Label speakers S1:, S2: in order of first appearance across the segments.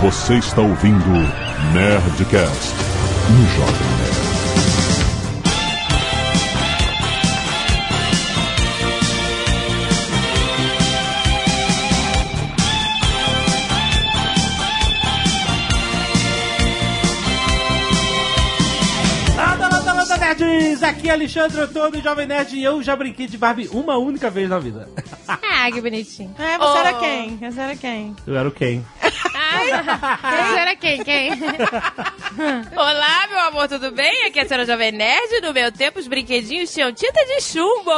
S1: Você está ouvindo Nerdcast no Jovem Nerd.
S2: Landa, landa, landa, nerds! Aqui é Alexandre Antônio, Jovem Nerd, e eu já brinquei de Barbie uma única vez na vida.
S3: Ah, que bonitinho.
S4: É, você
S3: Oh.
S4: era quem? Você era quem?
S2: Eu era o Ken.
S3: Você era quem? Quem?
S5: Olá, meu amor, tudo bem? Aqui é a senhora Jovem Nerd. No meu tempo, os brinquedinhos tinham tinta de chumbo.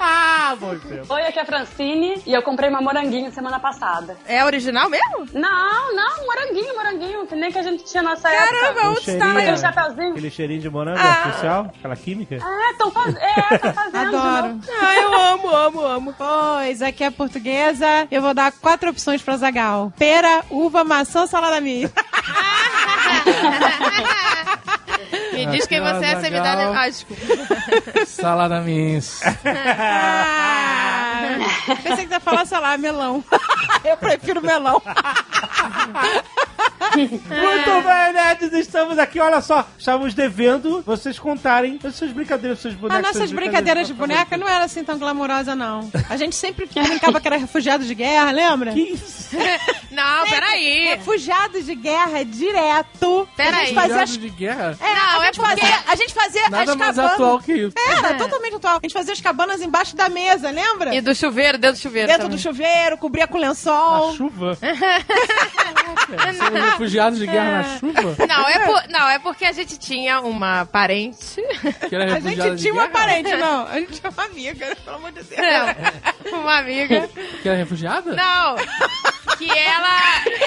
S2: Ah, então.
S6: Oi, aqui é a Francine e eu comprei uma moranguinho semana passada.
S4: É original mesmo?
S6: Não, não, moranguinho, moranguinho, que nem que a gente tinha nessa
S2: Um
S6: época.
S4: Caramba, onde
S6: Aquele
S4: está?
S6: chapeuzinho.
S2: Aquele Ah. cheirinho de morango artificial, aquela química.
S6: É, tão faz... é, tá fazendo.
S4: Adoro.
S6: não.
S4: Ah, eu amo, amo, amo. Pois, aqui é a portuguesa. Eu vou dar quatro opções pra Zagal: pera, uva, maçã, salada mista.
S3: Me diz quem você é, você me dá
S7: Legal.
S3: diagnóstico.
S7: Salada Mins.
S4: Ah, pensei que você ia falar, sei lá, melão. Eu prefiro melão.
S2: Muito bem, nerds, estamos aqui, olha só, estávamos devendo vocês contarem as suas brincadeiras, os seus bonecos.
S4: As nossas
S2: suas
S4: brincadeiras de boneca
S2: favoritas.
S4: não eram assim tão glamourosas, não. A gente sempre brincava que era refugiado de guerra, lembra?
S2: Que isso?
S3: Não, peraí.
S4: Refugiados de guerra é direto.
S3: Pera
S4: a
S3: aí.
S4: gente fazia as...
S7: Viado de guerra?
S4: É, É.
S3: Não,
S4: a
S3: é
S4: gente
S3: porque-
S4: fazia, a gente fazia
S7: Nada
S4: as
S7: mais
S4: cabanas.
S7: atual que
S2: É
S7: isso.
S4: Era totalmente atual. A gente fazia as cabanas embaixo da mesa, lembra?
S3: E do chuveiro, dentro do chuveiro.
S4: Dentro
S3: também.
S4: do chuveiro, cobria com
S2: A
S4: lençol.
S2: chuva?
S7: São refugiados de guerra na chuva?
S3: Não é, por- não, é porque a gente tinha uma parente.
S7: Que
S3: Tá
S7: era
S4: A
S7: refugiada
S4: gente
S7: de
S4: tinha uma
S7: guerra?
S4: parente, não. A gente tinha uma amiga, pelo amor de
S3: É,
S4: Deus. É,
S3: Não, uma amiga.
S7: Que era é refugiada?
S3: Não. Que ela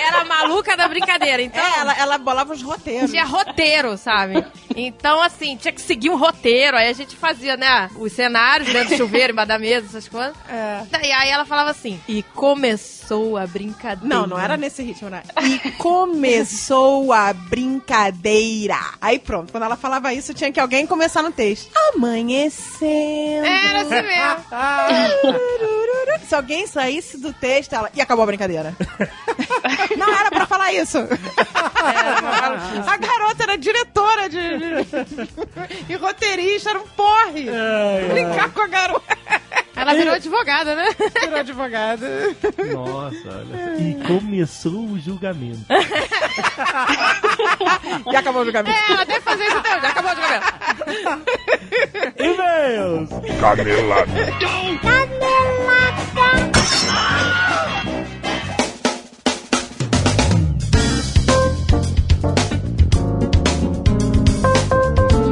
S3: era maluca da brincadeira. Então,
S4: É, ela, ela bolava os roteiros.
S3: tinha roteiro, sabe? Então, assim, tinha que seguir um roteiro. Aí a gente fazia, né, os cenários dentro do chuveiro, embaixo da mesa, essas coisas.
S4: É.
S3: E aí ela falava assim, e começou a brincadeira.
S4: Não, não era nesse ritmo, né? E começou a brincadeira. Aí pronto, quando ela falava isso, tinha que alguém começar no texto. Amanhecendo.
S3: Era assim mesmo.
S4: Turururu. Se alguém saísse do texto, ela. E acabou a brincadeira. não era pra falar isso. a garota era diretora de. e roteirista, era um porre. Brincar com a garota.
S3: Ela virou advogada, né?
S4: Era advogada.
S2: Nossa, olha. só. E começou o julgamento.
S4: E acabou o julgamento.
S3: É, Ela deve fazer isso até hoje. Acabou de cabelo.
S2: E-mails!
S1: Canelada.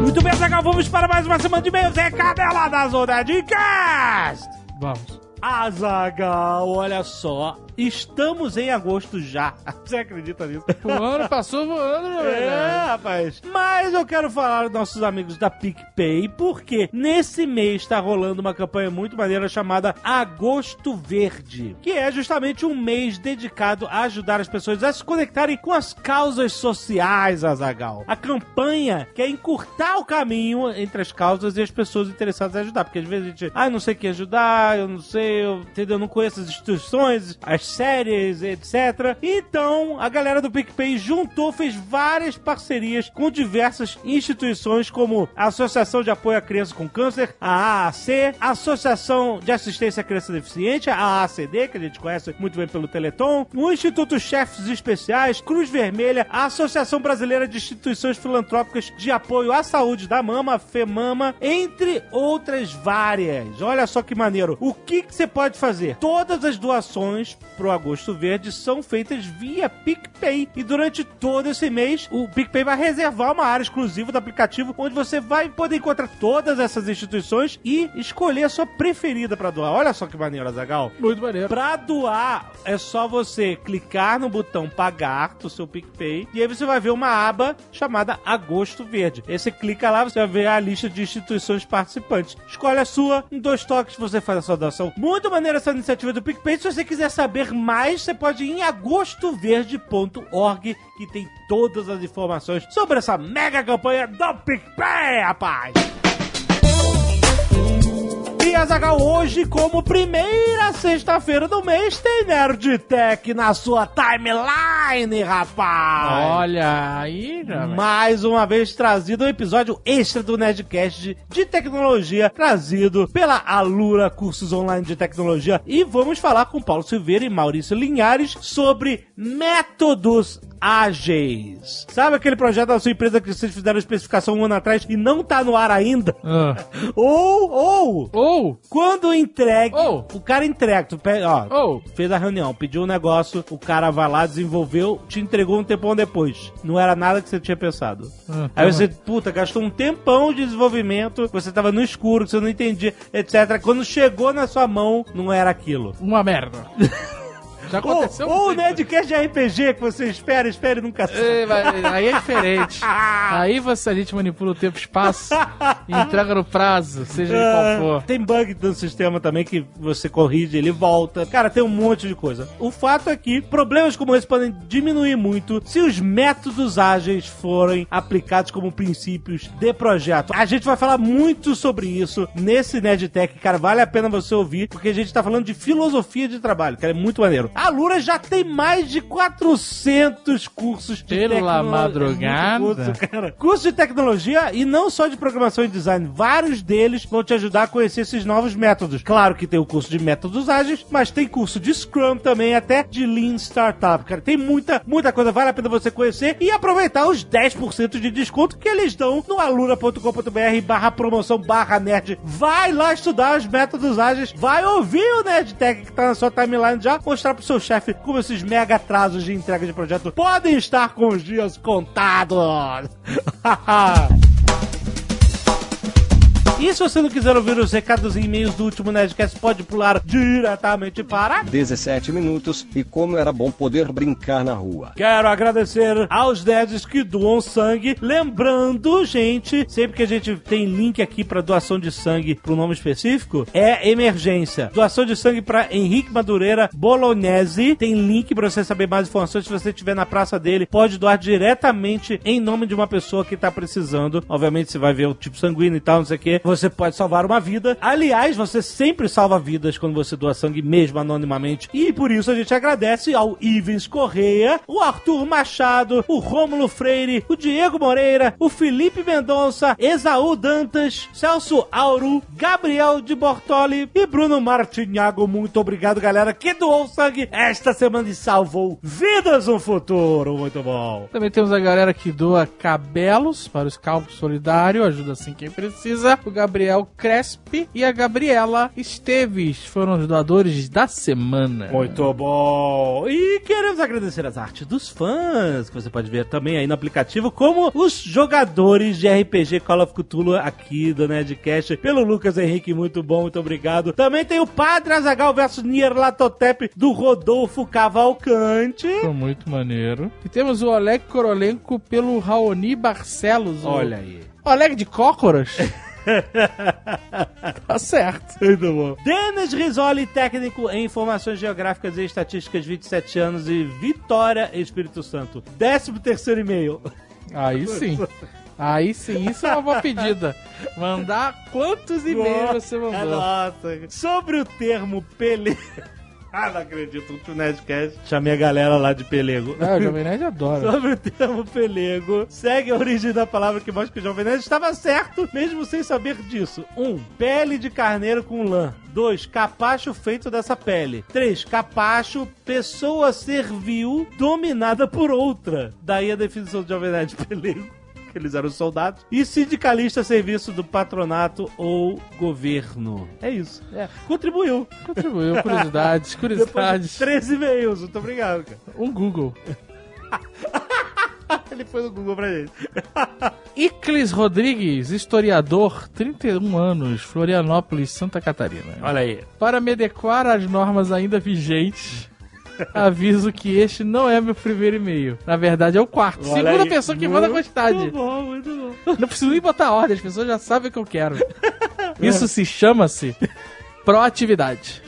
S2: Muito bem, Zagal, vamos para mais uma semana de e-mails. É Caneladas ou Nerdcast!
S7: Vamos.
S2: Azagal, olha só. Estamos em agosto já. Você acredita nisso?
S7: O ano passou voando, né? na
S2: É,
S7: verdade.
S2: rapaz. Mas eu quero falar dos nossos amigos da PicPay, porque nesse mês está rolando uma campanha muito maneira chamada Agosto Verde, que é justamente um mês dedicado a ajudar as pessoas a se conectarem com as causas sociais, Azagal. A campanha quer encurtar o caminho entre as causas e as pessoas interessadas em ajudar, porque às vezes a gente, ah, eu não sei quem ajudar, eu não sei, eu, entendeu? Eu não conheço as instituições, as séries, etc. Então, a galera do PicPay juntou, fez várias parcerias com diversas instituições, como a Associação de Apoio à Criança com Câncer, a AAC, a Associação de Assistência à Criança Deficiente, a AACD, que a gente conhece muito bem pelo Teleton, o Instituto Chefes Especiais, Cruz Vermelha, a Associação Brasileira de Instituições Filantrópicas de Apoio à Saúde da Mama, FEMAMA, entre outras várias. Olha só que maneiro. O que que você pode fazer? Todas as doações pro Agosto Verde são feitas via PicPay. E durante todo esse mês, o PicPay vai reservar uma área exclusiva do aplicativo onde você vai poder encontrar todas essas instituições e escolher a sua preferida pra doar. Olha só que maneiro, Zagal.
S7: Muito maneiro.
S2: Pra doar, é só você clicar no botão pagar do seu PicPay e aí você vai ver uma aba chamada Agosto Verde. Aí você clica lá, você vai ver a lista de instituições participantes. Escolhe a sua, em dois toques você faz a sua doação. Muito maneira essa iniciativa do PicPay. Se você quiser saber mais, você pode ir em agostoverde.org que tem todas as informações sobre essa mega campanha do PicPay, rapaz! E Azagal, hoje, como primeira sexta-feira do mês, tem Nerdtech na sua timeline, rapaz!
S7: Olha aí, já, velho.
S2: Mais uma vez trazido um episódio extra do Nerdcast de, de tecnologia, trazido pela Alura Cursos Online de Tecnologia. E vamos falar com Paulo Silveira e Maurício Linhares sobre métodos ágeis. Sabe aquele projeto da sua empresa que vocês fizeram a especificação um ano atrás e não tá no ar ainda?
S7: Ah.
S2: Ou, ou,
S7: Ou,
S2: quando entregue,
S7: Ou.
S2: o cara entrega, tu pega, ó,
S7: ou,
S2: fez a reunião, pediu um negócio, o cara vai lá, desenvolveu, te entregou um tempão depois. Não era nada que você tinha pensado.
S7: Ah,
S2: Aí você, puta, gastou um tempão de desenvolvimento, você tava no escuro, você não entendia, etc. Quando chegou na sua mão, não era aquilo.
S7: uma merda. Já
S2: Ou,
S7: aconteceu?
S2: ou né? o
S7: comigo.
S2: Nerdcast de RPG que você espera, espera e nunca sabe.
S7: É, vai- Aí é diferente. Aí você, a gente manipula o tempo e espaço e entrega no prazo, seja ele qual
S2: Ah,
S7: for.
S2: Tem bug do sistema também que você corrige, ele volta. Cara, tem um monte de coisa. O fato é que problemas como esse podem diminuir muito se os métodos ágeis forem aplicados como princípios de projeto. A gente vai falar muito sobre isso nesse Nerdtech, cara. Vale a pena você ouvir, porque a gente tá falando de filosofia de trabalho, cara. É muito maneiro. A Lura já tem mais de 400 cursos de
S7: Pela
S2: tecnologia.
S7: madrugada.
S2: É Muito curso, cara. Curso de tecnologia e não só de programação e design. Vários deles vão te ajudar a conhecer esses novos métodos. Claro que tem o curso de métodos ágeis, mas tem curso de Scrum também, até de Lean Startup, cara. Tem muita, muita coisa. Vale a pena você conhecer e aproveitar os 10% de desconto que eles dão no alura.com.br barra promoção barra nerd. Vai lá estudar os métodos ágeis. Vai ouvir o Nerdtech que tá na sua timeline já. Mostrar pro seu chefe como esses mega atrasos de entrega de projeto podem estar com os dias contados. E se você não quiser ouvir os recados e e-mails do último Nerdcast, pode pular diretamente para
S8: 17 minutos e como era bom poder brincar na rua.
S2: Quero agradecer aos nerds que doam sangue. Lembrando, gente, sempre que a gente tem link aqui pra doação de sangue pro nome específico, é emergência. Doação de sangue pra Henrique Madureira Bolognese. Tem link pra você saber mais informações. Se você estiver na praça dele, pode doar diretamente em nome de uma pessoa que tá precisando. Obviamente, você vai ver o tipo sanguíneo e tal, não sei o quê. Você pode salvar uma vida. Aliás, você sempre salva vidas quando você doa sangue, mesmo anonimamente. E por isso a gente agradece ao Ivens Correia, o Arthur Machado, o Rômulo Freire, o Diego Moreira, o Felipe Mendonça, Esaú Dantas, Celso Auru, Gabriel de Bortoli e Bruno Martinhago. Muito obrigado, galera, que doou sangue esta semana e salvou vidas no futuro. Muito bom.
S7: Também temos a galera que doa cabelos para os Calvos Solidário, ajuda assim quem precisa. O Gabriel Crespi e a Gabriela Esteves foram os doadores da semana.
S2: Muito bom! E queremos agradecer as artes dos fãs, que você pode ver também aí no aplicativo, como os jogadores de RPG Call of Cthulhu aqui do Nerdcast, pelo Lucas Henrique, muito bom, muito obrigado. Também tem o Padre Azagal versus Nierlatotep do Rodolfo Cavalcante.
S7: Ficou muito maneiro. E temos o Oleg Korolenko pelo Raoni Barcelos. o
S2: aí.
S7: Oleg de Cócoras? tá certo.
S2: Muito bom. Denis Risoli, técnico em informações geográficas e estatísticas, 27 anos e Vitória, Espírito Santo. 13 terceiro e-mail.
S7: Aí sim. Aí sim, isso é uma boa pedida. Mandar quantos e-mails você
S2: É
S7: mandou?
S2: nossa. Sobre o termo pele. ah, não acredito, o Nerdcast. Chamei a galera lá de pelego.
S7: Ah, o Jovem Nerd adora.
S2: Sobre o termo pelego, segue a origem da palavra que mostra que o Jovem Nerd estava certo, mesmo sem saber disso. 1. Um, pele de carneiro com lã. 2. Capacho feito dessa pele. 3. Capacho, pessoa servil dominada por outra. Daí a definição de Jovem Nerd pelego. que Eles eram soldados. E sindicalista a serviço do patronato ou governo. É isso. É. Contribuiu.
S7: Contribuiu, curiosidades,
S2: Depois de
S7: curiosidades.
S2: 13 e-mails. Muito obrigado, cara.
S7: Um Google.
S2: Ele foi no Google pra gente.
S7: Iclis Rodrigues, historiador, 31 anos, Florianópolis, Santa Catarina.
S2: Olha aí.
S7: Para me adequar às normas ainda vigentes, aviso que este não é meu primeiro e-mail. Na verdade, é o quarto.
S2: Olha
S7: Segunda
S2: aí.
S7: pessoa que manda a quantidade.
S2: Muito bom, muito bom.
S7: Não preciso nem botar ordem, as pessoas já sabem o que eu quero. Isso se chama-se Proatividade.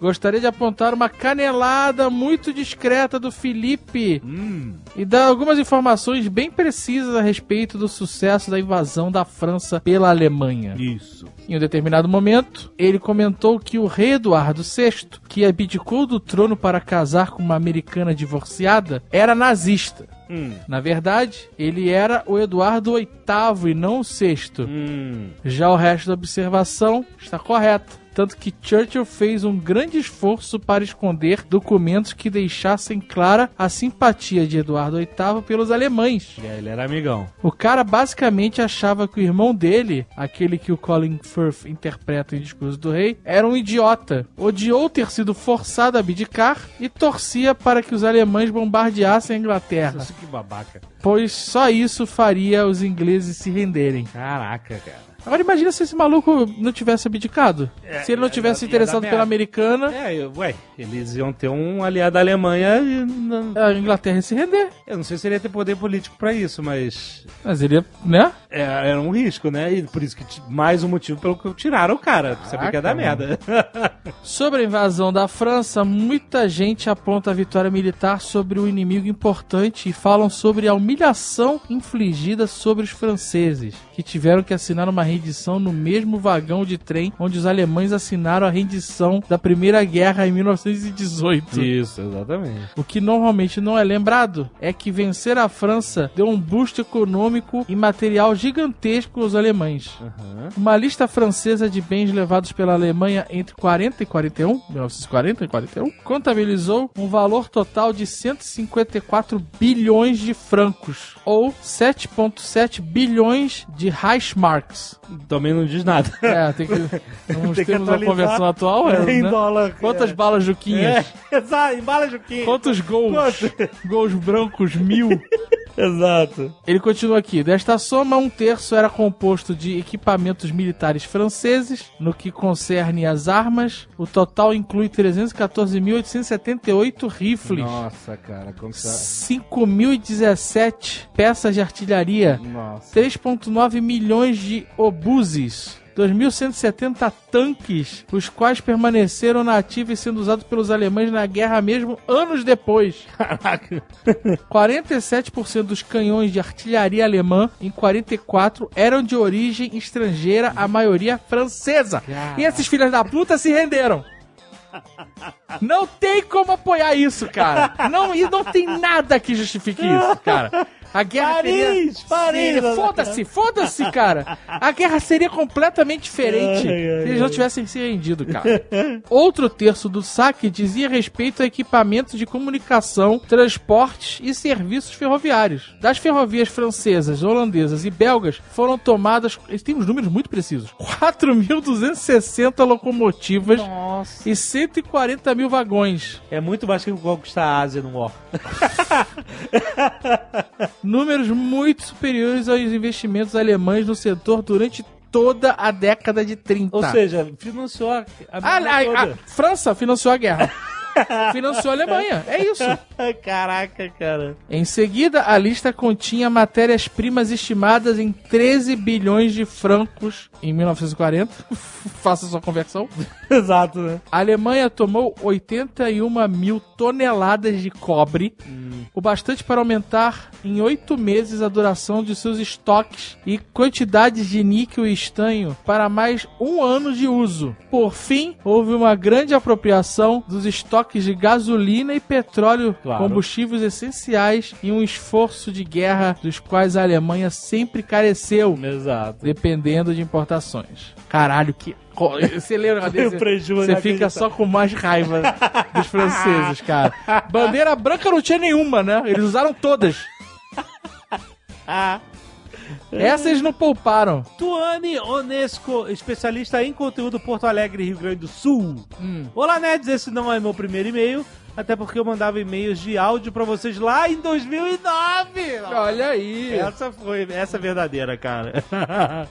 S7: Gostaria de apontar uma canelada muito discreta do Felipe e dar algumas informações bem precisas a respeito do sucesso da invasão da França pela Alemanha.
S2: Isso.
S7: Em um determinado momento, ele comentou que o rei Eduardo VI, que abdicou do trono para casar com uma americana divorciada, era nazista.
S2: Hum.
S7: Na verdade, ele era o Eduardo VIII e não o VI.
S2: Hum.
S7: Já o resto da observação está correta. Tanto que Churchill fez um grande esforço para esconder documentos que deixassem clara a simpatia de Eduardo VIII pelos alemães.
S2: E aí, ele era amigão.
S7: O cara basicamente achava que o irmão dele, aquele que o Colin Firth interpreta em Discurso do Rei, era um idiota. Odiou ter sido forçado a abdicar e torcia para que os alemães bombardeassem a Inglaterra,
S2: Nossa, que babaca.
S7: pois só isso faria os ingleses se renderem.
S2: Caraca, cara.
S7: Agora imagina se esse maluco não tivesse abdicado.
S2: É,
S7: se ele não
S2: ia-
S7: tivesse
S2: ia
S7: interessado
S2: dar
S7: pela
S2: merda.
S7: americana,
S2: É, eu- ué, eles iam ter um aliado da Alemanha e não-
S7: a Inglaterra ia se render.
S2: Eu não sei se ele ia ter poder político pra isso, mas
S7: Mas ele ia, né?
S2: é, era um risco, né? E por isso que ti- mais um motivo pelo que tiraram o cara. Pra saber que ia dar
S7: Caraca,
S2: merda.
S7: Sobre a invasão da França, muita gente aponta a vitória militar sobre o inimigo importante e falam sobre a humilhação infligida sobre os franceses, que tiveram que assinar uma rendição no mesmo vagão de trem onde os alemães assinaram a rendição da Primeira Guerra em 1918.
S2: isso, exatamente.
S7: O que normalmente não é lembrado é que vencer a França deu um boost econômico e material gigantesco aos alemães. Uma lista francesa de bens levados pela Alemanha entre 40 e 41, 1940 e 41, contabilizou um valor total de 154 bilhões de francos, ou 7,7 bilhões de Reichsmarks.
S2: Também não diz nada.
S7: É, tem que. Não
S2: Tem que
S7: temos a
S2: atualizar
S7: conversão atual,
S2: em
S7: né?
S2: dólar.
S7: Quantas
S2: é.
S7: balas juquinhas?
S2: É, exato, embala Juquinha.
S7: Quantos gols? Gols brancos mil?
S2: Exato.
S7: Ele continua aqui. Desta soma, um terço era composto de equipamentos militares franceses. No que concerne as armas, o total inclui 314.878 rifles.
S2: Nossa, cara, como tá...
S7: 5.017 peças de artilharia,
S2: Nossa.
S7: 3.9 milhões de obuses, 2.170 tanques, os quais permaneceram na ativa e sendo usados pelos alemães na guerra mesmo anos depois.
S2: Caraca.
S7: 47% dos canhões de artilharia alemã em 44 eram de origem estrangeira, a maioria francesa. E esses filhos da puta se renderam. Não tem como apoiar isso, cara. Não, e não tem nada que justifique isso, cara. A guerra
S2: Paris,
S7: seria...
S2: Paris,
S7: seria- Foda-se, foda-se, cara. A guerra seria completamente diferente
S2: Ai, ai,
S7: se eles não tivessem se rendido, cara. Outro terço do saque dizia respeito a equipamentos de comunicação, transportes e serviços ferroviários. Das ferrovias francesas, holandesas e belgas foram tomadas, eles têm uns números muito precisos, 4.260 locomotivas
S2: Nossa.
S7: e 140 mil vagões.
S2: É muito mais que o que custa a Ásia no War.
S7: Números muito superiores aos investimentos alemães no setor durante toda a década de 30.
S2: Ou seja, financiou a, a,
S7: a,
S2: merda
S7: a- a
S2: toda.
S7: França financiou a guerra. financiou a Alemanha. É isso.
S2: Caraca, cara.
S7: Em seguida, a lista continha matérias-primas estimadas em 13 bilhões de francos em 1940. Faça sua conversão.
S2: Exato, né?
S7: A Alemanha tomou 81 mil toneladas de cobre, o bastante para aumentar em oito meses a duração de seus estoques e quantidades de níquel e estanho para mais um ano de uso. Por fim, houve uma grande apropriação dos estoques de gasolina e petróleo,
S2: Claro.
S7: combustíveis essenciais, em um esforço de guerra dos quais a Alemanha sempre careceu,
S2: Exato.
S7: dependendo de importações. Caralho, que. Você lembra
S2: O
S7: desse?
S2: prejuízo
S7: Você fica
S2: inacreditável.
S7: só com mais raiva dos franceses, cara. Bandeira branca não tinha nenhuma, né? Eles usaram todas.
S2: Ah.
S7: Essa eles não pouparam.
S2: Tuane Onesco, especialista em conteúdo Porto Alegre, Rio Grande do Sul.
S7: Hum.
S2: Olá, nerds, esse não é meu primeiro e-mail. até porque eu mandava e-mails de áudio pra vocês lá em 2009.
S7: Olha aí.
S2: Essa foi, essa é verdadeira, cara.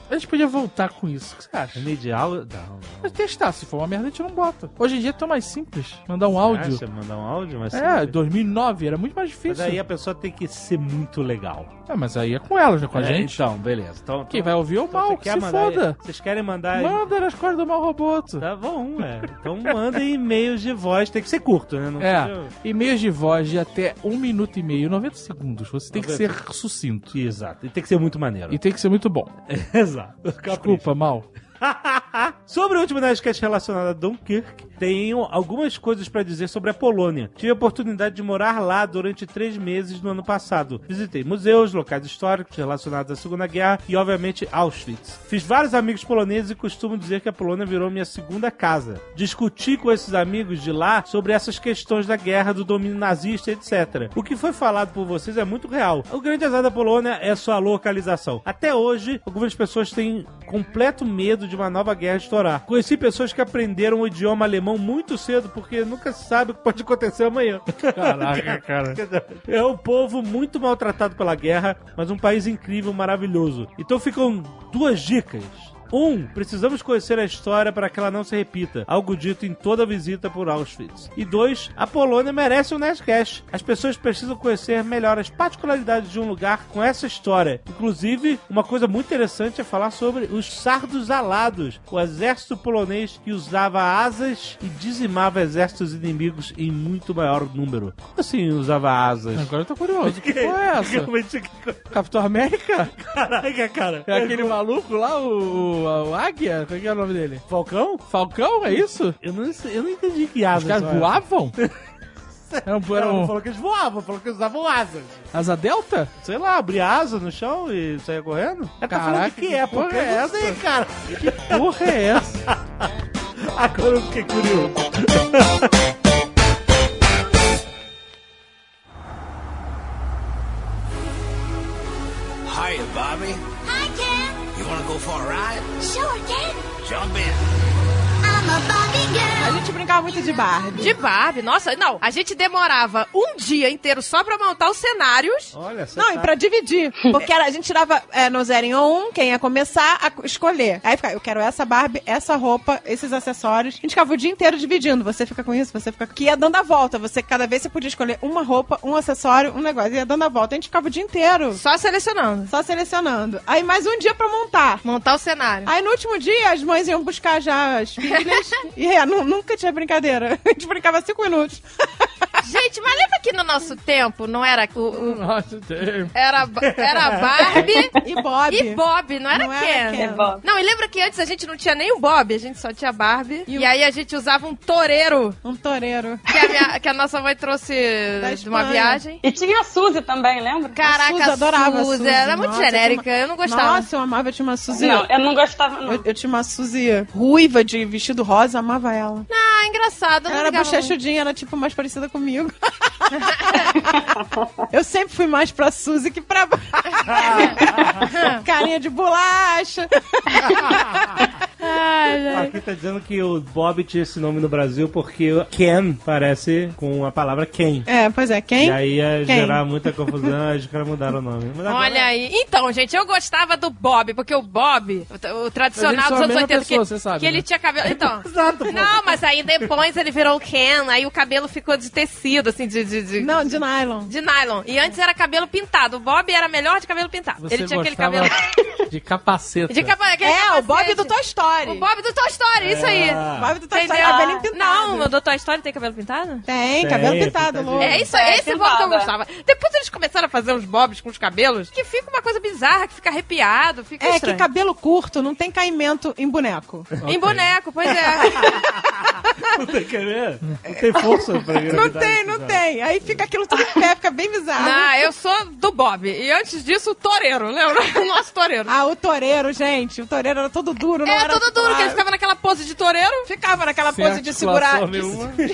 S7: A gente podia voltar com isso. O que você acha?
S2: E de áudio? Não. é
S7: Mas testar, se for uma merda, a gente não bota. Hoje em dia é tão mais simples mandar um
S2: Você
S7: áudio.
S2: acha mandar um áudio, mas
S7: É,
S2: sempre.
S7: 2009 era muito mais
S2: Mas
S7: difícil.
S2: aí é- a pessoa tem que ser muito legal.
S7: É, mas aí é com elas, né? Com a
S2: É,
S7: gente.
S2: Então, beleza. Então,
S7: Quem
S2: então-
S7: vai ouvir é o
S2: então
S7: mal,
S2: você
S7: que
S2: quer
S7: se
S2: mandar-
S7: foda.
S2: Vocês querem mandar...
S7: Manda nas cordas do mal roboto.
S2: Tá bom, é. Então mandem e-mails de voz. Tem que ser curto, né? Não
S7: É,
S2: seja-
S7: e-mails de voz de até 1 minuto e meio, 90 segundos. Você tem que
S2: 90.
S7: ser sucinto.
S2: Exato. E tem que ser muito maneiro.
S7: E tem que ser muito bom.
S2: Exato. Capricho.
S7: Desculpa, mal.
S2: Sobre o último Nerdcast relacionado a Dunkirk, tenho algumas coisas pra dizer sobre a Polônia. Tive a oportunidade de morar lá durante três meses no ano passado. Visitei museus, locais históricos relacionados à Segunda Guerra e, obviamente, Auschwitz. Fiz vários amigos poloneses e costumo dizer que a Polônia virou minha segunda casa. Discuti com esses amigos de lá sobre essas questões da guerra, do domínio nazista, etc. O que foi falado por vocês é muito real. O grande azar da Polônia é sua localização. Até hoje, algumas pessoas têm completo medo de uma nova guerra estourar. Conheci pessoas que aprenderam o idioma alemão muito cedo porque nunca se sabe o que pode acontecer amanhã.
S7: Caraca, cara.
S2: É um povo muito maltratado pela guerra, mas um país incrível, maravilhoso. Então ficam duas dicas. Um, precisamos conhecer a história para que ela não se repita, algo dito em toda visita por Auschwitz. E dois, a Polônia merece um Nerdcast. As pessoas precisam conhecer melhor as particularidades de um lugar com essa história. Inclusive, uma coisa muito interessante é falar sobre os sardos alados, o exército polonês que usava asas e dizimava exércitos inimigos em muito maior número. Como assim usava asas?
S7: Agora eu tô curioso. Que porra é essa?
S2: Realmente, que
S7: Capitão América?
S2: Caraca, cara.
S7: É aquele maluco lá, o, o, a- o Águia? Qual que é o nome dele?
S2: Falcão?
S7: Falcão, é isso?
S2: Eu não, sei- eu não entendi que
S7: Os
S2: asas.
S7: caras
S2: são
S7: voavam? Era um,
S2: Ela
S7: era
S2: não
S7: um
S2: falou que eles voavam, falou que eles usavam asas.
S7: asa delta?
S2: Sei lá, abria asa no chão e saía correndo? Ela tá falando
S7: Caraca,
S2: de que,
S7: que
S2: é,
S7: porra
S2: porque
S7: é
S2: eu não sei, cara.
S7: Porra é essa?
S2: Agora eu fiquei curioso.
S9: Hiya, Bobby.
S10: Hi, Ken.
S9: You want to go for a ride?
S10: Sure, Ken.
S9: Jump in.
S10: I'm a Barbie girl.
S4: A gente brincava muito de Barbie.
S3: De Barbie, nossa, não, a gente demorava um dia inteiro só pra montar os cenários.
S2: Olha, você
S3: tá
S2: tá
S4: Não, e pra dividir. Porque era- a gente tirava é, no 0 em 1, um, quem ia começar a co- escolher. Aí fica, eu quero essa Barbie, essa roupa, esses acessórios. A gente ficava o dia inteiro dividindo. Você fica com isso, você fica com. Que ia dando a volta. Você, cada vez você podia escolher uma roupa, um acessório, um negócio. Ia dando a volta. A gente ficava o dia inteiro
S3: Só selecionando.
S4: só selecionando. Aí mais um dia pra montar.
S3: Montar o cenário.
S4: Aí no último dia as mães iam buscar já as filhas. e é, nu- nunca tinha brincadeira. A gente brincava cinco minutos.
S3: Gente, mas lembra que no nosso tempo não era o. o-
S7: Nossa, tem-
S3: era, era Barbie
S4: E Bob.
S3: e Bob, não era
S4: Não era
S3: Ken.
S4: Ken.
S6: É bom.
S3: Não, e lembra que antes a gente não tinha nem o Bob, a gente só tinha Barbie. E, aí a gente usava um toureiro
S4: Um toureiro.
S3: que a, minha- que a nossa mãe trouxe
S4: Da
S3: de uma
S4: Espanha.
S3: viagem.
S6: E tinha a Suzy também, lembra?
S3: Caraca,
S4: Suzy, adorava a
S3: Suzy,
S4: Suzy.
S3: era muito
S4: Nossa,
S3: genérica,
S4: tinha
S3: eu não gostava.
S4: Nossa, eu amava, eu tinha uma Suzy.
S6: Não, eu não gostava, não.
S4: Eu, eu tinha uma Suzy ruiva de vestido rosa, amava ela.
S3: Ah, engraçado, eu não
S4: ela era
S3: ligava
S4: bochechudinha, era tipo mais parecida comigo. eu sempre fui mais pra Suzy que pra. Carinha de bolacha.
S2: Aqui tá dizendo que o Bob tinha esse nome no Brasil porque o Ken parece com a palavra Ken.
S4: É, pois é,
S2: E
S4: quem?
S2: aí ia
S4: Ken.
S2: gerar muita confusão, aí os caras mudaram o nome. Mas agora-
S3: Olha aí. Então, gente, eu gostava do Bob, porque o Bob, o tra- o tradicional
S7: Mas eles são
S3: dos
S7: a
S3: anos
S7: mesma
S3: 80,
S7: pessoa,
S3: que,
S7: você sabe,
S3: que
S7: né?
S3: ele tinha cabelo. Então.
S2: Exato, pô.
S3: Não, mas aí depois ele virou o Ken, aí o cabelo ficou de tecido, assim, de. de, de-
S4: Não, de nylon.
S3: de nylon. E antes era cabelo pintado. O Bob era melhor de cabelo pintado.
S7: Você
S3: ele tinha aquele
S7: gostava
S3: cabelo.
S7: de capaceta.
S3: De capa... aquele
S4: É, o Bob
S3: capacete.
S4: do Toy Story.
S3: O Bob do Toy Story, isso aí.
S7: É.
S4: O Bob do Toy Story, é
S3: Entendeu?
S4: cabelo pintado.
S3: Não, o do Toy Story tem cabelo pintado?
S4: Tem,
S2: Tem,
S4: cabelo
S2: é
S4: pintado,
S2: pintadinho.
S4: louco.
S3: É isso,
S6: É,
S3: esse Bob que eu
S6: pintada.
S3: gostava. Depois eles começaram a fazer uns Bobs com os cabelos, que fica uma coisa bizarra, que fica arrepiado, fica
S4: É que
S3: estranho.
S4: cabelo curto não tem caimento em boneco.
S2: É
S3: Em boneco, pois é.
S2: Não tem que ver. Não tem força pra
S4: Não tem, não tem. Aí fica aquilo tudo em pé, fica bem bizarro.
S3: Não, eu sou do Bob. E antes disso, o toureiro, lembra? O nosso toureiro.
S4: Ah, o toureiro, gente. O toureiro era É, todo duro, não
S3: Era
S4: era
S3: todo duro, que ele ficava naquela pose de toureiro.
S4: Ficava naquela pose de segurar. de-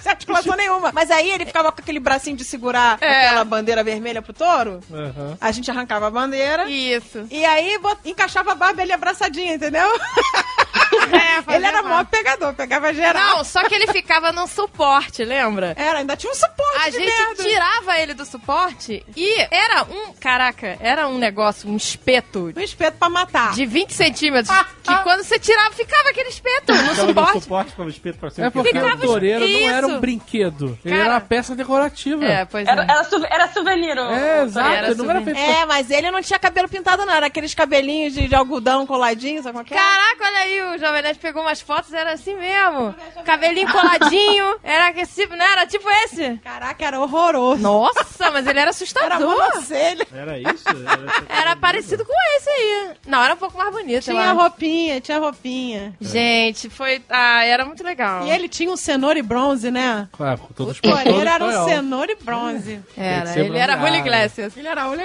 S4: Sem articulação nenhuma. Mas aí ele ficava com aquele bracinho de segurar
S3: É.
S4: aquela bandeira vermelha pro touro.
S7: Aham.
S4: A gente arrancava a bandeira. E...
S3: Isso.
S4: aí bot- encaixava a barba ali abraçadinha, entendeu?
S3: É, fazia
S4: Ele era mó
S3: mal.
S4: pegador, pegava geral.
S3: Não, só que ele ficava num suporte, lembra?
S4: Era, ainda tinha um suporte
S3: A
S4: de
S3: gente
S4: merda.
S3: tirava ele do suporte e era um. Caraca, era um negócio, um espeto
S4: Um espeto pra matar.
S3: de 20 centímetros. Que quando você tirava, ficava aquele espeto no
S2: Ficava no
S3: suporte.
S2: suporte, ficava espeto pra cima.
S7: É porque
S2: ficava-
S7: o toureiro não era um
S3: tipo Isso.
S7: brinquedo. Ele
S3: Cara.
S7: era uma peça decorativa.
S3: É,
S7: É,
S3: pois
S6: Era,
S3: é.
S6: era, su- era souvenir. o- o-
S7: exato.
S3: era assim.
S7: ele não era
S3: super-
S7: feito
S4: É, mas ele não tinha cabelo pintado, não. Era aqueles cabelinhos de, de algodão coladinhos, sabe qual que é?
S3: Caraca, olha aí, o Jovem Nerd pegou umas fotos, era assim mesmo. Cabelinho coladinho, era esse, não era tipo esse.
S4: Caraca, era horroroso.
S3: Nossa, mas ele era
S4: Era
S3: assustador.
S4: monocelha.
S2: Era isso? Era,
S3: Era parecido com esse aí. Não, era um pouco mais bonito, eu
S4: Tinha
S3: acho.
S4: roupinha, tinha roupinha.
S3: Gente, foi. Ah, era muito legal.
S4: E ele tinha um cenoura e bronze, né?
S3: É,
S7: Ah, com todos os
S4: Pô,
S7: todos
S4: ele era um
S7: espanhol.
S4: cenoura e bronze.
S7: Tem que
S3: Era,
S7: ser
S3: ele era Julio
S7: bronzeado.
S3: Iglesias.
S4: Ele era olho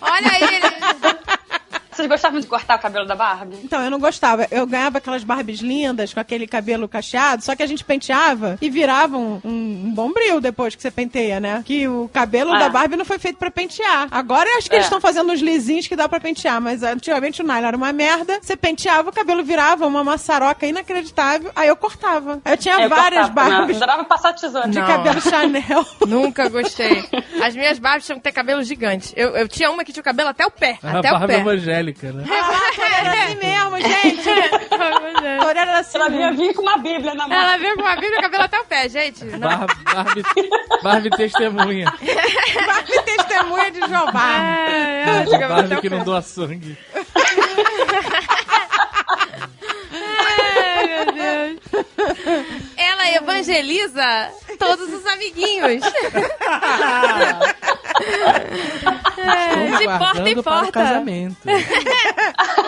S3: Olha aí, ele.
S6: Vocês gostavam de cortar o cabelo da Barbie?
S4: Então, eu não gostava. Eu ganhava aquelas Barbies lindas, com aquele cabelo cacheado, só que a gente penteava e virava um, um, um bombril depois que você penteia, né? Que o cabelo
S6: Ah.
S4: da Barbie não foi feito pra pentear. Agora eu acho que
S6: É.
S4: eles estão fazendo uns lisinhos que dá pra pentear, mas antigamente o nylon era uma merda. Você penteava, o cabelo virava uma maçaroca inacreditável, aí eu cortava. Aí eu tinha
S6: Eu
S4: várias
S6: cortava, né?
S4: Barbies
S6: Adorava passar tesoura.
S4: de
S3: Não.
S4: cabelo Chanel.
S3: Nunca gostei. As minhas Barbies tinham que ter cabelo gigante. Eu, eu tinha uma que tinha o cabelo até o pé.
S7: Era a
S3: até o
S7: barba
S3: pé.
S7: evangélica, né?
S4: Caraca, era assim mesmo, gente. Agora era assim.
S6: Ela
S4: mesmo.
S6: vinha, vinha com uma bíblia na mão.
S3: Ela veio com a Bíblia e o cabelo até o pé, gente. Não.
S7: Barba, Barbie, Barbie testemunha.
S4: Barbie testemunha de Jeová.
S3: né? É, é, tinha cabelo até
S7: Barbie
S3: o
S7: que
S3: pé.
S7: não doa sangue.
S3: Ai, meu Deus. Ela evangeliza todos os amiguinhos.
S7: Estão
S3: É, de porta
S7: guardando
S3: em
S7: para o
S3: porta.
S7: casamento.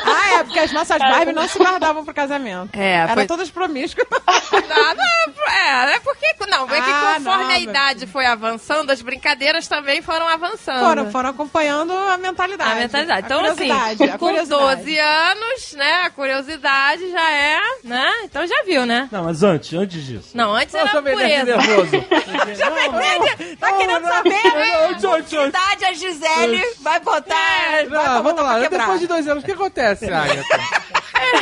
S4: Ah, é, porque as nossas Barbies não se guardavam pro casamento.
S3: É,
S4: Eram
S3: foi-
S4: todas promíscuas.
S3: Não, não, é, é porque. Não, é que
S4: Ah,
S3: conforme a
S4: não, meu
S3: idade foi avançando, as brincadeiras também foram avançando.
S4: Foram, foram acompanhando a mentalidade.
S3: A mentalidade.
S4: A
S3: Então, assim,
S4: curiosidade, a
S3: com
S4: curiosidade.
S3: 12 anos, né? A curiosidade já é, né? Então já viu, né?
S2: Não, mas antes, antes disso.
S3: Não, antes
S7: Olha o
S3: era
S7: Jovem Nerd
S3: pureza.
S7: nervoso.
S4: Tá querendo saber, né?
S7: Antes, antes, antes.
S4: Idade, a Gisele vai botar.
S7: Não, vamos lá.
S4: quebrar.
S7: Depois de dois anos, o que acontece, Agatha?
S3: É,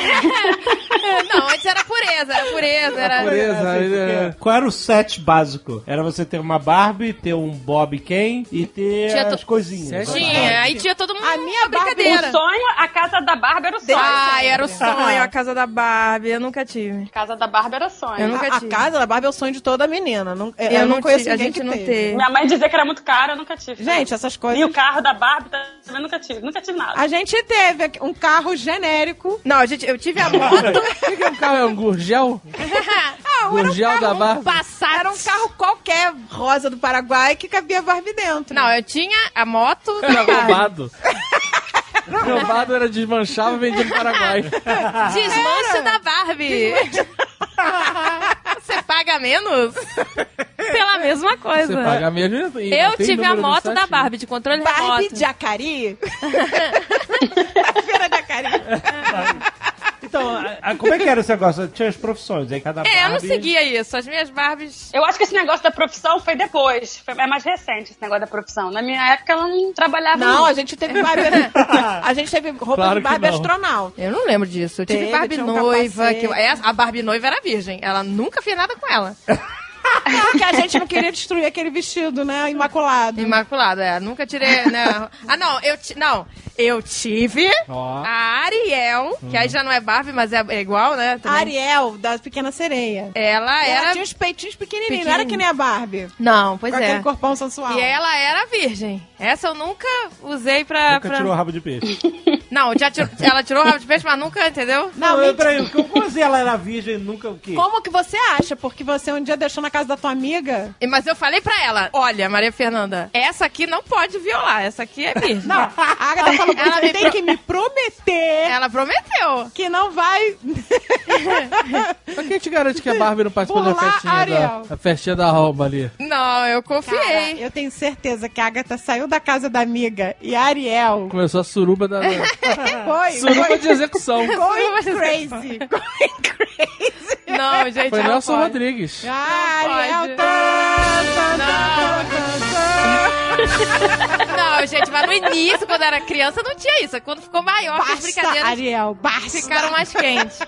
S3: Não, antes era pureza, era pureza, era.
S7: Pureza,
S2: Assim,
S7: é.
S2: porque- Qual era o set básico? Era você ter uma Barbie, ter um Bob Ken e ter
S3: Tinha
S2: as
S3: to-
S2: coisinhas.
S3: Tinha, aí tinha todo mundo
S4: A minha
S3: uma brincadeira.
S6: O Um sonho, a casa da Barbie era o sonho.
S3: Ai, era o sonho, a casa da Barbie. Eu nunca tive.
S6: A casa da Barbie era o sonho.
S3: Eu
S4: A,
S3: nunca
S4: a
S3: tive.
S4: casa da Barbie é o sonho de toda menina. Não, é, eu, não,
S3: ti-
S4: conheço
S3: a
S4: ninguém
S3: gente
S4: que
S3: não
S4: teve.
S3: teve.
S6: Minha mãe dizia que era muito caro, eu nunca tive.
S4: Gente, essas
S6: E o
S4: coisas.
S6: carro da Barbie também nunca tive. Nunca tive nada.
S4: A gente teve um carro genérico.
S3: Não, gente, eu tive a moto.
S7: O que é um carro? É um gurgel?
S4: Ah, era um
S7: Gurgel
S4: carro,
S7: da Barbie?
S3: Passar
S4: Era um carro qualquer, rosa do Paraguai, que cabia Barbie dentro.
S3: Não, eu tinha a moto.
S7: Era roubado. roubado era desmanchava e vendia no Paraguai.
S3: Desmanche da Barbie. Você paga menos pela mesma
S7: Você
S3: coisa.
S7: paga mesmo. e não
S5: é. Eu
S7: tem
S5: tive a
S7: número no
S5: moto da
S7: site.
S5: Barbie, de
S3: é
S5: controle
S4: Barbie
S5: remoto.
S4: de Acari? Feira de Acari.
S2: Então, a- a- como é que era esse negócio? Tinha as profissões, aí cada
S3: É, eu não
S2: Barbie-
S3: seguia isso. As minhas Barbies.
S6: Eu acho que esse negócio da profissão foi depois. Foi- é mais recente esse negócio da profissão. Na minha época ela não trabalhava.
S4: Não, a gente teve Barbie. A gente teve roupa
S7: Claro
S4: de
S7: que
S4: Barbie
S7: não.
S4: astronauta.
S3: Eu não lembro disso. Eu tive
S4: Teve,
S3: Barbie
S4: tinha um
S3: noiva.
S4: capacete.
S3: que eu- essa- a Barbie noiva era virgem. Ela nunca fez nada com ela.
S4: Porque a gente não queria destruir aquele vestido, né? Imaculado.
S3: Imaculada, é. Nunca tirei. Né? Ah, não, eu ti- não. Eu tive
S7: Ó.
S3: a Ariel, que aí já não é Barbie, mas é, é igual, né?
S4: A
S3: também.
S4: Ariel, da Pequena Sereia.
S3: Ela
S4: Ela
S3: era.
S4: tinha um uns peitinhos pequenininhos, não era que nem a Barbie.
S3: Não, pois
S4: com aquele
S3: é.
S4: corpão sensual.
S3: E ela era virgem. Essa eu nunca usei pra.
S2: Nunca
S3: pra-
S2: tirou o rabo de peixe.
S3: Não, já tirou- ela tirou o rabo de peixe, mas nunca, entendeu?
S4: Não,
S2: Não,
S4: mentira.
S2: peraí, como assim ela era virgem e nunca o quê?
S4: Como que você acha? Porque você um dia deixou na casa da tua amiga.
S3: E- Mas eu falei pra ela: olha, Maria Fernanda, essa aqui não pode violar, essa aqui é virgem.
S4: Não, a Agatha falou:
S3: Ela
S4: você
S3: me
S4: tem
S3: pro-
S4: que me prometer
S3: Ela prometeu.
S4: que não vai.
S7: Mas quem te garante que a Barbie não participou da
S4: Burlar
S7: festinha
S4: Ariel.
S7: da, a festinha da Roma ali?
S3: Não, eu
S4: Cara,
S3: confiei.
S4: Ah, eu tenho certeza que a Agatha saiu da casa da amiga e a Ariel
S7: Começou a suruba da. da-
S3: Ah.
S4: foi.
S7: suruba de execução.
S4: Going crazy. Going crazy.
S3: Não, gente,
S7: Foi
S3: não
S7: Nelson
S3: pode.
S7: Rodrigues.
S4: Ah,
S3: Não
S4: Ariel.
S3: pode.
S4: Tá,
S3: Não, gente, mas no início, quando era criança, não tinha isso. Quando ficou maior, que as
S4: Basta,
S3: brincadeiras
S4: Ariel. Basta.
S3: ficaram mais quentes.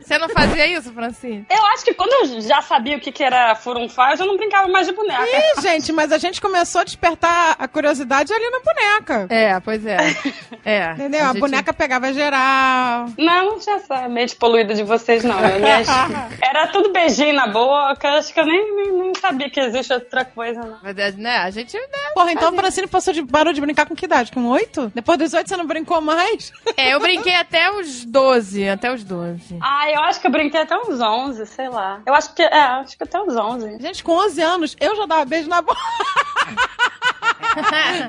S3: Você não fazia isso, Francine?
S6: Eu acho que quando eu já sabia o que, que era furunfar, eu já não brincava mais de boneca.
S4: Ih, gente, mas a gente começou a despertar a curiosidade ali na boneca.
S3: É, pois é. É.
S4: Entendeu? A,
S3: gente-
S4: boneca pegava geral.
S6: Não, não tinha essa mente poluída de vocês, não. Eu nem acho- Era tudo beijinho na boca, acho que eu nem, nem, nem sabia que existe outra coisa, não.
S3: Mas, é, né, a gente. né?
S4: Porra, então a Francine passou de, parou de brincar com que idade? Com oito? Depois dos oito você não brincou mais?
S3: É, eu brinquei até os 12, até os 12.
S6: Ah, eu acho que eu brinquei até uns 11, sei lá. Eu acho que, é, acho que até uns 11.
S4: Gente, com 11 anos, eu já dava beijo na boca.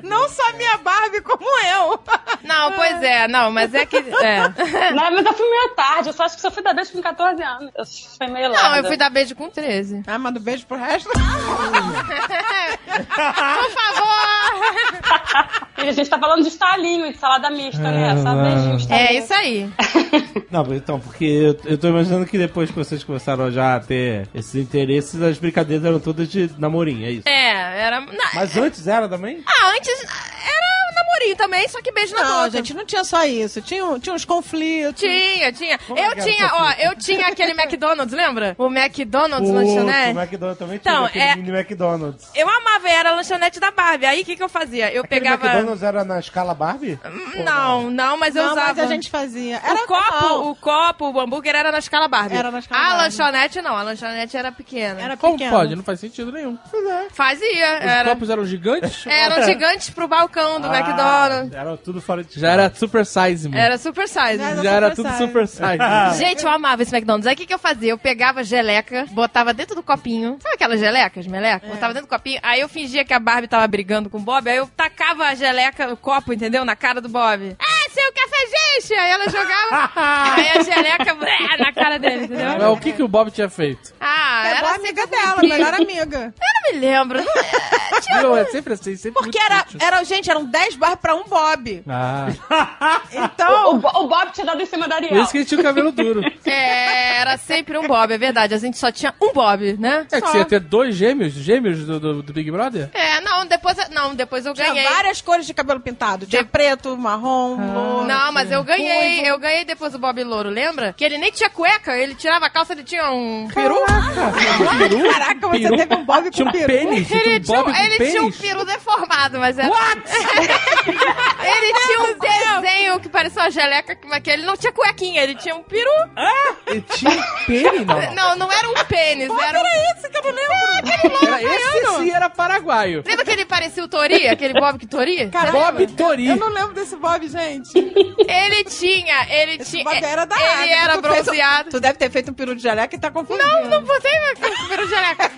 S4: Não só minha Barbie, como eu.
S3: Não, pois é, não, mas é que. é.
S6: Não, mas eu fui meio tarde, eu só acho que só fui dar beijo com 14 anos. Eu fui meio
S3: Não,
S6: lerda.
S3: eu fui dar beijo com 13.
S4: Ah, manda um beijo pro resto.
S3: Por favor!
S6: E a gente tá falando de estalinho, e de salada mista,
S7: Ah,
S6: né? Só beijinho, estalinho.
S3: É isso aí.
S2: Não, então, porque eu, eu tô imaginando que depois que vocês começaram já a ter esses interesses, as brincadeiras eram todas de namorinho, é isso.
S3: É, era. na-
S2: Mas antes era também?
S3: Ah, antes era namorinho também, só que beijo na
S4: Não,
S3: boca.
S4: gente, não tinha só isso. Tinha, um- tinha uns conflitos.
S3: Tinha, tinha.
S2: Como
S3: eu
S2: que era
S4: um
S3: tinha,
S2: o
S3: ó, eu tinha aquele McDonald's, lembra? O McDonald's lanchonete.
S2: o McDonald's também
S3: Então,
S2: tinha
S3: é-
S2: aquele mini McDonald's.
S3: Eu amava, era a lanchonete da Barbie. Aí o que, que eu fazia? Eu
S2: Aquele
S3: pegava.
S2: McDonald's é era na escala Barbie? Ou
S3: Não, não, mas eu
S4: não,
S3: usava.
S4: mas a gente fazia. Era
S3: O copo,
S4: não,
S3: o copo, o hambúrguer era na escala Barbie.
S4: Era na escala
S3: a
S4: Barbie.
S3: lanchonete não, a lanchonete era pequena.
S4: Era
S7: Como
S4: pequeno.
S7: pode? Não faz sentido nenhum.
S3: Fazia,
S7: Os
S3: era.
S7: copos eram gigantes?
S3: Eram gigantes pro balcão do
S2: Ah,
S3: McDonald's.
S2: Era tudo fora de
S7: Já era super size, mano.
S3: Era super size.
S4: Era
S7: Já era
S4: super
S7: tudo
S4: size.
S7: super size.
S3: Gente, eu amava esse McDonald's. Aí o que, que eu fazia? Eu pegava geleca, botava dentro do copinho. Sabe aquelas gelecas, meleca? Botava dentro do copinho. Aí eu fingia que a Barbie tava brigando com o Bob. Aí eu tacava a geleca, o copo, entendeu? Na cara do Bob. Ah, seu cafajeste! Aí ela jogava. aí a geleca blé, na cara dele,
S7: Mas
S3: entendeu?
S7: o que, que o Bob tinha feito?
S3: Ah,
S4: Era
S3: era
S4: a
S3: assim.
S4: amiga dela, a melhor amiga.
S3: Eu não me lembro. Não é?
S7: Não, é sempre assim, sempre
S4: Porque
S7: muito
S4: era,
S7: útil.
S4: era gente, eram 10 barras pra um Bob.
S7: Ah,
S4: Então,
S6: O, Bo- o Bob tinha dado em cima da
S7: por
S6: Ariel.
S7: isso que ele tinha o cabelo duro.
S3: É, era sempre um Bob, é verdade. A gente só tinha um Bob, né?
S7: É que
S3: Só.
S7: você ia ter dois gêmeos, gêmeos do, do- do Big Brother?
S3: É, não, depois, não, depois eu
S4: tinha
S3: ganhei.
S4: várias cores de cabelo pintado. Tinha preto, marrom, louro.
S3: Ah. Não, mas eu ganhei, eu ganhei depois do Bob Louro, lembra? Que ele nem tinha cueca, ele tirava a calça, ele tinha um.
S7: Peru?
S4: Caraca, você
S7: Peru?
S4: teve um Bob com
S7: Tinha um
S4: peru.
S7: pênis? Tinha um
S3: Ele, tinha,
S7: Bob
S3: um-
S7: com
S3: ele tinha um
S7: pênis?
S3: peru deformado, mas era. What? ele tinha um desenho que parecia uma geleca, mas que ele não tinha cuequinha, ele tinha um peru.
S7: Ele tinha um pênis? Não, não.
S3: Não, não era um pênis, era um.
S4: isso que eu não lembro.
S7: Era, esse sim era paraguaio.
S3: Lembra que ele parecia o Tori, aquele Bob que Tori?
S4: Caramba.
S7: Bob Tori.
S4: Eu não lembro desse Bob, gente.
S3: Ele tinha, ele
S4: Esse
S3: tinha.
S4: Bob era da Ágata,
S3: é, Ele
S4: que
S3: era
S4: tu fez um-
S3: bronzeado.
S4: tu deve ter feito um peru de jaleca e tá confundindo.
S3: Não, Então, não botei meu peru de jaleca.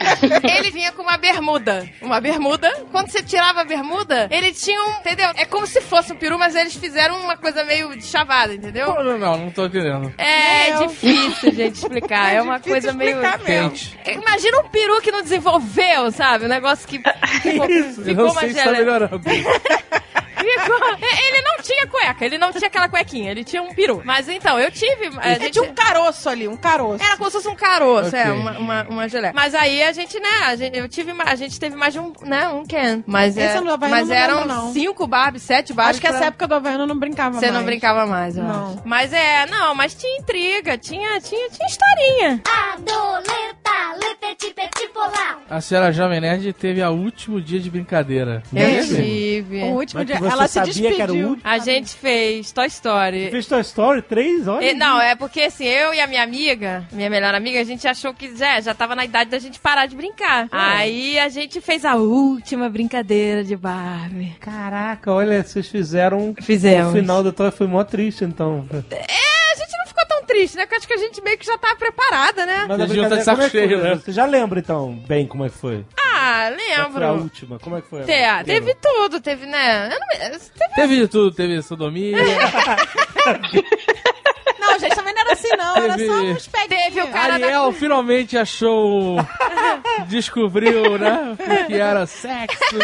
S3: Ele vinha com uma bermuda. Uma bermuda. Quando você tirava a bermuda, ele tinha um. Entendeu? É como se fosse um peru, mas eles fizeram uma coisa meio de chavada, entendeu?
S7: Não, não, não, não tô entendendo.
S3: É
S4: Meu.
S3: difícil, gente, explicar. É, uma
S4: difícil
S3: coisa meio.
S4: explicar mesmo.
S7: Quente.
S3: Imagina um peru que não desenvolveu, sabe? Um negócio que.
S4: É
S3: Ficou,
S7: Eu
S3: ficou
S7: não
S3: uma
S7: sei se tá
S3: geleca.
S7: melhorando.
S3: Ficou- É, Ele não tinha cueca, ele não tinha aquela cuequinha, ele tinha um peru. Mas então, eu tive. A
S4: É
S3: gente...
S4: de um caroço ali, um caroço.
S3: Era como se fosse um caroço,
S7: Ok.
S3: é, uma, uma, uma geleca. Mas aí a gente, né, a gente, eu tive, ma- a gente teve mais de um, né, um Ken. Mas,
S4: Esse
S3: é-
S4: eu não- vai,
S3: mas
S4: não lembro,
S3: eram
S4: não.
S3: cinco Barbie, sete Barbie.
S4: Acho que essa época do Havaiano eu não brincava
S3: Você
S4: mais.
S3: não brincava mais, eu
S4: Não.
S3: acho. Mas é, não, mas tinha intriga, tinha, tinha, tinha historinha.
S10: Adoleta, lepeti, peti, polar.
S7: A senhora Jovem Nerd teve o último dia de brincadeira.
S3: Eu
S7: Teve?
S3: tive.
S4: O último
S2: Mas que
S4: dia,
S2: você
S4: ela se
S2: sabia
S4: despediu.
S2: que era o último?
S4: tá
S3: A gente fez Toy Story.
S2: Fez Toy Story 3, olha.
S3: E, não, é porque assim, eu e a minha amiga, minha melhor amiga, a gente achou que já, já tava na idade da gente parar de
S4: É.
S3: brincar. Aí a gente fez a última brincadeira de Barbie.
S2: Caraca, olha, vocês fizeram.
S3: Fizemos.
S2: O final da Toy foi mó triste, então.
S3: É, a gente não ficou tão triste, né? Porque acho que a gente meio que já tava preparada, né?
S2: Mas a
S7: Vocês deviam estar
S2: brincadeira,
S7: de saco
S2: como é que
S7: cheio,
S2: foi?
S7: né?
S2: Você já lembra, então, bem como é que foi?
S3: Ah,
S2: Qual foi a
S3: lembro.
S2: última, como é que foi? a
S3: Te- ah,
S2: brincadeira?
S3: teve tudo, teve, né? Eu não me-
S4: É
S3: teve-
S7: Teve de tudo, teve sodomia.
S4: Não, gente, também não era assim, não. Era
S7: Teve-
S4: só uns peguinhos.
S3: Teve o cara da.
S7: Ariel finalmente achou. Descobriu, né? O que era sexo.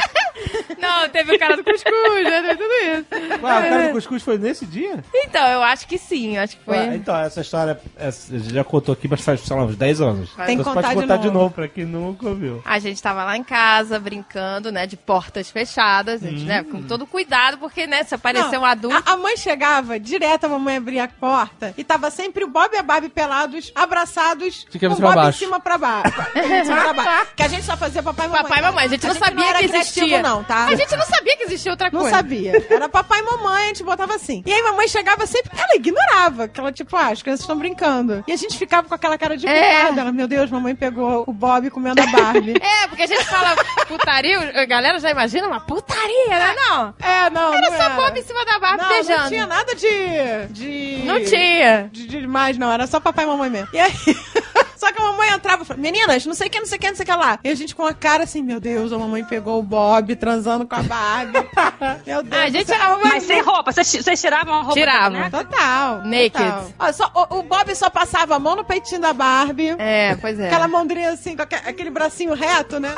S3: Não, teve o cara do cuscuz, né? Teve tudo isso.
S2: Ué, o cara do cuscuz foi nesse dia?
S3: Então, eu acho que sim, eu acho que foi.
S2: Ué, então, essa história essa, já contou aqui, mas faz, sei lá, uns 10 anos.
S4: Tem que
S2: então você
S4: contar
S2: pode
S4: de
S2: contar de
S4: novo.
S2: novo, pra quem nunca ouviu.
S3: A gente tava lá em casa brincando, né, de portas fechadas, a gente, né, com
S2: Hum.
S3: todo cuidado, porque, né, se aparecer
S4: Não,
S3: um adulto.
S4: A, a mãe chegava direto, a mamãe abria a porta e tava sempre o Bob e a Barbie pelados, abraçados,
S7: De cabeça
S4: com o
S7: pra
S4: Bob
S7: baixo.
S4: em cima pra baixo. em cima pra baixo. Que a gente só fazia papai e mamãe.
S3: Papai e mamãe, a gente não sabia
S4: era
S3: que
S4: criativo,
S3: existia.
S4: não, tá?
S3: A gente não sabia que existia outra
S4: Não
S3: coisa.
S4: sabia. Era papai e mamãe, a gente botava assim. E aí mamãe chegava sempre, ela ignorava, que ela tipo, ah, as crianças estão brincando. E a gente ficava com aquela cara de
S3: É.
S4: culpada. Ela, meu Deus, mamãe pegou o Bob comendo a Barbie.
S3: É, porque a gente fala putaria, a galera já imagina uma putaria, né? Não.
S4: é, não,
S3: Era
S4: não
S3: só Bob em cima da barba
S4: não,
S3: beijando.
S4: não tinha nada de... de...
S3: Não tinha.
S4: de, de demais, não. Era só papai e mamãe mesmo. E aí... Só que a mamãe entrava e falava, meninas, não sei o que, não sei o que, não sei o que lá. E a gente com a cara assim, meu Deus, a mamãe pegou o Bob transando com a Barbie. meu Deus.
S3: A Ah, gente era uma
S6: Mas sem roupa, vocês vocês tiravam a roupa? né?
S3: Tiravam.
S6: da boneca?
S4: Total.
S3: Naked.
S4: total. Ó, só, o, o Bob só passava a mão no peitinho da Barbie.
S3: É, pois é.
S4: Aquela mãozinha assim, com aque- aquele bracinho reto, né?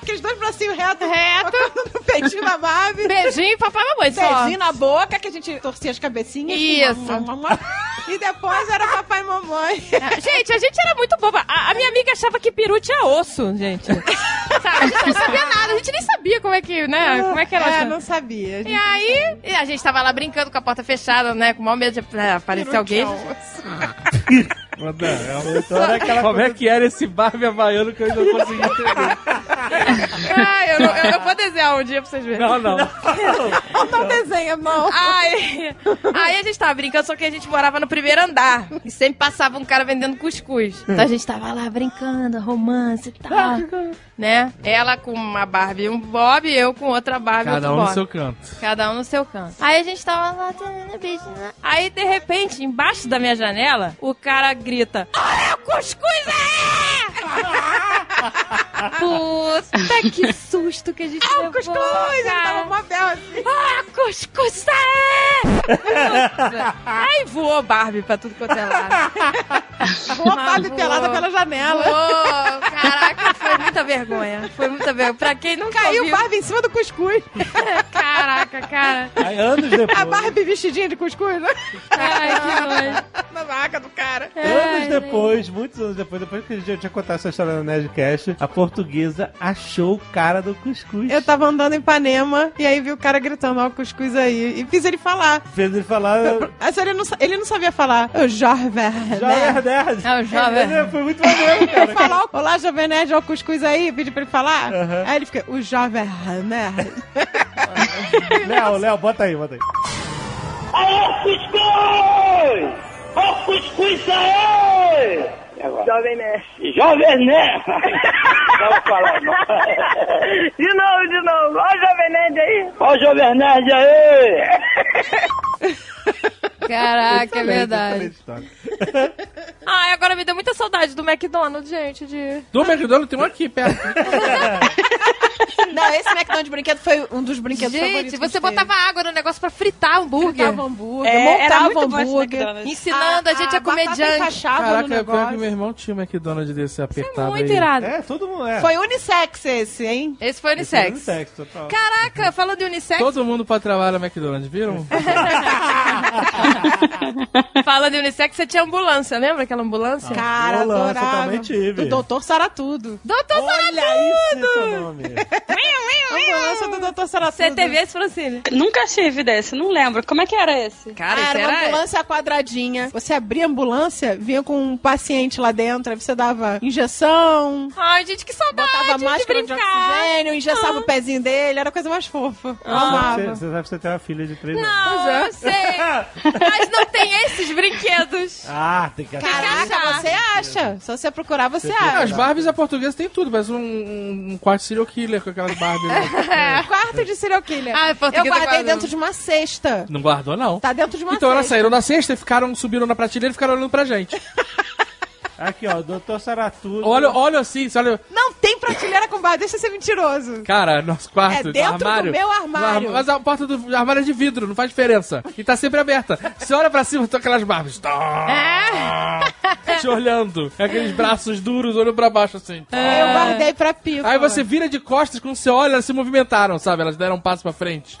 S4: Aqueles dois bracinhos retos.
S3: Reto.
S4: colocando No peitinho da Barbie.
S3: Um
S4: Um
S3: Beijinho e papai e mamãe só.
S4: Beijinho na boca, que a gente torcia as cabecinhas.
S3: Isso.
S4: Mam, mam, mam. E depois era papai e mamãe.
S3: É,
S5: Gente, a gente era muito boba. A, a minha amiga achava que peru tinha osso, gente.
S3: Sabe? A gente não sabia nada, a gente nem sabia como é que, né? Como é que
S4: É,
S3: ela.
S4: não sabia. A
S3: E
S4: gente-
S3: aí, e a gente tava lá brincando com a porta fechada, né? Com o maior medo de né, aparecer alguém.
S7: Como é que era esse Barbie havaiano que eu ainda não consegui entender?
S3: Ah, eu, não- eu- eu vou desenhar um dia pra vocês verem.
S7: Não, não.
S4: Não desenha, não.
S3: Aí, aí a gente tava brincando, só que a gente morava no primeiro andar. E sempre passava um cara vendendo cuscuz.
S4: Hum.
S3: Então a gente tava lá brincando, romance e tal. né? Ela com uma Barbie e um Bob, eu com outra Barbie e outro
S7: Cada um no
S3: Bob.
S7: seu canto.
S3: Cada um no seu canto. Aí a gente tava lá, tendo beijo, né?
S5: Aí, de repente, embaixo da minha janela, o cara grita: Olha o cuscuz
S3: é!"
S5: aí!
S3: Puta que susto que a gente levou,
S4: É Cuscuz! Ele tava
S3: cara.
S4: mó bela assim.
S5: Olha o cuscuz
S3: é!
S5: aí! Aí voou Barbie pra tudo quanto é lado.
S4: Uma Barbie
S3: boa.
S4: pelada pela janela.
S3: Voou, caraca, foi muita vergonha. Foi muita vergonha. Pra quem nunca
S4: Caiu
S3: viu,
S4: Barbie em cima do cuscuz.
S3: caraca, cara.
S2: Aí, anos depois,
S4: A Barbie vestidinha de cuscuz, né?
S3: Ai, que nojo.
S4: Na barraca do cara.
S2: anos depois, muitos anos depois, depois que a gente tinha contado essa história no Nerdcast, a portuguesa achou o cara do cuscuz.
S4: Eu tava andando em Ipanema e aí vi o cara gritando, ó, o cuscuz aí. E fiz ele falar.
S2: Fez ele falar...
S4: Mas ele não, sa- ele não sabia falar. Eu, Jovem Nerd.
S2: Jovem Nerd.
S3: É o Jovem.
S2: Ele Foi muito maneiro, cara.
S4: Falar, Olá, Jovem Nerd, ó, o cuscuz aí. Pedi pra ele falar. Aí ele fica, o Jovem Nerd.
S2: Léo, Léo, bota aí, bota aí.
S9: Jovem Nerd. Jovem Nerd. Vamos falar. De novo, de novo. Olha o Jovem Nerd aí. Olha o Jovem Nerd aí.
S3: Caraca, é verdade.
S5: Ai, agora me deu muita saudade do McDonald's, gente. De...
S7: Do McDonald's tem um aqui
S5: Tá
S7: perto.
S4: Não, esse McDonald's de brinquedo foi um dos brinquedos favoritos.
S3: Gente,
S4: que a
S3: você
S4: teve.
S3: botava água no negócio pra fritar hambúrguer. É. Ah,
S4: Montava hambúrguer,
S6: É,
S4: montava
S6: era
S4: um
S6: muito bom esse
S4: hambúrguer.
S6: McDonald's.
S3: Ensinando a, gente a comer
S4: Ah, batata
S3: junk.
S4: encaixava no
S7: Caraca, pior que
S4: negócio.
S7: meu irmão tinha um McDonald's desse apertado
S5: é Muito
S7: aí.
S5: irado.
S2: É, todo mundo é.
S4: Foi unissex esse, hein?
S3: Esse foi unissex.
S2: Unissex, total.
S3: Caraca, falando de unissex,
S7: Todo mundo pra trabalhar no McDonald's, viram?
S3: falando de unissex, você tinha ambulância, lembra aquela ambulância?
S4: Cara,
S2: Rola,
S4: adorava.
S2: totalmente tive.
S4: Do Doutor Saratudo.
S3: Doutor
S2: Olha isso, seu nome.
S4: Ambulância do Doutor Saratudo.
S5: Você teve esse, Francine? Ah,
S6: Nunca tive desse, não lembro. Como é que era esse?
S3: Cara,
S4: Cara,
S3: isso
S4: Ah, uma
S3: era...
S4: ambulância quadradinha. Você abria a ambulância, vinha com um paciente lá dentro, aí você dava injeção,
S5: Ai, gente, Ah, que saudade
S4: botava
S5: de
S4: máscara de
S5: brincar. Ah.
S4: oxigênio, engessava o pezinho dele, era a coisa mais fofa.
S2: Você,
S4: Amava.
S2: você sabe que você tem uma filha de três anos.
S5: Não, eu
S3: é.
S5: sei. é. Mas não tem esses brinquedos.
S2: Ah, tem que
S4: Caraca,
S5: achar.
S4: você acha. Só você procurar, você
S7: Ah, as
S4: acha.
S7: Barbies a portuguesa tem tudo, parece um, um, um quarto serial killer com aquelas Barbies.
S5: É.
S7: né?
S4: Quarto de serial killer.
S3: Ah, é
S4: Eu
S3: portuguesa
S4: guardei
S3: guarda-
S4: dentro de uma cesta.
S7: Não guardou, não.
S4: Tá dentro de uma
S7: então elas
S4: cesta.
S7: saíram da cesta e ficaram, subiram na prateleira e ficaram olhando pra gente.
S2: Aqui, ó, Doutor Saratudo.
S7: Olha, olha assim, olha.
S4: Não tem prateleira com barro. Deixa de ser mentiroso.
S7: Cara, nosso quarto,
S4: É
S7: do
S4: dentro do
S7: armário.
S4: meu armário.
S7: No ar- Mas a porta do armário é de vidro, não faz diferença. E tá sempre aberta. Você olha pra cima, estão aquelas barbas. Tá.
S4: É.
S7: Te olhando. Aqueles braços duros olhando pra baixo assim.
S4: Eu guardei pra pico.
S7: Aí você vira de costas, quando você olha, elas se movimentaram, sabe? Elas deram um passo pra frente.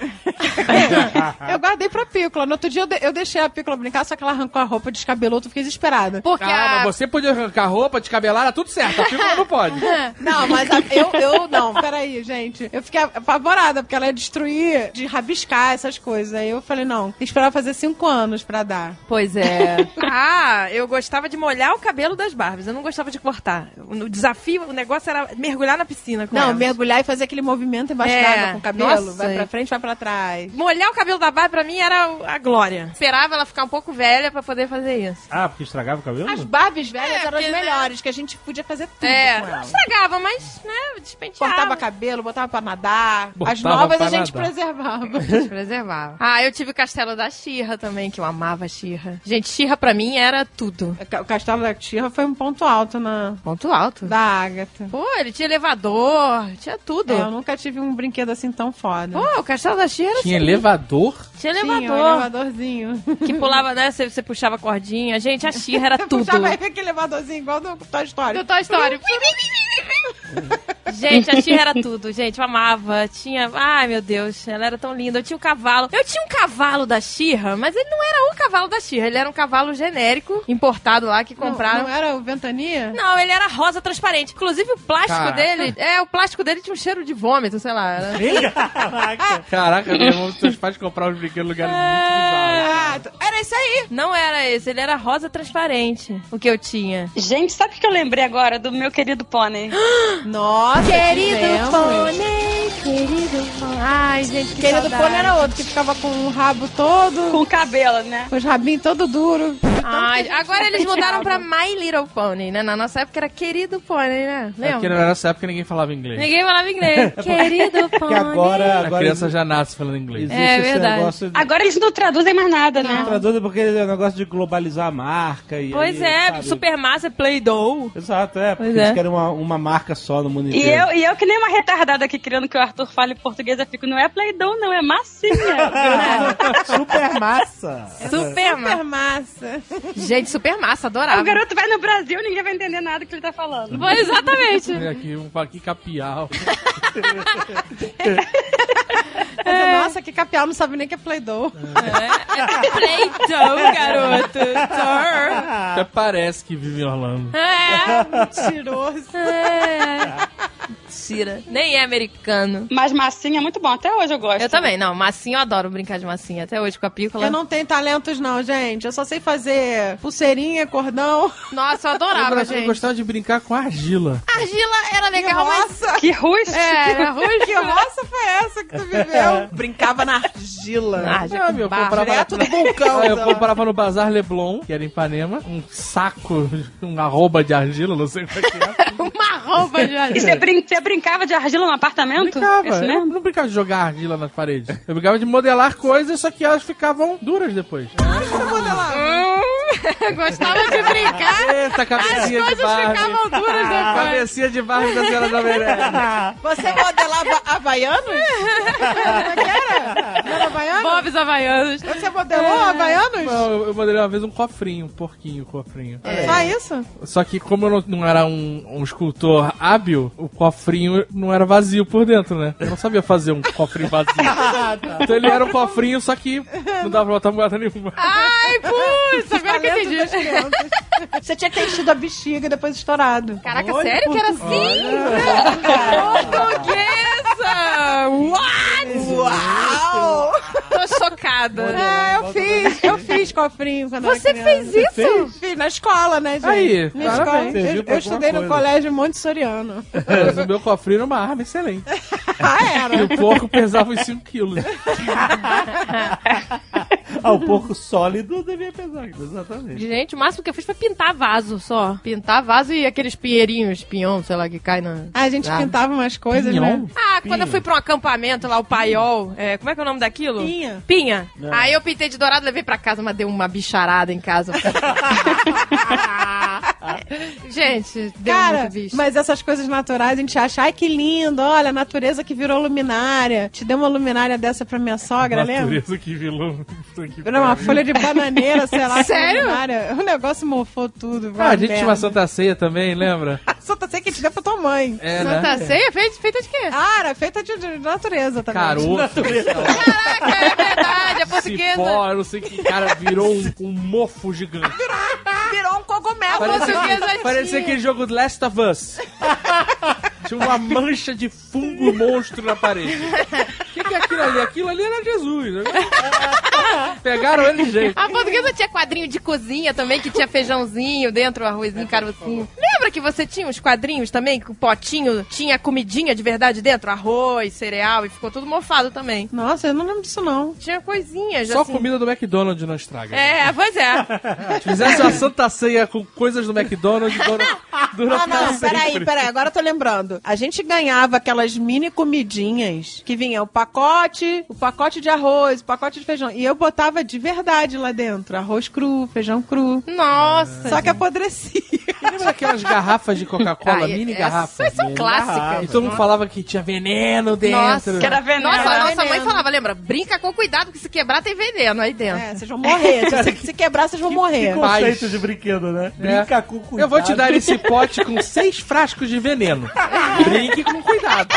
S4: Eu guardei pra pícola. No outro dia eu, de- eu deixei a pícola brincar, só que ela arrancou a roupa, descabelou, eu fiquei desesperada.
S3: Porque
S7: Ah,
S3: a...
S7: mas você podia arrancar roupa, descabelar, era tudo certo. A fíbula não pode.
S4: Não, mas a- eu, eu não, peraí, gente. Eu fiquei apavorada, porque ela ia destruir, de rabiscar essas coisas. Aí eu falei, não, tem que esperar fazer cinco anos pra dar.
S3: Pois é.
S5: Ah, eu gostava de molhar o cabelo das Barbies. Eu não gostava de cortar. O desafio, o negócio era mergulhar na piscina com
S4: não,
S5: elas.
S4: mergulhar e fazer aquele movimento embaixo
S5: É,
S4: d'água com o cabelo.
S5: nossa,
S4: vai pra
S5: é.
S4: frente, vai pra trás.
S5: Molhar o cabelo da Barbie pra mim era a glória.
S3: Esperava ela ficar um pouco velha pra poder fazer isso.
S2: Ah, porque estragava o cabelo?
S4: As Barbies velhas
S3: É,
S4: eram as
S3: porque, né?
S4: melhores, que a gente podia fazer tudo
S3: É,
S4: com
S3: não
S4: elas.
S3: estragava, mas, né, despenteava.
S4: Cortava cabelo, botava pra nadar. as
S7: Botava
S4: novas
S7: pra
S4: a gente
S7: nadar.
S4: preservava.
S3: Preservava. Ah, eu tive o castelo da Xirra também, que eu amava a Xirra. Gente, Xirra pra mim era tudo.
S4: O castelo da Tirra foi um ponto alto na,
S3: Ponto alto.
S4: da Agatha.
S3: Pô, ele tinha elevador, tinha tudo.
S4: É, eu nunca tive um brinquedo assim tão foda.
S3: Pô, o castelo da Xirra era
S7: Tinha
S3: assim.
S7: elevador?
S3: Tinha
S4: Tinha um
S3: elevador.
S4: elevadorzinho.
S3: que pulava, né? Você, você puxava a cordinha. Gente, a Xirra era tudo.
S4: Puxava aí aquele elevadorzinho igual do Toy Story.
S3: Do Toy Story. gente, a Xirra era tudo, gente. Eu amava. Tinha. Ai, meu Deus, ela era tão linda. Eu tinha um cavalo. Eu tinha um cavalo da Xirra, mas ele não era o cavalo da Xirra. Ele era um cavalo genérico, importado lá, que
S4: Não,
S3: compraram.
S4: Não é. era o Ventania?
S3: Não, ele era rosa transparente. Inclusive o plástico
S7: Caraca.
S3: dele. É, o plástico dele tinha um cheiro de vômito, sei lá. era-
S2: Caraca.
S7: Caraca, meu irmão, seus pais compraram os brinquedos em lugares muito bizarros.
S4: Ah, t- era isso aí.
S3: Não era esse, ele era rosa transparente. O que eu tinha.
S6: Gente, sabe o que eu lembrei agora? Do meu querido pônei.
S4: Nossa,
S3: Querido
S4: lembro.
S3: pônei, querido pônei. Ai, gente, que
S4: Querido
S3: saudade.
S4: Pônei era outro, que ficava com o rabo todo,
S6: Com cabelo, né?
S4: com os rabinhos todo duro.
S3: Ai, agora eles mudaram pra
S4: rabo.
S3: My Little Pony, né? Na nossa época era Querido Pônei, né?
S7: É porque na
S3: Lembra?
S7: nossa época ninguém falava inglês.
S3: Ninguém falava inglês. Querido
S2: Que
S3: Pony.
S2: agora,
S7: A
S2: agora
S7: criança
S2: existe
S7: já nasce falando inglês.
S3: É
S2: esse
S3: verdade.
S2: negócio de
S6: Agora eles não traduzem mais nada, né?
S2: traduzir porque é um negócio de globalizar a marca. E
S3: Pois
S2: aí,
S3: é,
S2: sabe?
S3: Supermassa, Play-Doh.
S2: Exato, é. Porque
S3: Pois
S2: eles
S3: é.
S2: querem uma, uma marca só no mundo
S6: E
S2: inteiro.
S6: eu, e eu que nem uma retardada aqui querendo que o Arthur fale português, eu fico, não é Play-Doh, não, é massinha.
S2: Super massa.
S3: Supermassa.
S4: Super massa.
S3: Gente, Supermassa,
S6: o
S3: adorava.
S6: É um garoto vai no Brasil, ninguém vai entender nada que ele tá falando.
S7: Uhum.
S3: Foi exatamente.
S7: É, Aqui, um aqui capial.
S4: Nossa, que capial, não sabe nem que é Play-Doh.
S3: Play-Doh, garoto. Sir.
S7: Até parece que vive em Orlando.
S3: É.
S4: Mentiroso.
S3: É. Mentira. Nem é americano.
S6: Mas massinha é muito bom, até hoje eu gosto.
S3: Eu também, não. Massinha, eu adoro brincar de massinha. Até hoje com a pícola.
S4: Eu não tenho talentos não, gente. Eu só sei fazer pulseirinha, cordão.
S3: Nossa, eu adorava,
S7: Eu
S3: Ah, gente.
S7: gostava de brincar com argila.
S3: Argila era legal, mas...
S4: Nossa,
S6: Que rústico.
S3: É, era
S4: que
S3: rústico.
S4: roça foi essa que tu viveu? Brincava na argila.
S3: Ah, já com
S7: meu, eu
S3: barro.
S7: comprava-
S4: Direto do então. vulcão.
S7: Ah, eu
S4: sei lá.
S7: comprava no Bazar Leblon, que era em Ipanema, um saco, uma rouba de argila, não sei o que é.
S3: Uma roupa de
S6: E
S3: argila.
S6: você, brin- você brincava de argila no apartamento?
S7: Brincava,
S6: Isso
S3: né?
S7: eu
S6: mesmo?
S7: não brincava de jogar argila nas paredes. Eu brincava de modelar coisas, só que elas ficavam duras depois.
S3: Hum, Gostava de brincar.
S7: Eita,
S3: As
S7: cabecinha de
S3: coisas
S7: Barbie.
S3: ficavam duras depois.
S7: Cabecinha de Barbie da Senhora da Merenda.
S4: Você modelava havaianos? Como é que era? Não era havaiano?
S3: Bob's Havaianos.
S4: Você modelou havaianos?
S7: Não, eu- eu modelei uma vez um cofrinho, um porquinho, cofrinho.
S4: Só isso?
S7: Só que como eu não, não era um, um escultor hábil, o cofrinho não era vazio por dentro, né? Eu não sabia fazer um cofrinho vazio.
S3: Ah, tá.
S7: Então ele era um cofrinho, só que não dava pra botar moeda nenhuma.
S3: Ai, putz, agora que eu
S4: Talento das
S3: entendi.
S4: crianças. Você tinha que ter enchido a bexiga e depois estourado.
S3: Caraca, sério que era assim? Portuguesa! What?
S4: Uau!
S3: Tô chocada.
S4: É, eu fiz, eu fiz cofrinho quando eu era
S3: Você
S4: criança.
S3: fez isso?
S4: Fiz na escola, né, gente?
S7: Aí,
S4: na escola.
S7: parabéns.
S2: Serviu
S4: Eu,
S2: pra
S4: eu estudei
S2: alguma
S4: no
S2: coisa.
S4: colégio Monte Soriano.
S7: Mas o meu cofrinho era uma arma excelente.
S4: Ah,
S7: E
S4: era?
S7: o porco pesava uns 5 quilos.
S2: Ah, o porco sólido devia pesar. Exatamente.
S3: Gente, o máximo que eu fiz foi pintar vaso só. Pintar vaso e aqueles pinheirinhos, pinhão, sei lá, que cai na.
S4: A gente
S3: Ah.
S4: pintava umas coisas,
S7: Pinhão?
S4: né?
S3: Ah, quando eu fui pra um acampamento lá, o paiol. é, como é que é o nome daquilo?
S4: Pinha.
S3: Pinha. Aí eu pintei de dourado, levei pra casa, mas deu uma bicharada em casa. Gente, deu
S4: Cara,
S3: muito bicho.
S4: mas essas coisas naturais a gente acha, ai que lindo, olha, a natureza que virou luminária. Te deu uma luminária dessa pra minha sogra, lembra?
S7: Natureza que vilão. Puta que
S4: Era uma
S7: pariu.
S4: folha de bananeira, sei lá. que
S3: Sério?
S4: luminária. O negócio mofou tudo.
S7: Ah, a gente tinha uma
S4: só...
S7: Santa Ceia também, lembra?
S4: só tá sei que te deu pra tua mãe.
S7: É, né?
S3: Santa Ceia feita, feita de quê?
S4: Ah, era feita de, de natureza também.
S7: Caroço,
S3: Caraca, é verdade, é portuguesa.
S7: cipó, eu não sei que cara virou um, um mofo gigante.
S3: Ah,
S4: Virou um cogumelo.
S7: Parecia,
S3: portuguesa
S7: que,
S3: antiga.
S7: parecia aquele jogo do Last of Us. Tinha uma mancha de fungo monstro na parede. O que, que é aquilo ali? Aquilo ali era Jesus. né? Pegaram ele de jeito.
S3: A portuguesa tinha quadrinho de cozinha também, que tinha feijãozinho dentro, arrozinho, carocinho. Lembra que você tinha uns quadrinhos também, que o potinho tinha comidinha de verdade dentro? Arroz, cereal, e ficou tudo mofado também.
S4: Nossa, eu não lembro disso, não.
S3: Tinha coisinhas
S7: Só
S3: assim.
S7: comida do McDonald's não estraga.
S3: É, pois é.
S7: Se fizesse uma Santa Ceia com coisas do McDonald's, dura, dura
S4: Ah,
S7: pra
S4: não, peraí,
S7: sempre.
S4: peraí, agora eu tô lembrando. A gente ganhava aquelas mini comidinhas que vinha o pacote, o pacote de arroz, o pacote de feijão. E eu botava de verdade lá dentro: arroz cru, feijão cru.
S3: Nossa.
S4: Só que apodrecia.
S7: Lembra daquelas garrafas de Coca-Cola,
S3: Ah,
S7: mini
S3: essas
S7: garrafas?
S3: são clássicas.
S7: E todo mundo falava que tinha veneno dentro.
S3: Nossa.
S6: Que era veneno.
S3: Nossa,
S4: Era
S3: a nossa mãe
S4: veneno.
S3: falava, lembra? Brinca com cuidado, que se quebrar tem veneno aí dentro.
S4: É, vocês vão morrer. Se, você- se quebrar, vocês vão morrer.
S7: co-
S2: Conceito
S7: Mas-
S2: de brinquedo, né?
S7: É.
S2: Brinca com cuidado.
S7: Eu vou te dar esse pote com seis frascos de veneno. Brinque com cuidado.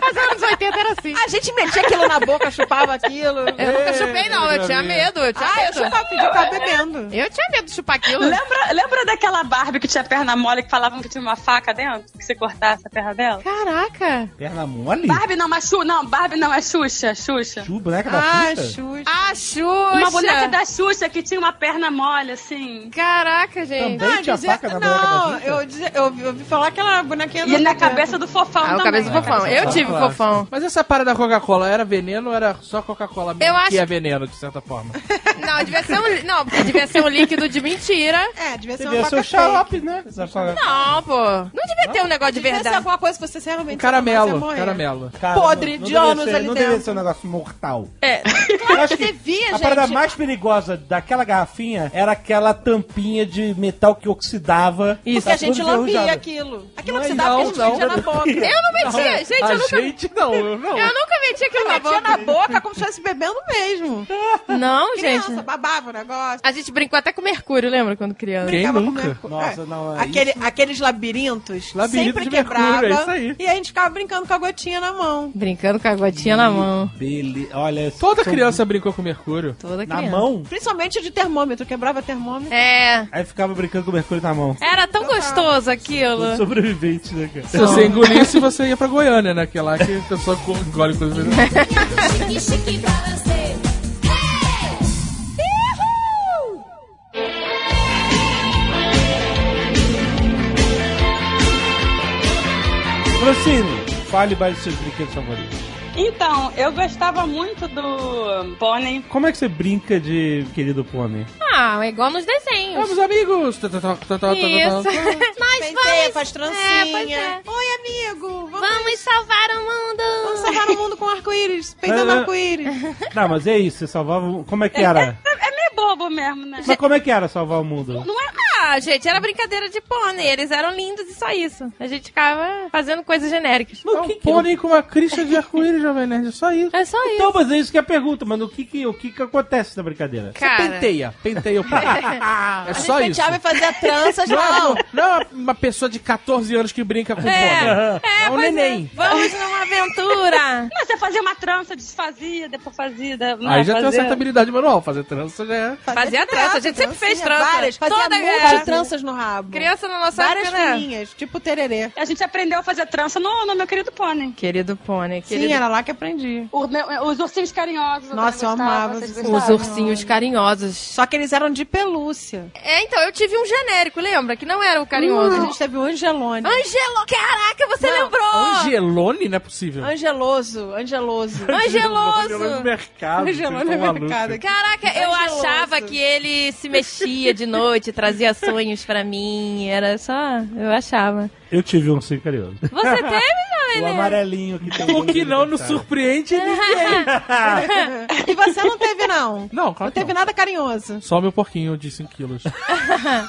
S3: Mas anos 80 era assim.
S4: A gente metia aquilo na boca, chupava aquilo.
S3: Eu nunca chupei, não. Eu tinha medo, eu tinha
S4: Ah, eu
S3: medo.
S4: chupava, eu tava bebendo.
S3: Eu tinha medo de chupar aquilo.
S6: Lembra, lembra daquela Barbie que tinha perna mole que falavam que tinha uma faca dentro? Que você cortasse a perna dela?
S3: Caraca.
S2: Perna mole?
S6: Barbie não, mas Xu, não, Barbie não, é Xuxa, Xuxa.
S2: Chu, boneca da
S4: Ah,
S2: Xuxa?
S4: Xuxa.
S3: A Xuxa.
S6: Uma boneca da Xuxa que tinha uma perna mole, assim.
S3: Caraca, gente.
S2: Também tinha
S4: dizia-
S2: faca na boneca da
S4: Ah, não,
S2: Xuxa?
S4: eu, dizia- eu ouvi- eu ouvi falar que ela era bonequinha
S6: E
S4: do-
S6: na cabeça do fofão
S3: Ah, o
S6: também.
S3: cabeça do fofão. Eu tive fofão.
S7: Mas essa parada da Coca-Cola era veneno ou era só Coca-Cola mesmo?
S3: Eu acho
S7: Que é
S3: que-
S7: veneno, de certa forma.
S3: Não, devia ser um, li- não, porque devia ser um líquido de mentira.
S4: É, devia ser uma
S2: Devia ser o
S4: vaca fake.
S2: xarope, né? Essa Coca-
S3: Não, pô. Não devia ter um negócio de
S4: Devia ser
S3: verdade.
S4: alguma coisa que você realmente... é."
S7: Um caramelo,
S3: é
S4: você morre.
S7: caramelo.
S2: Cara,
S4: Podre, de
S2: deve
S4: anos
S2: ser-
S4: ali
S2: Não deveria
S4: dentro.
S2: ser um negócio mortal.
S3: É.
S2: Eu acho
S3: Você
S2: que
S3: via,
S2: a parada
S3: gente.
S2: mais perigosa daquela garrafinha era aquela tampinha de metal que oxidava.
S4: Porque
S2: Tá
S4: a gente
S2: tudo
S4: lambia
S2: enferrujado.
S4: aquilo. Aquilo
S2: Mas
S4: que você dava,
S7: não,
S4: porque a gente metia
S7: não.
S4: na boca.
S3: Eu não metia. Gente,
S7: a
S3: eu nunca,
S7: gente não, eu não.
S3: eu nunca meti aquilo na
S4: metia
S3: boca.
S4: na boca é como se estivesse bebendo mesmo.
S3: Não, gente.
S4: Criança, babava o negócio.
S3: A gente brincou até com mercúrio, lembra? Quando criança.
S7: Quem
S4: Ficava com
S7: nunca?
S4: mercú-
S2: Nossa,
S4: é.
S2: não, é
S4: Aquele, Aqueles labirintos
S7: Labirinto
S4: sempre
S7: de mercúrio,
S4: quebrava.
S7: é isso aí.
S4: E a gente ficava brincando com a gotinha na mão.
S3: Brincando com a gotinha na mão.
S2: Bele... Olha,
S7: Toda
S2: são-
S7: criança brincou com mercúrio.
S3: Toda
S2: Na
S3: criança.
S2: mão?
S4: Principalmente de termômetro, quebrava termômetro.
S3: É.
S2: Aí ficava brincando com o mercúrio na mão.
S3: Era tão gostoso
S4: Ah.
S3: aquilo.
S2: Sobrevivente, né, cara?
S7: Se você engolisse, você ia pra Goiânia, né? Que é lá que a pessoa co- engole coisas venenosas.
S10: Chique, chique pra você.
S2: Francine, fale mais dos seus brinquedos favoritos.
S6: Então, eu gostava muito do Pony.
S2: Como é que você brinca de querido pônei?
S3: Ah, é igual nos desenhos.
S7: Vamos, amigos! Tá, tá, tá, tá, tá, tá,
S3: Isso.
S7: tá.
S3: Nós
S4: Penteia,
S3: vamos,
S4: faz
S3: É, pois
S4: trancinha.
S3: é.
S4: Oi, amigo! Vamos,
S3: vamos salvar o
S4: vamos
S3: mundo.
S4: salvar o mundo com arco-íris. Peitando
S2: É, é.
S4: arco-íris.
S2: Não, mas é isso, você salvava. o- Como é que era?
S6: É meio bobo mesmo, né?
S2: Mas como é que era salvar o mundo?
S3: Não é... Ah, gente, era brincadeira de pônei. Eles eram lindos e só isso. A gente ficava fazendo coisas genéricas.
S7: É um pônei com uma crista de arco-íris, Jovem Nerd. Só isso.
S3: É só isso.
S2: Então, mas é isso que é a pergunta, mano. O que que, o que, que acontece na brincadeira?
S3: Cara,
S7: Penteia, penteia o pônei. É só isso.
S4: penteava e fazia tranças.
S7: Não,
S4: Não,
S7: não é uma- uma pessoa de 14 anos que brinca com pônei.
S3: É,
S7: É um
S3: pois
S7: neném.
S3: vamos numa aventura.
S6: Mas você fazia uma trança, desfazia, depois fazia. da- não, é
S7: Aí já tem
S6: fazia.
S7: uma certa habilidade manual. Fazer trança já é...
S3: Fazia trança, a gente sempre fez
S4: trancinha,
S3: trança.
S4: Várias, fazia
S3: Toda-
S4: multi
S3: é.
S4: tranças no rabo.
S3: Criança na nossa
S4: várias
S3: época, né?
S4: fininhas, tipo tererê.
S6: A gente aprendeu a fazer trança no, no meu querido Pony.
S3: Querido pônei,
S4: Sim,
S3: querido
S4: era lá que aprendi.
S6: O meu- os ursinhos carinhosos.
S4: Nossa, eu
S6: também gostava,
S4: amava
S6: vocês
S4: os
S6: gostavam?
S3: Os ursinhos carinhosos.
S4: Só que eles eram de pelúcia.
S3: É, então, eu tive um genérico, lembra? Que não era o carinhoso.
S4: A gente teve o Angelone.
S3: Angelo, caraca, você lembrou!
S7: Angelone? Não é possível.
S4: Angeloso,
S3: um
S4: Angeloso.
S7: Angelone
S3: Angeloso!
S7: Mercado.
S4: Angelone
S7: vocês
S4: é
S7: estão
S4: mercado.
S3: Caraca, eu
S4: Angeloso.
S3: achava que ele se mexia de noite, trazia sonhos pra mim, era só... eu achava.
S2: Eu tive um sim carinhoso.
S3: Você teve,
S2: O
S3: Mari,
S4: é.
S3: né?
S2: amarelinho que tem.
S7: O que não nos surpreende ninguém.
S4: E você não teve, não?
S7: Não, claro
S4: Não
S7: que
S4: teve
S7: não.
S4: nada carinhoso.
S7: Só meu porquinho de 5 quilos.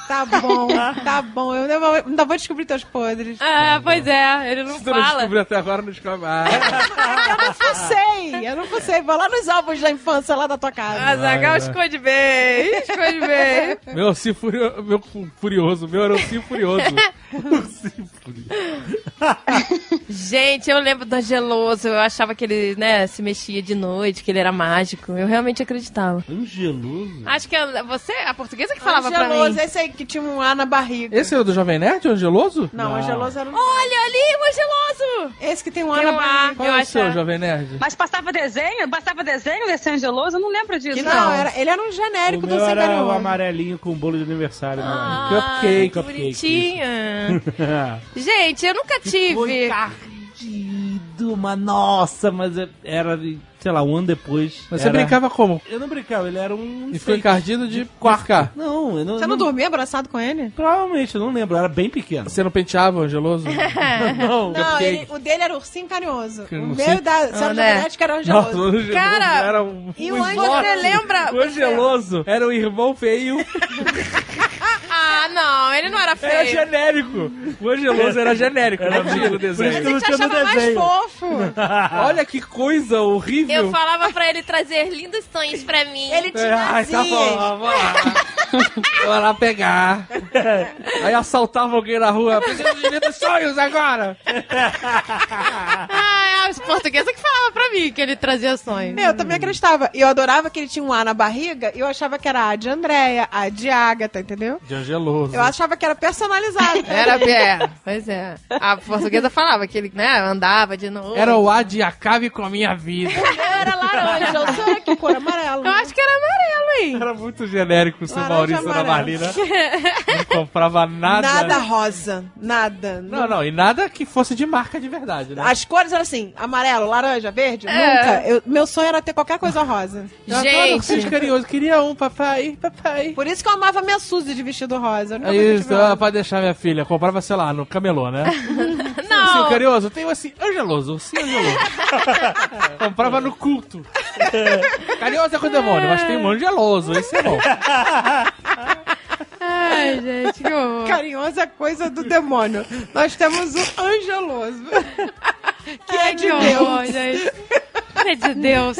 S4: Tá bom, tá bom. Eu ainda vou- ainda vou descobrir teus podres.
S3: Ah, pois é, ele não
S7: Se tu não
S3: fala.
S7: descobriu até agora, não descobre Ah, mais.
S4: Eu não fucei, eu não fucei. Vou lá nos álbuns da infância lá da tua casa.
S3: Azagal Ah, esconde bem, esconde bem.
S7: Meu ursinho furio- meu fu- furioso, meu era ursinho furioso. Ursinho furioso.
S3: Gente, eu lembro do Angeloso. Eu achava que ele, né, se mexia de noite, que ele era mágico. Eu realmente acreditava.
S2: Angeloso?
S3: Acho que a- você, a portuguesa que Ah, falava pra
S4: Angeloso,
S3: mim.
S4: esse aí que tinha um A na barriga.
S7: Esse era do Jovem Nerd, o Angeloso?
S4: Não, Angeloso era um...
S3: Olha ali, o Angeloso!
S4: Esse que tem um A
S3: Oh. Tem
S4: na
S3: um
S4: barriga.
S3: ar,
S7: Qual
S3: eu
S7: é o seu,
S3: acho.
S7: Jovem Nerd?
S6: Mas passava desenho? Passava desenho desse Angeloso? Eu não lembro disso.
S4: Que não, era- ele era um
S2: O
S4: genérico do
S2: meu era o
S4: Sem
S2: amarelinho com bolo de aniversário. né?
S3: Ah,
S7: Cupcake,
S3: que
S2: cupcake,
S3: bonitinha. Gente, eu nunca
S2: Ficou
S3: tive.
S2: encardido, mas nossa, mas é- era, sei lá, um ano depois.
S7: Mas você
S2: era-
S7: brincava como?
S2: Eu não brincava, ele era um.
S7: E ficou
S2: enfeite.
S7: encardido de quarcar.
S2: Não, eu não.
S4: Você não dormia abraçado com ele?
S2: Provavelmente, eu não lembro, eu era bem pequeno.
S7: Você não penteava o Angeloso?
S2: Não,
S4: Não,
S7: Cupcake.
S4: ele- o dele era ursinho carinhoso.
S7: Que
S4: o
S7: ursinho-
S4: meu da
S3: Ah,
S4: Senhora
S3: né?
S4: Genética era
S7: Nossa,
S4: angeloso.
S7: o Angeloso
S3: Cara,
S7: era um,
S4: e
S7: um
S4: o Angeloso-
S7: esboço.
S3: Você lembra?
S7: O Angeloso era o irmão feio,
S3: Ah, não, ele não era
S7: era
S3: feio.
S7: genérico. O Angeloso era genérico, não tinha no
S2: por isso que
S7: desenho.
S2: eu não
S4: Você
S2: é. tinha no
S4: achava mais
S2: desenho.
S4: fofo.
S7: Olha que coisa horrível.
S3: Eu falava pra ele trazer lindos sonhos pra mim.
S4: Ele tinha
S7: Ai, tá bom,
S4: asinhas.
S7: vamos lá. Vou lá pegar. Aí assaltava alguém na rua. Preciso de vida dos sonhos agora.
S3: Ah, é os portugueses que falavam pra mim que ele trazia sonhos.
S4: Eu também acreditava. E eu adorava que ele tinha um A na barriga e eu achava que era A de Andréia, A de Agatha, entendeu?
S7: De Angeloso.
S4: Eu achava que era personalizado.
S3: Era, é, pois é. A portuguesa falava que ele, né, andava de novo.
S7: Era o A de acabe com a minha vida.
S4: Eu era laranja, o seu era que cor amarelo.
S3: Eu acho que era amarelo, hein?
S7: Era muito genérico o seu
S4: Laranja
S7: Maurício na
S4: amarela.
S7: Marlina. Não comprava nada.
S4: Nada rosa, nada.
S7: Não, não, e nada que fosse de marca de verdade, né?
S4: As cores eram assim, amarelo, laranja, verde, nunca. Eu- meu sonho era ter qualquer coisa rosa.
S7: Eu adoro
S3: Gente.
S7: vocês carinhoso. Queria um, papai, papai.
S4: Por isso que eu amava minha Suzy de vestido rosa. Eu nunca
S7: Aí,
S4: tive
S7: Isso,
S4: uma.
S7: ah, pra deixar minha filha. Comprava, sei lá, no camelô, né? Sim,
S3: Não,
S7: carinhoso. Tem assim, angeloso. Sim, angeloso. Comprava no culto. Carinhoso é com o demônio, mas tem um angeloso. Isso é bom.
S3: Ai, gente, que horror.
S4: Carinhoso é coisa do demônio. Nós temos o angeloso.
S3: Que é de Deus. Gente. Que é de Deus.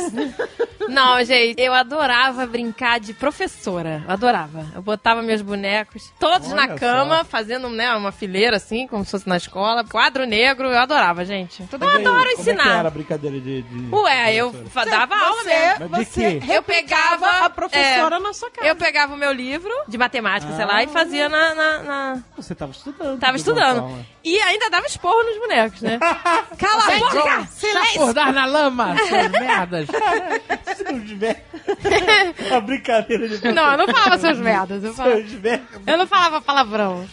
S3: Não, gente, eu adorava brincar de professora. Eu adorava. Eu botava meus bonecos todos na cama, fazendo né, uma fileira assim, como se fosse na escola. Quadro negro, eu adorava, gente. Eu adoro
S2: Como é que era
S3: ensinar. Uh.
S2: a brincadeira de. de...
S3: Ué, eu fa- dava aula mesmo.
S4: Você,
S2: Mas de
S4: você
S2: quê?
S3: Eu pegava é,
S4: a professora na sua casa.
S3: Eu pegava o meu livro Ah. de matemática, sei lá, e fazia na. na- na-
S2: Você tava estudando.
S3: Tava
S2: de
S3: estudando.
S7: né?
S2: Gonçalves.
S3: E ainda dava esporro nos bonecos, né? Cala a boca! Silêncio!
S7: Acordar na lama, suas merdas.
S2: Se não tiver. a brincadeira de.
S3: Não, eu não falava seus merdas. Eu, falava-
S2: Se não tiver.
S3: eu não falava palavrão.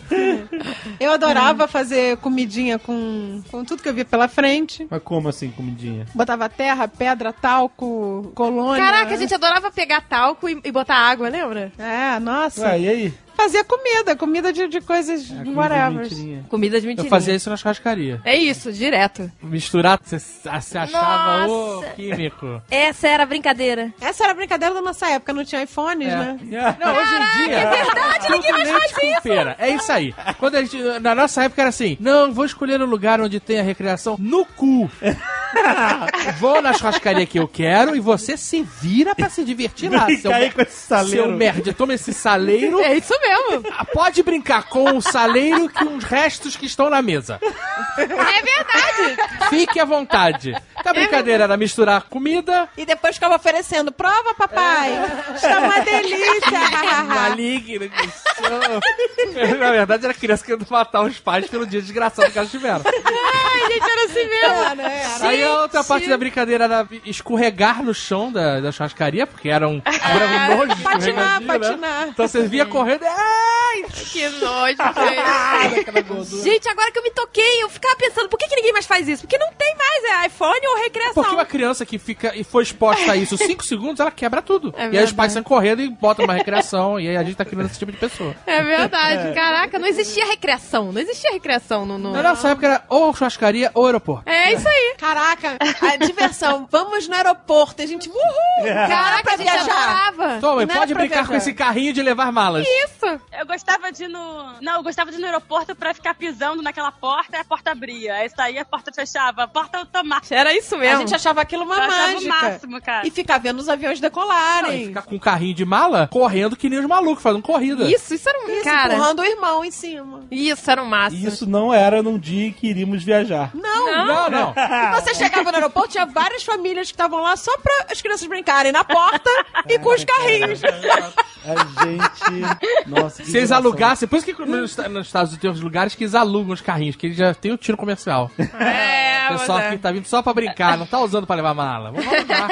S4: Eu adorava fazer comidinha com, com tudo que eu via pela frente.
S2: Mas como assim, comidinha?
S4: Botava terra, pedra, talco, colônia.
S3: Caraca, a gente adorava pegar talco e, e botar água, lembra?
S4: É, nossa.
S7: Ah,
S2: Ué, e aí?
S4: Fazia comida, comida de, de coisas whatever.
S2: Mentirinha.
S3: Comida de
S7: Eu
S3: mentirinha.
S7: fazia isso nas churrascarias.
S3: É isso, direto.
S7: Misturar, você se achava o
S3: Nossa.
S7: químico.
S3: Essa era a brincadeira.
S4: Essa era a brincadeira da nossa época, não tinha iPhones,
S7: É.
S4: né?
S7: Não, hoje em dia. É verdade, ninguém mais faz isso. É isso aí. Quando a gente, na nossa época era assim: não, vou escolher um lugar onde tem a recreação no cu. vou na churrascaria que eu quero e você se vira pra se divertir lá.
S2: Fica aí com esse saleiro.
S7: Seu merda, toma esse saleiro.
S3: É isso mesmo.
S7: Ah, Pode brincar com o saleiro que os restos que estão na mesa.
S3: É verdade.
S7: Fique à vontade. Então, a brincadeira era misturar comida,
S4: E depois ficava oferecendo, prova, papai!
S2: É.
S4: Está uma delícia!
S7: maligno. que sou. Na verdade, era criança querendo matar os pais pelo dia desgraçado que elas tiveram.
S3: Ai, gente, era assim mesmo.
S4: É, né?
S7: Aí eu, outra parte da brincadeira era escorregar no chão da, da churrascaria, porque era um buraco longe. de
S4: É, Patinar,
S7: escorregadio, né?
S4: patinar.
S7: Então você via correndo. é Ai!
S3: Que nojo, gente. gente, agora que eu me toquei, eu ficava pensando, por que, que ninguém mais faz isso? Porque não tem mais, é iPhone ou recreação.
S7: Porque uma criança que fica e foi exposta a isso 5 segundos, ela quebra tudo.
S4: É
S7: e aí os
S3: verdade.
S7: pais saem correndo e botam uma recreação. e aí a gente tá criando esse tipo de pessoa.
S3: É verdade, caraca, não existia recreação, não existia recreação no... no-
S7: Na nossa Então, época era ou churrascaria ou aeroporto.
S3: É isso aí.
S4: Caraca, a diversão. Vamos no aeroporto. E a gente, uhul! Cara,
S3: Caraca,
S4: pra
S3: a gente
S4: viajar.
S3: adorava.
S7: Toma,
S4: É. Não era
S7: pode
S4: pra
S7: brincar
S4: viajar.
S7: com esse carrinho de levar malas.
S3: Isso.
S6: Eu gostava de ir no. Não, eu gostava de ir no aeroporto pra ficar pisando naquela porta e a porta abria. Aí saía, a porta fechava. A porta automática.
S3: Era isso
S4: A
S3: mesmo.
S4: gente achava aquilo uma
S6: Eu achava o
S4: mágica.
S6: máximo, cara.
S4: E ficar vendo os aviões
S7: E
S4: decolarem.
S7: ficar com um carrinho de mala correndo que nem os malucos, fazendo corrida.
S3: Isso, isso era um...
S4: Isso,
S3: cara,
S4: empurrando o irmão em cima.
S3: isso era o máximo.
S2: Isso não era num dia em que iríamos viajar.
S4: Não,
S7: Não,
S3: né?
S7: não.
S4: E você chegava no aeroporto, tinha várias famílias que estavam lá só pra as crianças brincarem na porta e com os carrinhos.
S2: A gente. Nossa, que
S7: Se eles
S2: geração.
S7: alugassem, por isso que nos, Esta- nos Estados Unidos tem uns lugares que eles alugam os carrinhos, que eles já tem o tiro comercial.
S3: É,
S7: O pessoal
S3: mas é.
S7: que tá vindo só pra brincar, não tá usando pra levar mala. Vamos alugar.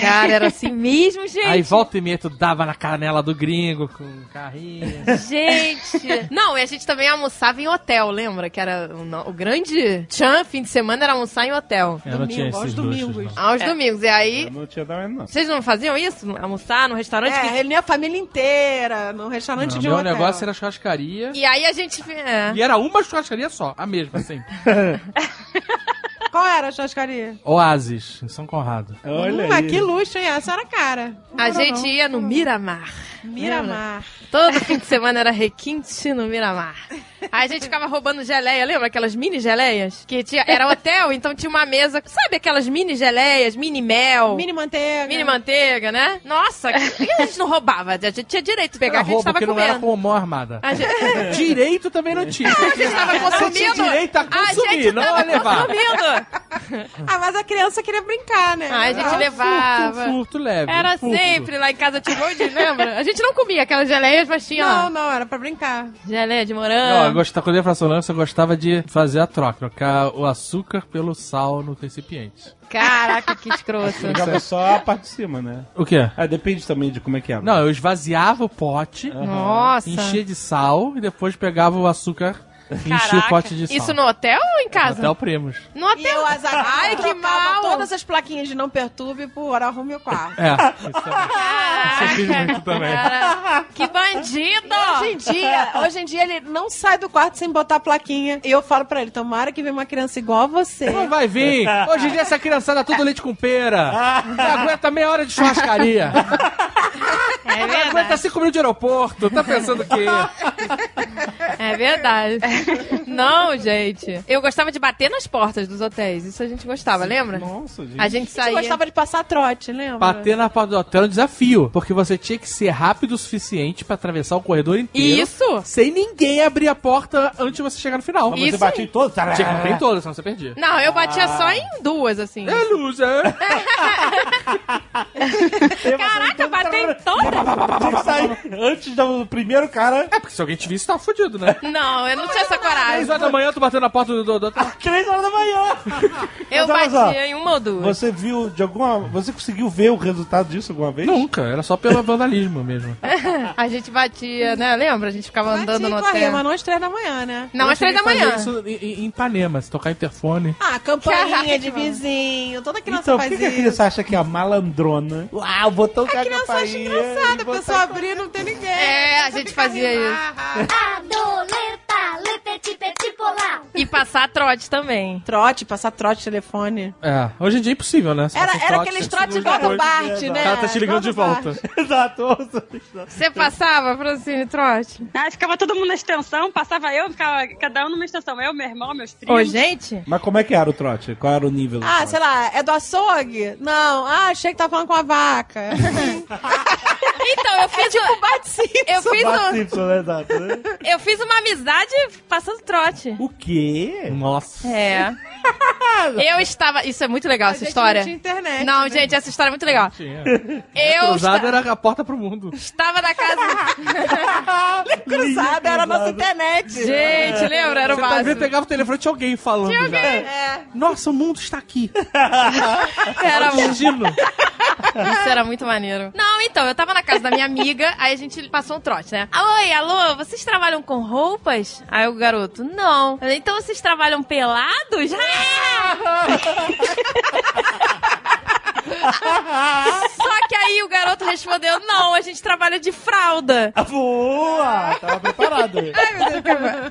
S3: Cara, era assim mesmo, gente.
S7: Aí volta e meia tu dava na canela do gringo com o carrinho.
S3: Gente. Não, e a gente também almoçava em hotel, lembra? Que era o, no- o grande tchan, fim de semana, era almoçar em hotel.
S7: Eu não tinha
S4: Domingo, aos
S7: esses luxos,
S4: domingos.
S7: não.
S3: Aos domingos. E aí,
S2: Eu não tinha também, não.
S3: vocês não faziam isso? Almoçar no restaurante?
S4: É,
S3: que-
S4: reunia a família inteira num restaurante
S7: Não,
S4: de um
S7: meu
S4: hotel.
S7: negócio era churrascaria.
S3: E aí a gente... É.
S7: E era uma churrascaria só, a mesma, assim.
S4: Qual era a churrascaria?
S7: Oasis, em São Conrado.
S2: Olha
S4: hum,
S2: aí.
S4: que luxo, hein? Essa era a cara.
S3: A gente ia no Miramar.
S4: Miramar.
S3: Todo fim de semana era requinte no Miramar. Aí a gente ficava roubando geleia, lembra aquelas mini geleias? Que tinha, era hotel, então tinha uma mesa, sabe aquelas mini geleias, mini mel, mini,
S4: Mini manteiga.
S3: manteiga, né? Nossa, que- por que a gente não roubava? A gente tinha direito de pegar,
S7: Era
S3: É que a gente
S7: roubo
S3: tava
S7: que não era
S3: comendo.
S7: com mão armada.
S3: A gente,
S7: É. Direito também não tinha.
S3: a gente tava
S7: Você
S3: consumindo.
S7: tinha direito a consumir,
S3: gente
S7: não
S3: tava
S7: a levar.
S3: consumindo.
S4: Ah, mas a criança queria brincar, né?
S3: Aí a gente levava.
S7: Furto, furto leve.
S3: Era
S7: furto.
S3: sempre lá em casa tinha um monte de, lembra? A gente não comia aquelas geleias, mas tinha
S4: Não,
S3: lá,
S4: não, era pra brincar.
S3: geleia de
S7: Não, eu
S3: morango.
S7: gostava, quando eu ia pra Solange, eu gostava de fazer a troca. Trocar o açúcar pelo sal no recipiente.
S3: Caraca, que escroto.
S2: Jogava só a parte de cima, né?
S7: O quê?
S2: Ah, depende também de como é que é.
S7: Não, eu esvaziava o pote,
S3: Nossa.
S7: enchia de sal e depois pegava o açúcar e enchia o
S3: Caraca.
S7: pote de sal.
S3: Isso é no hotel ou em casa?
S7: Hotel Primos.
S3: No
S4: E
S3: hotel.
S4: eu, Azaghal,
S3: Ai, que
S4: trocava
S3: mal.
S4: todas as plaquinhas de não perturbe por arrume o quarto.
S7: É, isso é- isso eu fiz muito também.
S3: Cara, que bandido!
S4: Hoje em dia, hoje em dia ele não sai do quarto sem botar a plaquinha. E eu falo pra ele, tomara que venha uma criança igual a você.
S7: Não vai vir! Hoje em dia essa criançada tudo leite com pera. Não aguenta meia hora de churrascaria.
S3: É
S7: Não aguenta
S3: verdade.
S7: cinco mil de aeroporto. Tá pensando o quê?
S3: É verdade. Não, gente. Eu gostava de bater nas portas dos hotéis. Isso a gente gostava, lembra?
S2: Nossa, gente.
S3: A gente
S4: Você
S3: saía.
S4: gostava de passar trote, lembra?
S7: Bater na porta do hotel era um desafio, porque você tinha que ser rápido o suficiente pra atravessar o corredor inteiro.
S3: Isso.
S7: Sem ninguém abrir a porta antes de você chegar no final.
S2: Mas
S3: Isso
S2: você batia
S3: aí.
S2: em todo.
S7: Tinha que bater em todas, senão você perdia.
S3: Não, eu batia só em duas, assim.
S7: É loser!
S3: Caraca, bater em todas?
S2: Tinha que sair antes do primeiro cara.
S7: É porque se alguém te visse, tá fudido, né?
S3: Não, eu não tinha essa coragem.
S7: Três horas da manhã, tu batendo na porta do... do, do...
S2: Três horas da manhã.
S3: Eu
S2: Mas olha só,
S3: batia em uma ou duas.
S2: Você viu de alguma. Você conseguiu ver o resultado disso alguma vez?
S7: Nunca, era só pelo vandalismo mesmo.
S3: É A gente batia, né? Lembra? A gente ficava andando
S4: Batia e
S3: no
S4: corria,
S3: hotel.
S4: mas não às três da manhã, né?
S3: Não, às três da manhã.
S7: Isso em- em, em Ipanema, se tocar interfone.
S4: Ah, campainha
S3: Caraca,
S4: de
S3: mano.
S4: vizinho, toda criança
S2: Então, por
S4: faz
S2: que, que a
S4: isso.
S2: criança acha que é a malandrona? Uau, botou o
S4: A
S2: cara
S4: criança acha engraçado, a pessoa abrir e não tem ninguém.
S3: É, a
S4: Você
S3: gente
S4: fica
S3: fazia
S4: ali,
S3: isso.
S4: ah, ah.
S10: Adoleta, lepeti, peti, polar.
S3: E passar trote também.
S4: Trote, passar trote, telefone.
S7: É, hoje em dia é impossível, né? Você
S4: Era,
S7: passa um
S4: era
S7: trote,
S4: aqueles
S7: você
S4: trotes
S7: segura-
S4: igual Bart,
S2: Exato.
S4: né?
S7: O cara tá
S3: É,
S7: te ligando de
S4: Gotobart.
S7: volta.
S2: Exato.
S3: Você passava, Francine, trote?
S6: Aí ficava todo mundo na extensão, passava eu, ficava cada um numa extensão. Eu, meu irmão, meus
S3: Ô,
S6: primos.
S3: gente,
S2: Mas como é que era o trote? Qual era o nível? do
S4: Ah,
S2: trote?
S7: tá
S4: sei lá, é do açougue? Não. Ah, achei que tava falando com a vaca.
S3: Então, eu fiz. uma- eu fiz
S2: Bart
S3: um-
S2: Simpson, né, Dato?
S3: Eu fiz uma amizade passando trote.
S2: O quê?
S7: Nossa.
S3: É. Eu estava. Isso é muito legal, essa
S4: gente
S3: história.
S4: não tinha internet,
S3: Não,
S4: né?
S3: gente, essa história é muito legal.
S7: Tinha.
S3: Eu
S7: Cruzada
S3: esta-
S7: era a porta pro mundo.
S3: estava na casa.
S4: Cruzada era a nossa internet.
S3: Gente, lembra? Era o
S7: Você tá vendo,
S3: básico.
S7: pegava o telefone, tinha alguém falando já.
S4: É.
S7: Nossa, o mundo está aqui. Tá
S3: Era muito.
S7: Gino.
S3: Isso era muito maneiro. Não, então, eu tava na casa da minha amiga, aí a gente passou um trote, né? Oi, alô, vocês trabalham com roupas? Aí o garoto, não. Eu, Então vocês trabalham pelados? Ah! Só que aí o garoto respondeu, não, a gente trabalha de fralda.
S2: Ah, Boa! Tava preparado.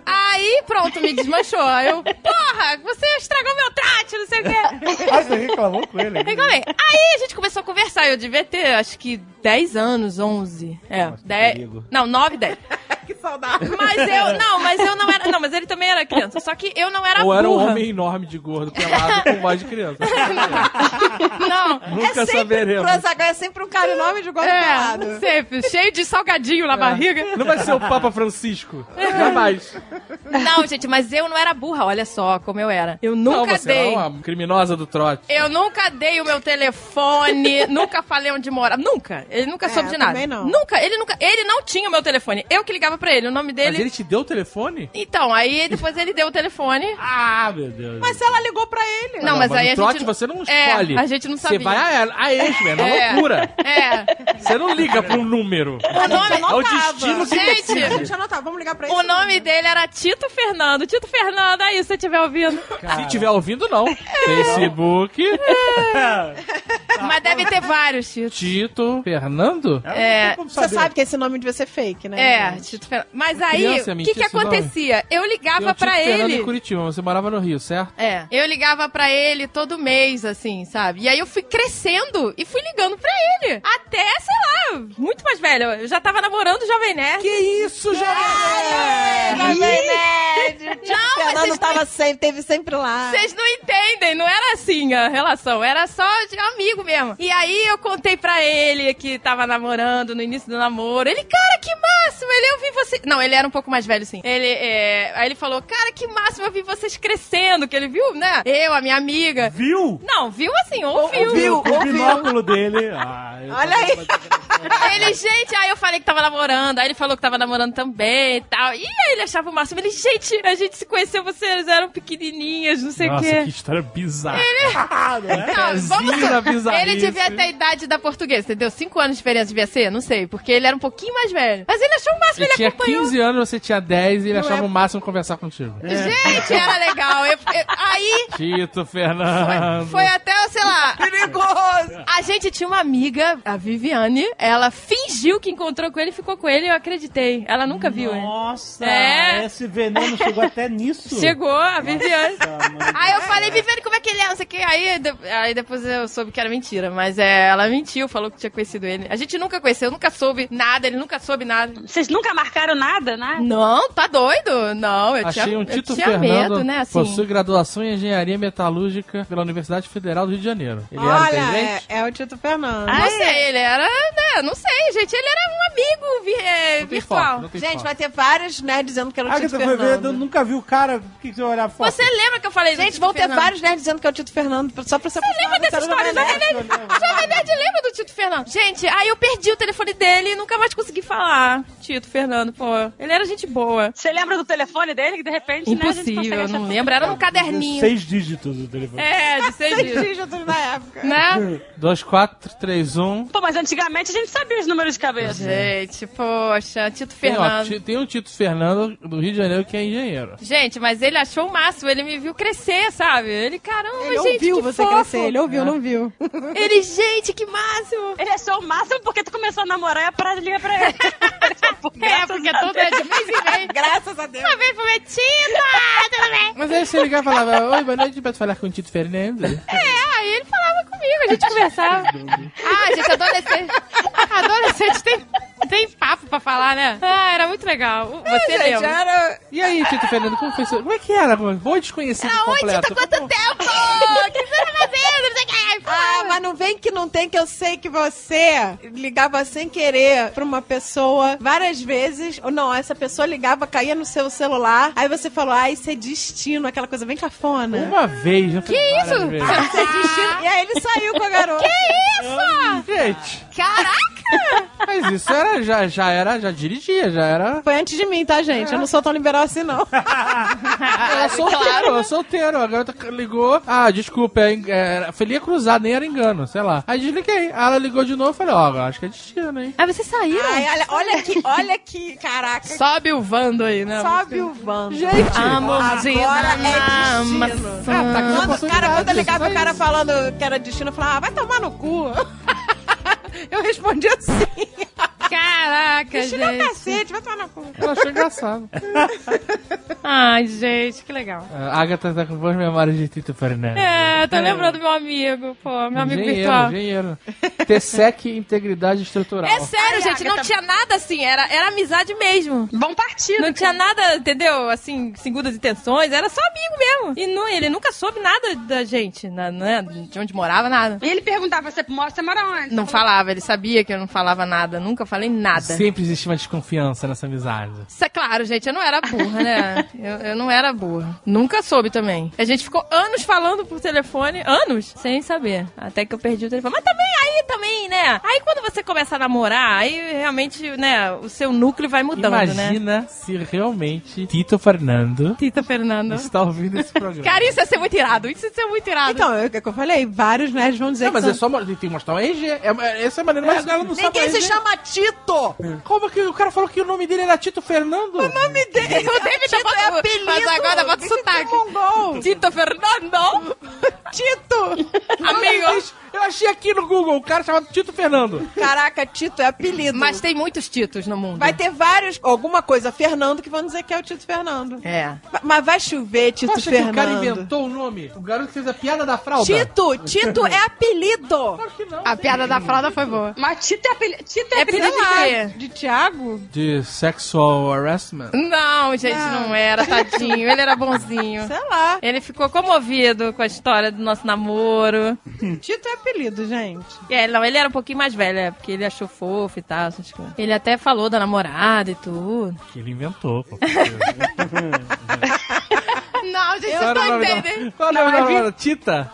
S3: Aí, pronto, me desmanchou. Aí eu, porra, você estragou meu trote, não sei o quê.
S2: Ah, você reclamou com ele?
S3: Reclamei. Aí a gente começou a conversar. Eu devia ter, acho que 10 anos, 11. É,
S2: Nossa, que
S3: 10.
S2: perigo.
S3: Não, 9, 10.
S4: Que saudade.
S3: Mas eu, não, mas eu não era. Não, mas ele também era criança. Só que eu não era
S7: Ou era um
S3: burra.
S7: homem enorme de gordo, pelado, com voz de criança.
S3: Não.
S7: Nunca
S4: é sempre,
S7: saberemos.
S4: Prozac, é sempre um cara enorme de gordo pelado.
S3: É, sempre, cheio de salgadinho na barriga.
S7: É. Não vai ser o Papa Francisco. Jamais.
S3: Não, gente, mas eu não era burra, olha só como eu era. Eu nunca
S7: não, você
S3: dei.
S7: era uma criminosa do trote.
S3: Eu nunca dei o meu telefone, nunca falei onde morava. Nunca. Ele nunca
S4: É,
S3: soube de
S4: eu
S3: nada.
S4: também não.
S3: Nunca, ele nunca. Ele não tinha o meu telefone. Eu que ligava pra ele. O nome dele.
S7: Mas ele te deu o telefone?
S3: Então, aí depois ele deu o telefone.
S2: Ah, meu Deus.
S4: Mas se ela ligou pra ele.
S3: Não, mas
S7: no
S3: aí a
S7: trote
S3: gente-
S7: você não
S3: É,
S7: escolhe.
S3: a gente não sabia.
S7: Você vai a, a ex, velho. É
S3: É.
S7: uma loucura.
S3: É.
S7: Você não liga pra um número.
S3: O nome,
S7: É o destino que
S3: Gente,
S4: A gente anotava, vamos ligar pra ele.
S3: O nome dele era Tito Fernando. Tito Fernando, aí, se você estiver ouvindo.
S7: Se tiver ouvindo, não. Facebook,
S3: É. Mas deve ter vários Tito.
S7: Tito, Fernando?
S3: É,
S4: Você sabe que esse nome devia ser fake, né?
S3: É,
S4: gente?
S3: Tito Fernando. Mas aí,
S7: Criança,
S3: o que
S7: mentira
S3: que
S7: esse nome.
S3: acontecia? Eu
S7: Tem o
S3: ligava
S7: Tito
S3: pra
S7: Fernando em
S3: ele.
S7: Curitiba, mas você morava no Rio, certo?
S3: É, eu ligava pra ele todo mês, assim, sabe? E aí eu fui crescendo e fui ligando pra ele. Até, sei lá, muito mais velha. Eu já tava namorando o Jovem Nerd.
S7: Que isso, jovem!
S4: Jovem Nerd.
S3: Não, mas
S4: Fernando
S3: vocês
S4: tava sempre, teve sempre lá.
S3: Vocês não entendem, não era assim a relação, era só de amigo mesmo. E aí eu contei pra ele que tava namorando no início do namoro. Ele, cara, que máximo! Ele eu vi você. Não, ele era um pouco mais velho, sim. Ele, é... Aí ele falou, cara, que máximo, eu vi vocês crescendo, que ele viu, né? Eu, a minha amiga.
S2: Viu?
S3: Não, viu assim, ouviu.
S4: Viu,
S2: O binóculo dele. Ah, eu
S4: Olha aí.
S3: Ele, gente, aí eu falei que tava namorando, aí ele falou que tava namorando também e tal. E aí ele achava o máximo. Ele, gente, a gente se conheceu, vocês eram pequenininhas, não sei o quê. é,
S7: Nossa, que história bizarra.
S3: Não, Tá, vamos
S7: Zira bizarrice.
S3: Ele devia ter a idade da portuguesa, entendeu? Cinco anos de diferença devia ser, não sei, porque ele era um pouquinho mais velho. Mas ele achou o máximo,
S7: Ele
S3: ele,
S7: tinha
S3: acompanhou. É.
S7: 15 anos, você tinha 10 e ele
S4: Não
S7: achava
S4: é-
S7: o máximo conversar contigo.
S3: Gente, era legal. Eu- eu- aí
S7: Tito, Fernando.
S3: foi até, sei lá.
S4: Perigoso.
S3: A gente tinha uma amiga, a Viviane, ela fingiu que encontrou com ele, ficou com ele, eu acreditei. Ela nunca viu ele.
S2: Nossa,
S3: É.
S2: esse veneno chegou até nisso.
S3: Chegou a Viviane.
S2: mãe.
S3: Aí eu falei, Viviane, como é que ele é? Não sei o que. Aí, de- aí depois eu soube que era mentira. Mas é, ela mentiu, falou que tinha conhecido ele. A gente nunca conheceu, nunca soube nada, ele nunca soube nada.
S6: Vocês nunca marcaram nada,
S4: Hum.
S6: né?
S3: Não, tá doido? Não, eu
S7: Achei
S3: tinha,
S7: um
S3: eu
S7: Tito
S3: tinha
S7: Fernando
S3: medo, né? Assim.
S7: possui graduação em engenharia metalúrgica pela Universidade Federal do Rio de Janeiro. Ele
S4: Olha,
S7: era
S4: é,
S7: inteligente?
S4: é o Tito Fernando.
S3: Não sei, ele era, né? Não sei, gente. Ele era um amigo vi- é,
S7: Não tem
S3: virtual.
S7: foto, não tem
S4: Gente,
S7: foto.
S4: vai ter vários nerds dizendo que era o
S2: Ah, que
S4: Tito
S2: você foi ver, eu
S4: Fernando.
S2: nunca vi o cara. Por que que você vai olhar a foto?
S3: Você lembra que eu falei
S4: Gente,
S3: do
S4: vão
S3: Tito
S4: ter
S3: Fernando?
S4: vários nerds dizendo que é o Tito Fernando. Só pra você Você
S3: lembra dessa história,
S4: é
S3: né? Jovem Nerd lembra do Tito Fernando? Gente, aí eu perdi o telefone dele e nunca mais consegui falar. Tito Fernando, pô. Ele era gente boa.
S6: Você lembra do telefone dele? Que de
S4: é
S6: repente, né? a gente consegue
S3: Impossível,
S6: achar
S3: não
S6: tudo.
S3: lembro. Era num caderninho.
S2: Seis dígitos do telefone.
S3: É, de seis dias.
S4: Dígitos na época.
S3: Né?
S7: 2, 4, 3, 1.
S6: Pô, mas antigamente a gente sabia os números de cabeça.
S3: Gente, poxa, Tito
S7: Tem, ó,
S3: Fernando.
S7: ti- tem um Tito Fernando do Rio de Janeiro que é engenheiro.
S3: Gente, mas ele achou o máximo, ele me viu crescer, sabe? Ele, caramba,
S4: Ele
S3: gente,
S4: ouviu
S3: que
S4: você
S3: fofo.
S4: crescer, ele ouviu, não viu.
S3: Ele, gente, que máximo!
S6: Ele achou o máximo porque tu começou a namorar e a praia liga pra ele. Tipo,
S3: É, porque todo é de vez em vez.
S4: Graças a Deus.
S3: Uma vez foi metida, tudo bem.
S7: Mas aí você ligava e falava, oi, boa noite, posso falar com o Tito Fernando?
S3: É, aí ele falava comigo, a gente conversava. Ah, gente, adolescente. Adolescente tem, tem papo pra falar, né? Ah, era muito legal. Você
S4: Gente,
S3: lembra?
S4: era...
S7: E aí, Tito Fernando, como foi seu... Como é que era? Vou desconhecido
S3: Ah, oi,
S7: completo.
S4: é,
S3: Tito, há quanto tempo? O que você tá fazendo? Não sei o que.
S4: Ah, mas não vem que não tem, que eu sei que você ligava sem querer pra uma pessoa várias vezes. Ou não, essa pessoa ligava, caía no seu celular. Aí você falou, ah, isso é destino, aquela coisa bem cafona.
S7: Uma vez, já Que
S11: isso?
S4: Isso é destino. E aí ele saiu com a garota.
S7: Gente,
S11: Caraca!
S7: mas isso era, já, já era, já dirigia, já era.
S4: Foi antes de mim, tá, gente? Eu não sou tão liberal assim, não.
S7: Eu era solteiro, eu solteiro. A garota ligou. Ah, desculpa, é, en- era, felia cruzada, nem era engano, sei lá. Aí desliguei. Aí ela ligou de novo e falei, ó, acho que é destino, hein?
S11: Ah, vocês saíram?
S4: Ai, olha, olha que, olha que, caraca.
S3: Sobe o Vando aí, né?
S4: Sobe o bando.
S7: Gente! tá
S3: Amorzinho.
S4: Agora é
S3: na
S4: destino.
S3: maçã.
S4: Quando o cara, quando eu ligava
S7: só
S4: o cara
S7: isso.
S4: falando que era destino, eu falava, ah, vai tomar no cu. Eu respondi assim.
S3: Caraca,
S4: Destino é um
S3: gente.
S4: cacete, vai tomar no cu.
S7: Eu achei engraçado.
S3: Ai, gente, que legal.
S7: A Agatha tá com boas memórias de Tito Fernandes.
S3: É, tô lembrando meu amigo, pô, meu amigo virtual.
S7: engenheiro. TSEC Integridade Estrutural.
S3: É sério, gente, não tinha nada assim, era, era amizade mesmo.
S6: Bom partido.
S3: Não tinha nada, entendeu? Assim, segundas intenções, era só amigo mesmo. E nu- ele nunca soube nada da gente, na- né, de onde morava, nada.
S6: E ele perguntava, você mora, você mora onde?
S3: Não falava, ele sabia que eu não falava nada, nunca falei nada.
S7: Sempre existe uma desconfiança nessa amizade.
S3: Isso é claro, gente, eu não era burra, né? Eu, eu não era burra. Nunca soube também. A gente ficou anos falando por telefone, anos, sem saber. Até que eu perdi o telefone. Mas também, aí também, né? Aí quando você começa a namorar, aí realmente, né, o seu núcleo vai
S4: Tá
S3: mudando, né?
S7: Imagina se realmente Tito Fernando
S3: Tita Fernando.
S7: está ouvindo esse programa.
S3: Cara, isso ia ser muito irado. Isso ia ser muito irado.
S4: Então, é o que eu falei, vários nerds vão dizer
S7: Não,
S4: que
S7: mas é
S4: são...
S7: só mo- tem que mostrar um RG. É, é- essa é a maneira mais. Ela não sabe
S4: Ninguém
S7: o
S4: se
S7: RG.
S4: chama Tito! O
S7: Como que o cara falou que o nome dele era Tito Fernando?
S4: nome dele
S3: o David já bota, mas agora bota sotaque.
S4: mongol.
S3: Tito Fernando,
S4: Tito!
S3: amigo.
S7: Eu achei aqui no Google o cara chamado Tito Fernando.
S4: Caraca, Tito é apelido.
S3: Mas tem muitos títulos no mundo.
S4: Vai ter vários, alguma coisa, Fernando, que vão dizer que é o Tito Fernando.
S3: É.
S4: Ma- Mas vai chover, Tito
S7: Acha que
S4: Fernando.
S7: o cara inventou o nome? O garoto que fez a piada da fralda?
S4: Tito, Tito é apelido.
S7: Claro que não.
S11: A piada da fralda foi boa.
S6: Mas Tito é apelido. Tito é,
S3: É
S6: apelido de quê?
S3: pilantra.
S4: De Tiago?
S7: De sexual harassment.
S3: Não, gente, não era, tadinho. Ele era bonzinho.
S4: Sei lá.
S3: Ele ficou comovido com a história do nosso namoro.
S4: Tito é apelido, gente.
S3: É, não, ele era um pouquinho mais velho, é, porque ele achou fofo e tal, essas coisas. Ele até falou da namorada e tudo.
S7: Que ele inventou. Pô.
S11: Não, gente, vocês
S7: Qual era o
S11: não
S7: nome da-
S11: entendem.
S7: Qual
S4: Tá,
S7: era o nome da namorada? Tita?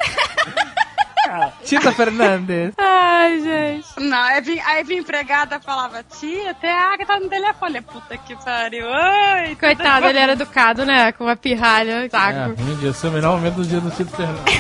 S7: Tita Fernandes.
S3: Ai, gente.
S6: Não, aí vinha, aí vinha empregada falava, tia, até a Agatha no telefone. Eu, Puta que pariu. Ai,
S11: Coitado, ele era educado, né? Com uma pirralha,
S7: É,
S11: saco.
S7: ruim dia. Esse é o melhor momento do dia do Tito Fernandes.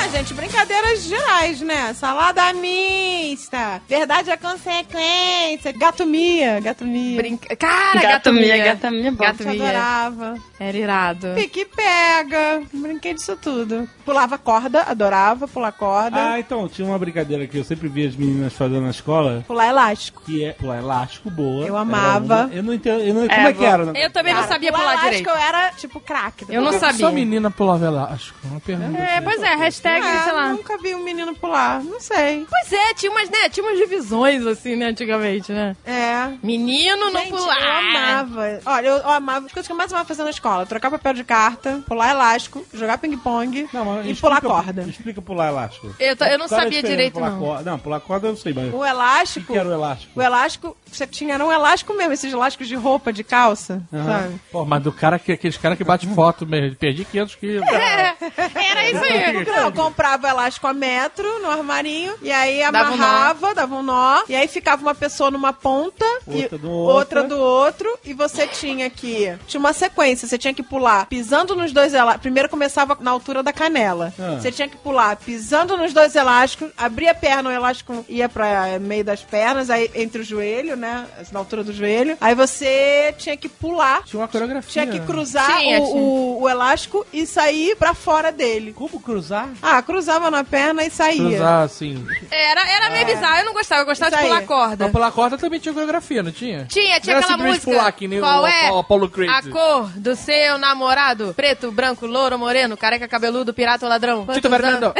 S4: Ah, gente, brincadeiras gerais, né? Salada mista. Verdade é consequência. Gatomia, gatomia.
S11: Brinca... Cara,
S6: É. Gato Mia,
S11: gatomia.
S6: Gato Mia é bom.
S11: Gato
S4: Eu
S11: Mia.
S4: adorava.
S11: Era irado.
S4: Pique e pega. Brinquei disso tudo. Pulava corda, adorava pular corda.
S2: Ah, então, tinha uma brincadeira que eu sempre via as meninas fazendo na escola,
S4: Pular elástico.
S2: que é pular elástico, boa.
S4: Eu
S2: era
S4: amava.
S2: uma. Eu não entendo, eu não, como é que era? né?
S3: Eu também não sabia pular
S4: elástico
S3: direito.
S4: eu era tipo craque.
S3: Eu não sabia.
S7: Só menina pulava elástico. Uma pergunta.
S11: É, pois é, hashtag,
S4: Ah,
S11: sei lá.
S4: nunca vi um menino pular. Não sei.
S3: Pois é, tinha umas, né, tinha umas divisões, assim, né, antigamente, né?
S4: É.
S3: Menino não
S4: Gente,
S3: pular.
S4: Eu amava. Olha, eu, eu amava as coisas que eu mais amava fazer na escola: trocar papel de carta, pular elástico, jogar ping-pong
S2: Não, mas
S4: e
S2: explica-
S4: pular corda.
S2: Explica pular elástico.
S11: Eu, ta- eu não
S2: Qual era a
S11: sabia
S2: diferença?
S11: direito,
S2: pular
S11: não.
S2: Corda? Não, pular corda eu não sei, mas...
S4: O
S2: O
S4: Um elástico.
S2: que era o elástico?
S4: O elástico, você tinha, era um elástico mesmo, esses elásticos de roupa, de calça, sabe?
S7: Pô, mas do cara que aqueles cara que bate foto mesmo. Perdi 500 quilos.
S11: Era isso aí.
S4: Não, eu comprava o elástico a metro no armarinho, e aí
S11: Dava um nó.
S4: amarrava, dava um nó, e aí ficava uma pessoa numa ponta,
S2: Outra
S4: e
S2: do outro.
S4: outra do outro, e você tinha que. Tinha uma sequência, você tinha que pular pisando nos dois elásticos. Primeiro começava na altura da canela.
S2: Ah.
S4: Você tinha que pular pisando nos dois elásticos, abria a perna, o elástico ia pra meio das pernas, aí entre o joelho, né? Na altura do joelho. Aí você tinha que pular.
S7: Tinha uma coreografia.
S4: Tinha que cruzar
S11: Tinha,
S4: o,
S11: tinha.
S4: o- o elástico e sair pra fora dele.
S2: Como cruzar?
S4: Ah, cruzava na perna e saía.
S7: Cruzar, assim.
S11: Era, era meio bizarro, eu não gostava, eu gostava
S4: Isso
S11: de pular
S4: aí.
S7: Mas
S11: corda.
S7: pular corda também tinha coreografia, não tinha?
S11: Tinha, tinha
S7: Não era
S11: aquela
S7: simplesmente
S11: música.
S7: pular que nem
S11: Qual
S7: o
S11: é?
S7: Apollo- Apollo Creed.
S11: A cor do seu namorado? Preto, branco, louro, moreno, careca, cabeludo, pirata ou ladrão?
S7: Tito
S11: Quantos anos?
S7: Fernando.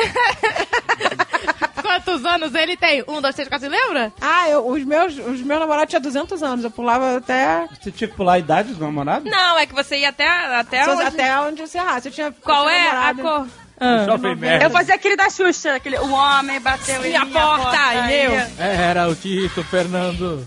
S3: Quantos anos ele tem? Um, dois, três, quatro, lembra?
S4: Ah, eu- os, meus, os meus namorados tinham 200 anos. Eu pulava até,
S2: Você tinha que pular a idade do namorado?
S3: Não, é que você ia até. até,
S4: só-
S3: onde...
S4: até É onde eu encerrasse. Eu tinha,
S3: Qual
S4: eu tinha
S3: é a
S11: né?
S4: namorado-
S3: cor?
S2: Jovem merda.
S6: Eu fazia aquele da Xuxa, aquele. O homem bateu em
S3: Minha porta, meu.
S7: É, Era o Tito, Fernando.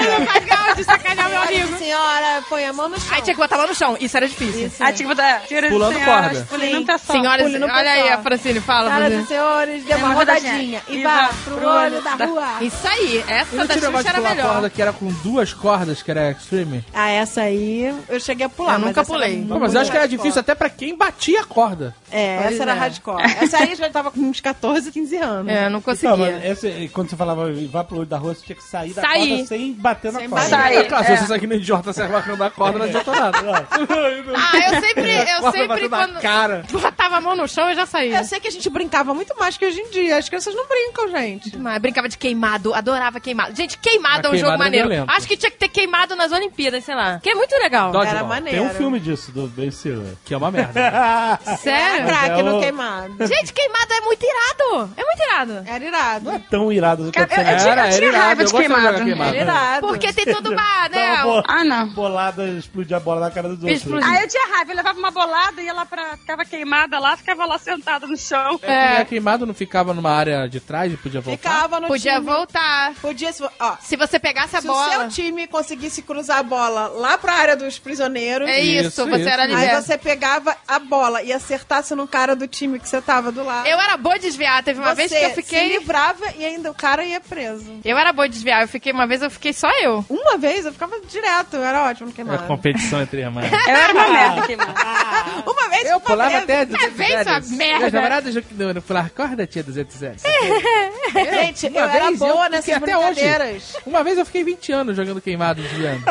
S3: Legal de sacanear meu
S4: Olha,
S3: amigo.
S4: senhora, põe a mão no chão.
S3: Aí tinha que botar lá no chão. Isso era difícil.
S6: Aí tinha que botar. Tira de tipo,
S7: Pulando
S6: senhoras,
S7: corda.
S6: Pulei no pessoal.
S3: Senhoras,
S4: Pule no
S3: olha aí,
S4: pessoal.
S3: a Francine, fala.
S4: Senhoras
S3: Francine.
S4: e senhores, dê uma rodadinha e vá pro olho da rua.
S3: Isso aí, essa da
S7: Eu tinha
S3: Xuxa
S7: negócio de
S3: era
S7: pular
S3: melhor.
S7: corda que era com duas cordas, que era extreme.
S4: Ah, essa aí eu cheguei a pular.
S3: Eu
S4: mas
S3: nunca
S4: essa
S3: pulei.
S4: era
S7: Pô, mas é, eu acho que era
S4: hardcore.
S7: difícil até pra quem batia a corda.
S4: É,
S3: Pois
S4: essa era
S3: é.
S4: hardcore. Essa aí já tava com uns 14, 15 anos.
S3: É, eu não
S2: Então, mas
S3: conseguia.
S2: esse- quando você falava vá pro olho da rua, você tinha que sair da
S3: Sair.
S2: corda sem bater na corda.
S6: bater. Sai,
S7: é claro, se
S6: é.
S7: você sai que nem idiota, sai arrancando a corda, não adianta nada.
S3: Ah, eu sempre,
S7: A
S3: eu
S7: corda
S3: sempre
S7: bateu
S3: quando
S7: na cara.
S3: botava a mão no chão eu já saía.
S4: Eu sei que a gente brincava muito mais que hoje em dia. As crianças não brincam, gente.
S3: Mas brincava de queimado, adorava queimado. Gente, queimado é
S7: Mas
S3: um jogo
S7: queimado é
S3: maneiro.
S7: violento.
S3: Acho que tinha que ter queimado nas Olimpíadas, sei lá. Que é muito legal.
S7: Dodgeball,
S4: Era
S2: Tem
S4: maneiro.
S2: um filme disso, do Ben Stiller.
S7: Que é uma merda.
S4: Era
S3: Sério?
S4: craque
S2: É
S4: no
S2: o-
S4: queimado.
S3: Gente, queimado é muito irado. É muito irado.
S4: Era irado.
S2: Não é tão irado do que
S6: Cara,
S2: você
S6: eu- eu
S2: é.
S6: tinha-
S7: Era, era irado,
S6: raiva de
S7: eu gostava
S6: queimado.
S7: de jogar
S3: é
S4: Era
S7: queimado.
S4: irado.
S3: Porque tem todo uma, né?
S2: Dá uma
S6: Ah, não.
S2: Bolada, explodir a bola na cara dos outros.
S3: Explodir.
S6: Aí eu tinha raiva, eu levava uma bolada, ia lá pra. ficava queimada lá, ficava lá sentada no chão.
S7: Quem era queimado não ficava numa área de trás e podia voltar?
S4: Ficava no
S3: Podia
S4: time.
S3: voltar.
S4: Podia se... Ó,
S3: Se você pegasse a
S4: se o
S3: bola.
S4: seu time conseguisse cruzar a bola lá pra área dos prisioneiros...
S3: É isso,
S7: Isso,
S3: você
S7: isso.
S3: era
S4: Aí
S3: liberto.
S4: você pegava a bola e acertasse no cara do time que você tava do lado.
S3: Eu era boa em desviar. Teve uma
S4: você
S3: vez que eu
S4: se
S3: fiquei.
S4: livrava e ainda o cara ia preso.
S3: Eu era boa em desviar. Eu fiquei uma vez, eu fiquei só eu.
S4: Uma vez eu ficava direto, eu era ótimo no queimado.
S7: Era competição entre irmãs.
S6: Eu era uma merda queimada.
S4: Uma vez
S7: É, Eu
S4: uma
S7: pulava
S4: vez-
S7: até
S3: vem sua
S7: 200 hélices.
S3: merda.
S7: Minhas namoradas não pular corda, tinha 200 hélices.
S4: É. Gente, eu
S7: Uma
S4: era
S7: vez
S4: boa
S7: eu
S4: nessas
S7: fiquei até hoje.
S4: brincadeiras.
S7: Uma vez eu fiquei 20 anos jogando queimado, desviando.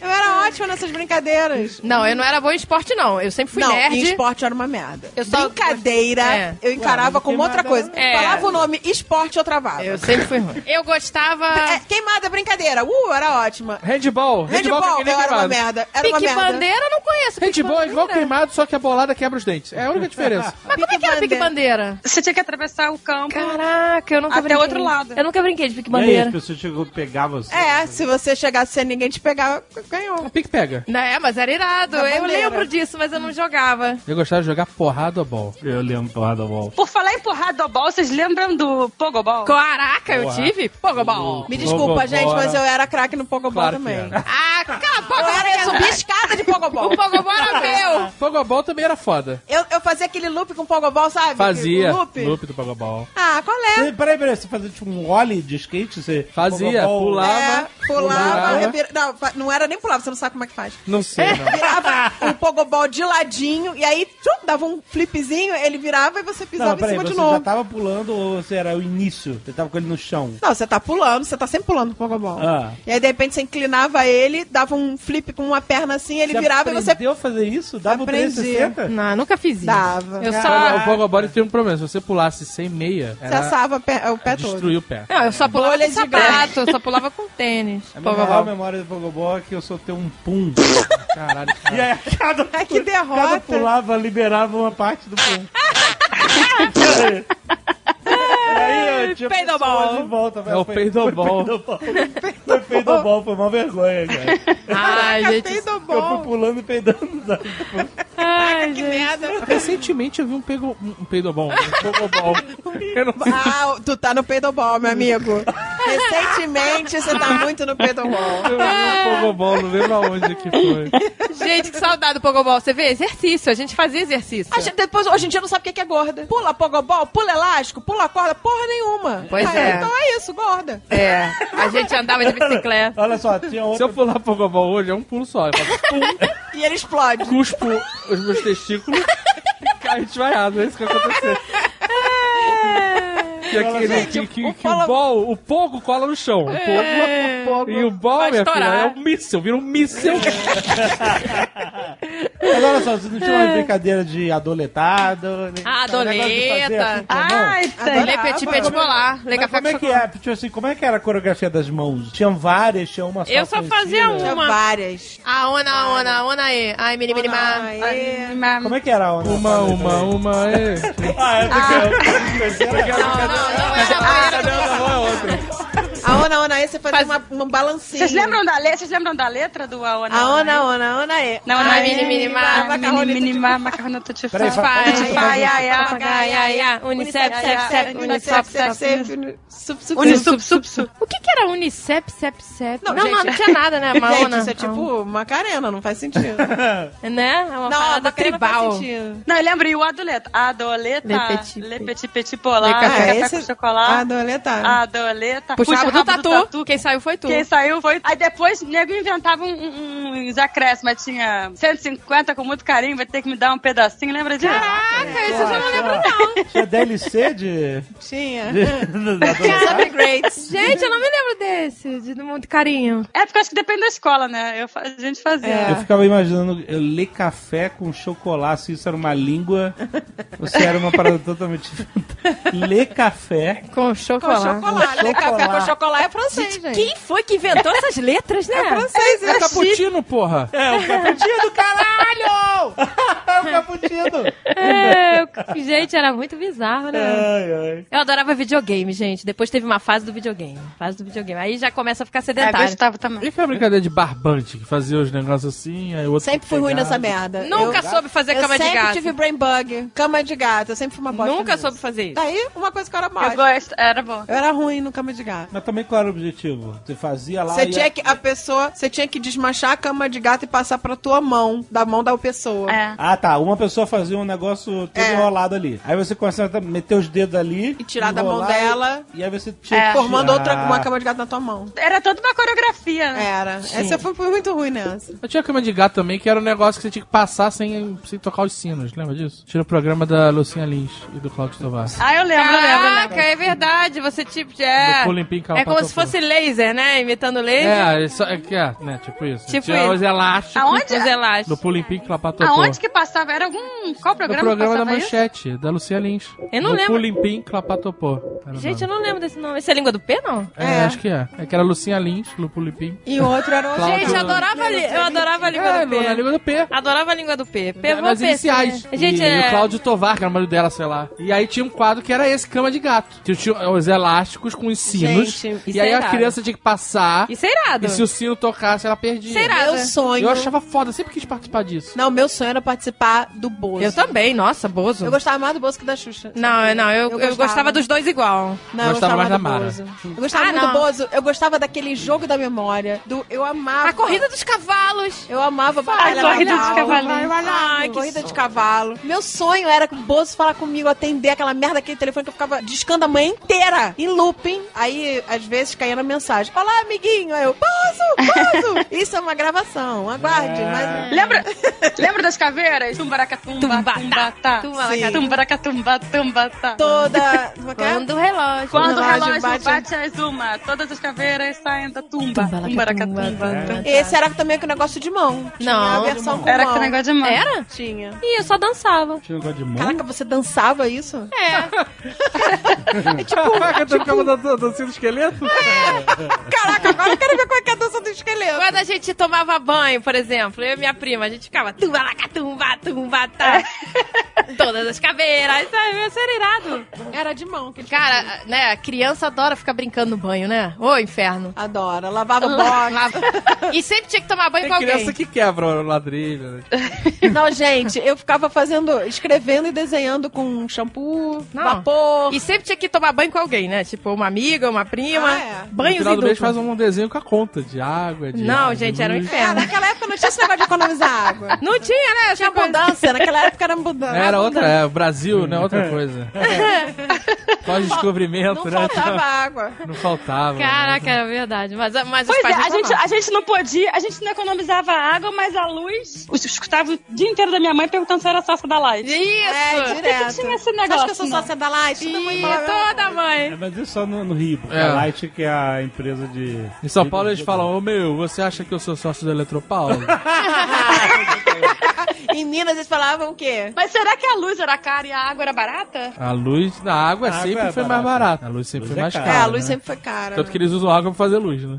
S4: Eu era ótima nessas brincadeiras.
S3: Não, eu não era boa em esporte, não. Eu sempre fui
S4: não,
S3: nerd.
S4: em esporte era uma merda.
S3: Eu só-
S4: Brincadeira,
S3: É.
S4: eu encarava
S2: Ué, mas
S4: como outra
S2: queimada
S4: coisa.
S3: não- É.
S4: Falava o nome esporte, eu travava.
S3: Eu sempre fui ruim. Eu gostava.
S4: É, queimada, brincadeira. Uh, era ótima.
S7: Handball. Handball,
S4: Handball,
S7: que nem
S4: eu era uma
S7: queimado.
S4: merda. Era uma
S3: Pique
S4: merda.
S3: bandeira eu não conheço. Pique
S7: Handball é igual
S3: bandeira.
S7: queimado, só que a bolada quebra os dentes. É a única diferença.
S3: Mas como é que era pique bandeira?
S6: Você tinha que atravessar o campo.
S3: Caraca, eu nunca
S6: Até
S3: brinquei.
S6: outro lado.
S3: Eu nunca brinquei de pique
S2: E aí,
S3: bandeira.
S2: as pessoas chegam a pegar você.
S4: É, se você chegasse sem ninguém te pegar, ganhou.
S7: O pique pega.
S3: Não, é, mas era irado.
S4: Da
S3: Eu
S4: bandeira.
S3: lembro disso, mas eu não jogava.
S7: Eu gostava de jogar porrada a bola.
S2: Eu lembro porrada bom.
S6: Por falar em porrada ball, vocês lembram do Pogobol?
S3: assim? Caraca, eu tive Pogobol.
S4: Me desculpa,
S2: Pogobol
S4: gente, mas
S2: era-
S4: eu era craque no Pogobol
S7: né? Claro que
S4: também.
S7: era.
S3: Ah, cala a
S4: Eu era eu
S3: boca,
S4: subia escada de Pogobol.
S3: O Pogobol era meu.
S7: Pogobol também era foda.
S4: Eu, eu fazia aquele loop com Pogobol, sabe?
S7: Fazia.
S4: O Loop.
S7: Loop do Pogobol.
S4: Ah, qual é?
S2: Peraí, peraí, você fazia tipo um ollie de skate? Você
S7: Fazia,
S2: Pogobol-
S7: pulava.
S4: É, pulava,
S7: pulava.
S4: revira- não, fa- não era nem pulava, você não sabe como é que faz.
S7: Não sei, não.
S4: Virava o Pogobol de ladinho, e aí tchum, dava um flipzinho, ele virava e você pisava
S2: Não,
S4: em
S2: peraí,
S4: cima
S2: você
S4: de
S2: já
S7: tá
S4: novo.
S2: tava pulando ou você era o início? Você tava com ele no chão?
S4: Não, você tá pulando, você tá sempre pulando o Pogobol.
S2: Ah.
S4: E aí, de repente, você inclinava ele, dava um flip com uma perna assim,
S2: Ah.
S4: ele
S2: Você
S4: virava e você
S2: aprendeu a fazer isso? Dava o
S4: Aprendi.
S2: 360?
S3: Não, nunca fiz isso.
S4: dava.
S3: Eu
S4: Você
S7: O
S3: só...
S7: Pogobol ele tem um problema. Se você pulasse sem meia, era...
S4: assava pe- o pé É todo.
S7: destruiu o pé.
S3: Não, eu só pulava
S4: Bolha
S3: com
S4: de
S3: sapato, eu só pulava com tênis.
S2: A É minha maior
S3: Pogobol.
S2: memória do Pogobol é que eu soltei um pum.
S7: Caralho, cara.
S2: e aí, a cada,
S4: É que
S2: cada
S4: derrota.
S2: pulava, liberava uma parte do pum. E aí, eu tinha
S3: Peidobol.
S2: pessoas de volta.
S7: É o
S2: Foi-
S7: peidobol.
S2: Foi peidobol. Foi peidobol, foi uma vergonha, cara.
S3: Ai, gente.
S4: Fez o
S2: Eu fui
S4: bom.
S2: pulando e peidando. sabe?
S3: Ai, gente.
S7: Recentemente eu vi um, pego, um peidobol. Um pogobol. eu não sei.
S4: Ah, tu tá no peidobol, meu amigo. Recentemente você tá muito no peidobol.
S7: Eu vi um pogobol, não lembro aonde que foi.
S3: Gente, que saudade do Pogobol. Você vê? Exercício. A gente fazia exercício.
S4: A gente- depois, hoje em dia não sabe o que é que é gorda. Pula pogobol, pula elástico, pula corda, porra nenhuma.
S3: Pois
S4: Ah,
S3: é.
S4: Então é isso, gorda.
S3: É. A gente andava de bicicleta.
S2: Olha só, tinha
S7: Se
S2: outra.
S7: eu pular pogobol hoje, é um pulo só. Eu faço
S4: E ele explode.
S7: cuspo os meus testículos e caio desvaiado. É isso que aconteceu. E aquele que, que, que o bol, o pogo cola no chão. O pogo- E o bol,
S3: É. Vai
S7: minha filha,
S3: estourar.
S7: é um míssil, vira um míssil.
S2: Mas olha só, você não tinha uma brincadeira de adoletado. né?
S3: Ah,
S2: Um negócio de fazer assim com a mão.
S6: Ai, tem.
S3: Lê petit petit polar, lê
S2: Mas
S3: café
S2: como é
S3: com
S2: que é? Tipo assim, como é que era a coreografia das mãos? Tinha várias, tinha uma só
S3: Eu só
S2: conhecida?
S3: fazia
S4: Tinha
S3: uma.
S4: várias.
S3: A ona, a ona, a ona aí. Ai, mini, mini, ma.
S4: Aê.
S2: Como é que era a onda?
S7: Uma, uma, uma, é.
S2: Ah, é porque eu...
S3: Não, não, não era a
S7: Não, não, é outra.
S4: A ona, ona, aí você fazia
S3: Faz-
S4: uma, um balancinho.
S6: Vocês lembram da letra? Vocês lembram da letra do Aona?
S4: A Ah, ona, ona, ona, é.
S6: Não,
S3: Ai,
S6: não é
S3: mini, mini, ma.
S4: Macarroneta
S6: Mini, mini, ma, macarroneta de
S2: Peraí, fa-
S6: fã.
S2: faz isso, faz
S6: Ai,
S2: isso.
S6: ai, ai.
S3: Ai, ai, ai. Unicep, sep, sep, unicep, sep, sep.
S4: Unissup, sup, sup.
S3: O que que era unicep, sep, sep?
S4: Não,
S3: Não, não,
S4: gente,
S3: não tinha nada, né?
S4: Gente,
S3: Maona.
S4: isso é tipo Macarena, não faz sentido.
S3: Né? É uma
S4: Não, a
S3: parada
S4: Macarena
S3: tribal.
S4: faz sentido.
S6: Não, eu lembro, e o Adoleta? Adoleta.
S3: Le petit,
S6: Le
S3: petit.
S6: petit, petit polar.
S3: Le
S4: Ah,
S6: Café,
S3: café.
S6: com chocolate. Ah.
S4: Adoletar.
S6: Adoleta.
S3: Puxa,
S6: Puxa
S3: o
S6: rabo
S3: do tatu. Quem saiu foi tu.
S6: Quem saiu foi. Aí depois o nego inventava um, um, uns acréscimos, mas tinha 150 com muito carinho, vai ter que me dar um pedacinho, lembra disso?
S3: Caraca, isso eu já não lembro não.
S2: Tinha DLC de...
S4: Tinha.
S3: Gente, eu não me lembro desse, de do Monte Carinho.
S6: É porque eu acho que depende da escola, né? Eu, fa- a gente
S2: Eu
S3: É.
S6: fazia.
S2: ficava imaginando eu ler café com chocolate, se isso era uma língua, ou se era uma parada totalmente diferente. Ler café.
S3: Com
S4: Com
S3: chocolate.
S4: chocolate. né? Café com
S2: Chocolate.
S4: chocolate é francês, gente.
S3: Quem foi que inventou essas letras, né?
S4: francês,
S7: É cappuccino, porra.
S2: É, o cappuccino, caralho! o cappuccino!
S3: É, eu- gente, era muito bizarro,
S2: É.
S3: né?
S2: Ai, ai.
S3: Eu adorava videogame, gente. Depois teve uma fase do videogame. Fase do videogame. Aí já começa a ficar
S6: É,
S3: sedentário.
S6: Gustavo também.
S7: E foi a brincadeira de barbante, que fazia os negócios assim, aí o outro...
S4: Sempre fui ruim
S7: pegava.
S4: nessa merda.
S3: Nunca
S4: eu,
S3: soube fazer
S4: eu
S3: cama de
S4: sempre
S3: gato.
S4: tive brain bug, cama de gato. Eu sempre fui uma bosta.
S3: Nunca
S4: nisso.
S3: soube fazer isso.
S4: Daí, uma coisa que eu era
S6: Eu
S4: mal.
S6: gosto, era bom.
S4: Eu era ruim no cama de gato.
S2: Mas também qual era o objetivo? Você fazia lá
S4: Você
S2: e...
S4: tinha que, a pessoa, você tinha que desmanchar a cama de gato e passar pra tua mão, da mão da pessoa.
S6: É.
S2: Ah, tá. Uma pessoa fazia um negócio todo
S4: É.
S2: enrolado ali. Aí você começava a meter os dedos ali...
S4: E tirar da mão
S2: enrolar e-
S4: dela. É.
S2: E aí você tinha que
S4: Formando
S2: tirar.
S7: Ah.
S4: outra, uma cama de gato na tua mão.
S6: Era toda uma coreografia, né?
S4: Era. Essa foi, foi muito ruim nessa.
S7: Eu tinha cama de gato também, que era um negócio que você tinha que passar sem, sem tocar os sinos, lembra disso? Tinha o programa da Lucinha Lins e do Cláudio Tovar.
S6: Ah, eu lembro, eu lembro, eu lembro.
S3: Caraca, é verdade. Você tipo. É,
S7: Do pulo em pica,
S3: é como
S7: pato,
S3: se fosse laser, né? Imitando laser.
S7: É, é, só- é, que é, né, tipo isso.
S3: Tipo
S7: tinha
S3: isso.
S7: os elásticos
S6: Aonde?
S3: Os elásticos.
S7: do Pulim Pique Clapatopô.
S6: Aonde que passava? Era algum. Qual
S7: No
S6: programa?
S7: programa
S6: que
S7: da
S6: passava isso?
S7: Manchete, da Lucinha Lins.
S3: Eu não
S7: no
S3: lembro.
S7: Pulim Pique Clapatopô. Era o
S3: Gente, eu
S7: nome.
S3: não lembro desse nome. Isso é língua do P, não?
S7: É, acho que é. É que era Lucinha Lins, no Pulim Pique.
S4: E o outro era o...
S7: Cláudio-
S3: Gente, eu adorava, li- eu adorava a língua
S7: É,
S3: do
S7: Lu- na
S3: P.
S7: língua do P.
S3: Adorava a língua do P. P
S7: Eram
S3: vou
S7: as
S3: P,
S7: iniciais.
S3: É né? Gente,
S7: e,
S3: é...
S7: e o Cláudio Tovar, que era o marido dela, sei lá. E aí tinha um quadro que era esse, cama de gato. Tinha, tinha os elásticos com os sinos.
S3: Gente, isso
S7: e aí
S3: é
S7: a
S3: irado.
S7: criança tinha que passar.
S3: Isso é irado.
S7: E se o sino tocasse, ela perdia.
S3: Isso é irado.
S4: Meu sonho...
S7: Eu achava foda, sempre quis participar disso.
S4: Não, meu sonho era participar do Bozo.
S3: Eu também, nossa, Bozo.
S4: Eu gostava mais do Bozo que da Xuxa.
S3: Não, eu- não, eu, eu,
S4: Eu
S3: gostava.
S4: gostava
S3: dos dois igual.
S4: Não, eu
S7: Gostava mais da Mara.
S4: do Bozo. Eu gostava
S3: Ah,
S4: muito do
S3: não.
S4: Bozo. Eu gostava daquele jogo da memória. Do, eu amava.
S3: A corrida dos cavalos.
S4: Eu amava batalha
S6: Ai, corrida de
S4: naval,
S6: cavalinho.
S4: batalha-
S3: Ai, que
S4: corrida de cavalo. Meu sonho era que o Bozo falar comigo, atender aquela merda, aquele telefone que eu ficava discando a manhã inteira, em looping. Aí, às vezes, caía na mensagem. Olá, amiguinho. Aí eu, Bozo, Bozo. Isso é uma gravação, aguarde. Mas...
S6: Lembra, lembra das caveiras? tá. Tumbaracatumba,
S3: Tumbatá.
S6: tumbatá.
S3: Tumbalacatá.
S6: Tumbaracatumba,
S4: tá.
S6: tumbatá.
S4: Toda... como é que é?
S3: Quando o relógio.
S6: Quando o
S4: relógio
S6: relógio
S4: bate-
S6: bate, as uma, todas as caveiras saem da tumba.
S3: Tumbalacatumba,
S6: Tumbaracatumba.
S3: tumbalacatumba.
S4: Esse era também com o negócio de mão. Tinha
S3: Não.
S4: a versão com
S6: tá? Era
S4: mão.
S6: que negócio de mão.
S3: Era?
S4: Tinha.
S3: Ih, eu só dançava.
S2: Tinha um negócio de mão?
S4: Caraca, você dançava isso?
S3: É. tipo,
S7: Caraca, um tu ficava dan- dançando esqueleto?
S3: É,
S4: Caraca, agora eu quero ver como é que é a dança do esqueleto.
S3: Quando a gente tomava banho, por exemplo, eu e minha prima, a gente ficava tumba, laca, tumba, tumba, tá. Todas as caveiras, sabe? Isso era irado.
S4: Era de mão. Que
S3: Cara, né, criança adora ficar brincando no banho, né? Ô, inferno.
S4: Adora. Lavava box.
S3: E sempre tinha que tomar banho
S7: Tem
S3: com alguém.
S7: criança que quebra o ladrilho. né?
S4: Não, gente, eu ficava fazendo, escrevendo e desenhando com shampoo,
S3: Não.
S4: vapor.
S3: E sempre tinha que tomar banho com alguém, né? Tipo, uma amiga, uma prima.
S4: Ah, é.
S7: No
S3: Banhos
S7: final
S3: em
S7: do mês
S3: dupla.
S7: faz Uhum. um desenho com a conta de água, de
S3: Não,
S7: água,
S3: gente,
S7: de
S3: era um
S7: luz.
S4: É,
S3: inferno.
S4: naquela época não tinha esse negócio de economizar água.
S3: Não tinha, né?
S4: Tinha
S3: Tipo,
S4: abundância, naquela época era abundância.
S7: É, era outra, é, o Brasil, né? Outra coisa. Só descobrimento,
S4: Não
S7: né?
S4: faltava água.
S7: Não faltava. né?
S3: Caraca, é verdade. Mas, mas os
S6: Pois é,
S3: pais
S6: a gente,
S3: reclamavam.
S6: a gente não podia, a gente não economizava água, mas a luz. Eu escutava o dia inteiro da minha mãe perguntando se era sócia da Light.
S4: É,
S3: Isso!
S4: direto.
S6: que tinha esse
S4: Acho que eu
S6: negócio,
S4: sou
S3: né?
S6: não?
S4: sócia da Light. Todo mundo
S3: Ih,
S4: fala,
S3: toda mãe.
S2: É, mas isso só no, no Rio, porque
S7: É.
S2: a Light, que é a empresa de.
S7: Em São Paulo eles falam, ô meu, você acha que eu sou sócio do Eletropaulo?
S4: Em Minas eles falavam o quê?
S6: Mas será que a luz era cara e a água era barata?
S7: A luz da água
S2: A água
S7: sempre
S2: é
S7: foi mais
S2: barata.
S7: barata. A luz sempre
S2: Luz
S7: foi
S2: é
S7: mais
S2: cara.
S7: cara.
S4: É, a luz
S7: né?
S4: sempre foi cara.
S7: Tanto que eles usam água pra fazer luz, né?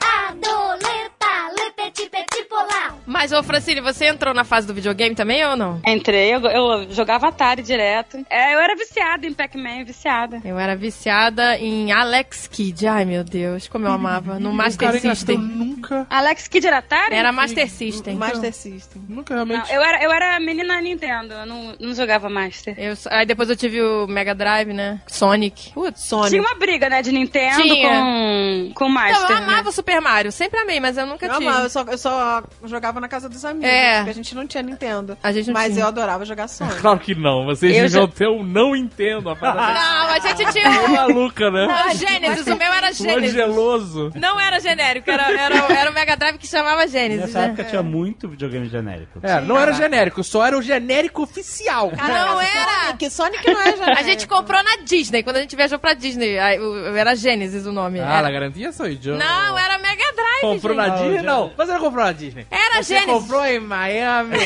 S10: Adoleta, le petit petit polau.
S3: Mas, ô Francine, você entrou na fase do videogame também ou não?
S6: Entrei, eu, eu jogava Atari direto. É, eu era viciada em Pac-Man, viciada.
S3: Eu era viciada em Alex Kidd. Ai, meu Deus, como eu amava. No
S7: Cara,
S3: Master
S7: engraçado, eu
S3: System.
S7: nunca,
S6: Alex Kidd era Atari?
S3: Era Master System.
S4: Master System.
S7: nunca
S6: Não,
S7: realmente...
S6: eu era, eu era menina Nintendo, eu não, não jogava Master.
S3: Eu só- aí depois eu tive o Mega Drive, né? Sonic. Putz, Sonic.
S6: Tinha uma briga, né, de Nintendo
S3: Tinha.
S6: com com Master.
S3: Então, eu
S6: né?
S3: amava o Super Mario. Sempre amei, mas eu nunca
S4: Não,
S3: tive.
S4: mas eu só, eu só jogava na casa dos amigos,
S3: É.
S4: porque a gente não tinha Nintendo.
S3: A gente não
S4: mas
S3: tinha.
S4: eu adorava jogar Sonic.
S7: Claro que não, vocês
S6: Eu
S7: deviam ter um não entendo. A parada
S3: Não, a gente tinha
S7: é maluca, né?
S3: o Gênesis. O meu era
S7: O
S3: Gênesis.
S7: angeloso.
S3: Não era genérico, era, era, era o Mega Drive que chamava Gênesis.
S4: É.
S2: Nessa
S3: Né?
S2: época tinha muito videogame genérico.
S7: É, não era genérico, só era o genérico oficial.
S3: Ah, Não era.
S4: Sonic, Sonic não é já.
S3: A gente comprou na Disney, quando a gente viajou pra Disney. aí, o- Era Gênesis o nome.
S7: Ah, ela
S3: Era-
S7: garantia sou idiota.
S3: Não,
S6: é
S3: era Mega Drive.
S7: Comprou na
S3: gente.
S7: Disney? Não, você não comprou na Disney.
S3: Era
S7: Você
S3: Gênesis.
S7: comprou em Miami.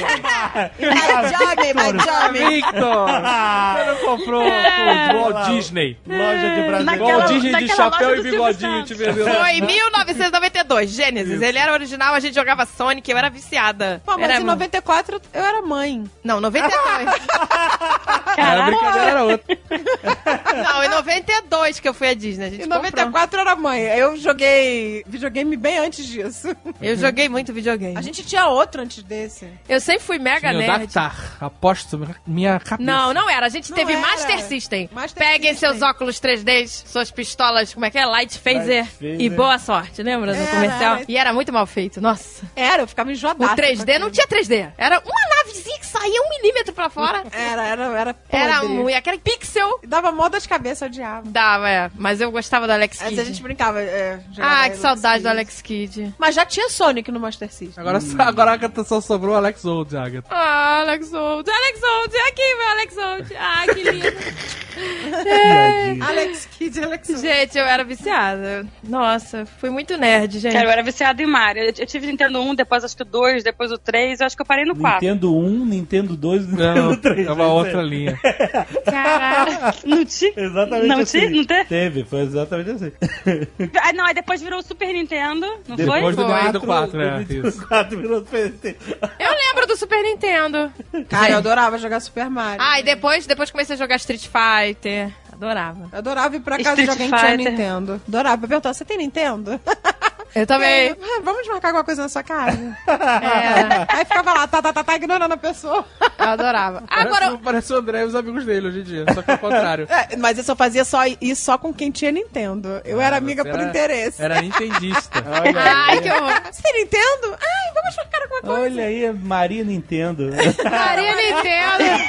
S4: My job, my job.
S7: Ah, Victor! Você não comprou o Walt Disney.
S2: Loja de Brasil.
S6: É. Naquela-
S7: Walt Disney de
S6: naquela
S7: chapéu
S6: loja
S7: e
S6: do Silvio
S7: bigodinho
S6: Santos.
S7: te vendeu.
S3: Foi em 1992, Gênesis. Ele era original, a gente jogava Sonic, eu era viciada.
S4: Pô, mas
S3: era...
S4: em 94 eu era mãe.
S3: Não, 92.
S7: Era a brincadeira, era outra.
S3: Não, em 92 que eu fui à Disney. A gente
S4: Em
S3: comprou.
S4: 94 eu era mãe. Eu joguei videogame bem antes disso.
S3: Eu joguei muito videogame.
S4: A gente tinha outro antes desse.
S3: Eu sempre fui mega
S7: Tinha o
S3: nerd.
S7: Dactar. Aposto minha cabeça.
S3: Não, não era. A gente
S4: Não
S3: teve
S4: era.
S3: Master System.
S4: Master
S3: Peguem
S4: System.
S3: seus óculos 3D, suas pistolas, como é que é? Light phaser.
S2: Light phaser.
S3: E boa sorte, lembra do
S4: Era,
S3: comercial?
S4: era.
S3: E era muito mal feito, nossa.
S4: Era, eu ficava
S3: O
S4: enjoada.
S3: 3D não tinha 3D. Era uma navezinha que saía um milímetro pra fora.
S4: Era, era, era. Podre.
S3: Era um, e aquele pixel.
S4: Dava mó das cabeças, eu odiava.
S3: Dava, é. Mas eu gostava do Alex
S4: Mas
S3: Kidd.
S4: a gente brincava. é, jogava
S3: Ah, que
S4: Alex
S3: saudade do
S4: Kidd.
S3: Alex Kidd.
S4: Mas já tinha Sonic no Master System.
S7: Agora, só- agora a Agatha só sobrou o Alex Old, Agatha.
S3: Ah, Alex Old. Alex Old, é aqui, meu Alex Old. Ah, que lindo.
S4: Alex Kidd, Alex Kidd.
S3: gente, eu era viciada. Nossa, fui muito nerd, gente.
S6: Cara, É, eu era viciada em Mario. Eu, eu tive Nintendo 1, depois acho que o 2, depois o 3, eu acho que eu parei no 4.
S2: Nintendo 1, Nintendo 2,
S7: Não,
S2: Nintendo 3.
S7: é uma outra linha.
S3: Caraca.
S6: Não tinha?
S2: Exatamente
S6: Não
S2: assim.
S6: tinha? Não teve?
S2: Teve, foi exatamente assim.
S6: Ah, não, aí depois virou o Super Nintendo, não
S7: Depois
S6: foi?
S7: do Nintendo 4,
S2: né?
S7: né? Isso.
S2: 4 minutos PST.
S3: Eu lembro do Super Nintendo.
S4: Cara, eu adorava jogar Super Mario.
S3: Ah, e depois, depois comecei a jogar Street Fighter. Adorava.
S4: Eu adorava ir pra casa de
S6: Street
S4: alguém que tinha
S6: Fighter.
S4: Nintendo. Adorava. Eu perguntava, você tem Nintendo?
S3: Eu também.
S4: E aí, "Ah, vamos marcar alguma coisa na sua casa?
S3: É,
S4: aí ficava lá, tá, tá, tá, tá, ignorando a pessoa.
S3: eu adorava.
S7: Agora...
S3: Agora,
S7: Parece, parece o André e os amigos dele hoje em dia, só que ao contrário.
S4: É, mas eu só fazia só isso só com quem tinha Nintendo. Eu era
S7: Ah,
S4: amiga
S7: você
S4: por
S7: era-
S4: interesse. Ah,
S7: Era nintendista.
S3: ai, que horror.
S4: Você tem Nintendo? Ai, vamos marcar alguma coisa.
S2: Olha aí,
S7: é
S2: Maria Nintendo.
S3: Maria Nintendo.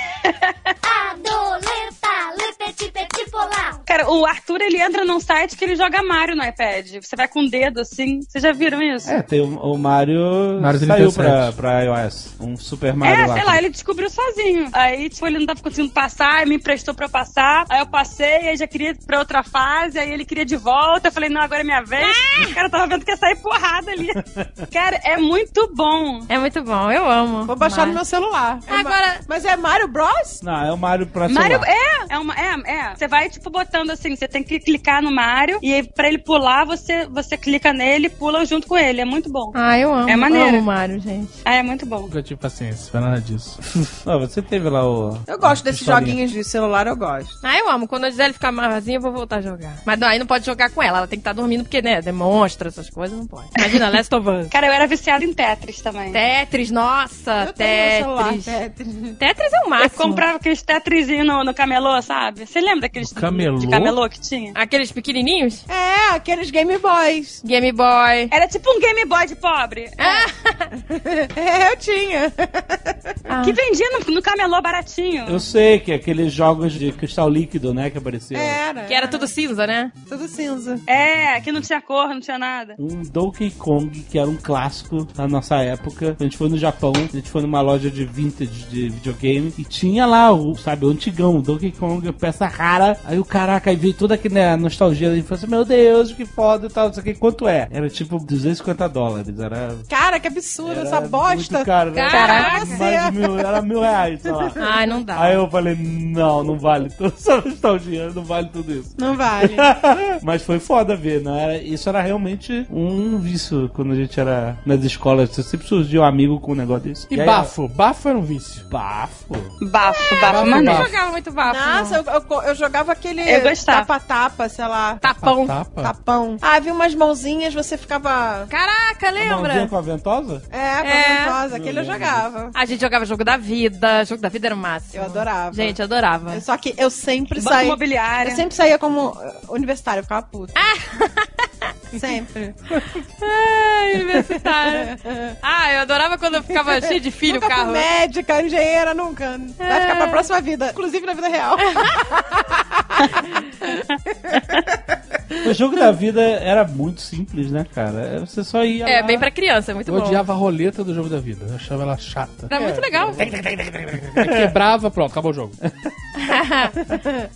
S10: Adoleta, le petit petit polau.
S6: Cara, o Arthur, ele entra num site que ele joga Mario no iPad. Você vai com o dedo, assim. Vocês já viram isso?
S2: É, tem o, o Mario,
S7: Mario
S2: saiu
S7: 37.
S2: pra, pra iOS. Um Super Mario
S6: É,
S2: lá.
S6: sei lá, ele descobriu sozinho. Aí, tipo, ele não tava conseguindo passar, aí me emprestou pra eu passar. Aí eu passei, aí já queria ir pra outra fase, aí ele queria de volta. Eu falei, não, agora é minha vez. O cara tava vendo que ia sair porrada ali. Cara, é muito bom.
S3: É muito bom, eu amo.
S4: Vou baixar no meu celular. É
S3: Agora-
S4: Ma- Mas é Mario Bros?
S2: Não, é o Mario pra
S6: Mario,
S2: celular.
S6: é, é uma, é, é. Você vai, tipo, botando assim, você tem que clicar no Mario, e aí pra ele pular, você, você clica nele e pula junto com ele. É muito bom.
S3: Ah, eu amo.
S6: É maneiro.
S3: Amo Mario, gente.
S6: Ah, é muito bom.
S7: Nunca tive tipo paciência pra nada disso.
S2: Não, você teve lá o...
S4: Eu gosto desses
S2: Pistolinha.
S4: joguinhos de celular, eu gosto.
S3: Ah, eu amo. Quando a Gisele ficar maiorzinha, eu vou voltar a jogar. Mas não, aí não pode jogar com ela. Ela tem que estar dormindo, porque, né, demonstra essas coisas, não pode. Imagina, Last of Us.
S6: Cara, eu era viciada em Tetris também.
S3: Tetris, nossa,
S4: Eu tenho no celular,
S3: Tetris.
S4: Tetris.
S3: Tetris é o
S6: Eu
S3: máximo.
S6: comprava aqueles Tetrisinhos no, no camelô, sabe? Você lembra daqueles
S7: No camelô?
S6: de camelô que tinha?
S3: Aqueles pequenininhos?
S4: É, aqueles Game Boys.
S3: Game Boy.
S6: Era tipo um Game Boy de pobre.
S4: É, eu tinha.
S3: Ah.
S6: Que vendia no, no camelô baratinho.
S2: Eu sei que é aqueles jogos de cristal líquido, né, que apareceu.
S4: Era.
S3: Que era tudo cinza, né?
S4: Tudo cinza.
S6: É, que não tinha cor, não tinha nada.
S2: Um Donkey Kong, que era um clássico na nossa época. A gente foi no Japão, a gente foi numa loja de vintage de videogame e tinha lá o, sabe, o antigão, o Donkey Kong, peça rara. Aí o caraca, aí veio toda aquela né, nostalgia da infância. Meu Deus, que foda e tal, não sei o que. Quanto é? Era tipo 250 dólares, era...
S4: Cara, que absurdo essa
S2: era
S4: bosta.
S2: É muito caro, né?
S3: Caraca.
S2: Mais de mil, era mil reais, sei lá.
S3: Ai, não dá.
S2: Aí eu falei, não, não vale toda essa nostalgia, um não vale tudo isso.
S4: Não vale.
S2: Mas foi foda ver, não era, isso era realmente um vício quando a gente era nas escolas. Você sempre surgia um amigo com um negócio desse.
S7: E
S2: aí,
S7: bafo. Bafo era um vício.
S2: Bafo.
S6: Bafo,
S7: Bafo,
S6: É, bafo,
S3: Eu
S6: maneiro.
S7: bafo.
S3: jogava muito bafo.
S4: Nossa,
S3: não.
S4: eu, eu- eu jogava aquele
S6: Eu gostava.
S4: tapa-tapa, sei lá.
S3: Tapão.
S7: Tapa?
S4: Tapão. Ah, havia umas mãozinhas, você ficava.
S3: Caraca,
S2: Mãozinha
S3: lembra?
S2: com a ventosa?
S4: É, comentosa. Aquele eu jogava.
S3: A gente jogava jogo da vida. Jogo da vida era o máximo.
S4: Eu adorava.
S3: Gente, eu adorava.
S4: Eu- Só que eu sempre
S6: Banco
S4: saía.
S6: imobiliário.
S4: Eu sempre saía como uh, universitária, eu ficava puta.
S3: Ah!
S4: Sempre.
S3: Ai, universitário. Ah, eu adorava quando eu ficava cheio de filho o
S4: nunca
S3: carro. É.
S4: fui médica, engenheira, nunca. Vai ficar pra próxima vida, inclusive na vida real.
S2: O jogo da vida era muito simples, né, cara? Era- Você só ia.
S3: É,
S4: né?
S2: lá.
S3: bem pra criança, muito
S7: Eu
S3: bom.
S7: odiava a roleta do jogo da vida. Eu achava ela chata.
S3: Era muito legal.
S7: Eu quebrava, pronto, acabou o jogo.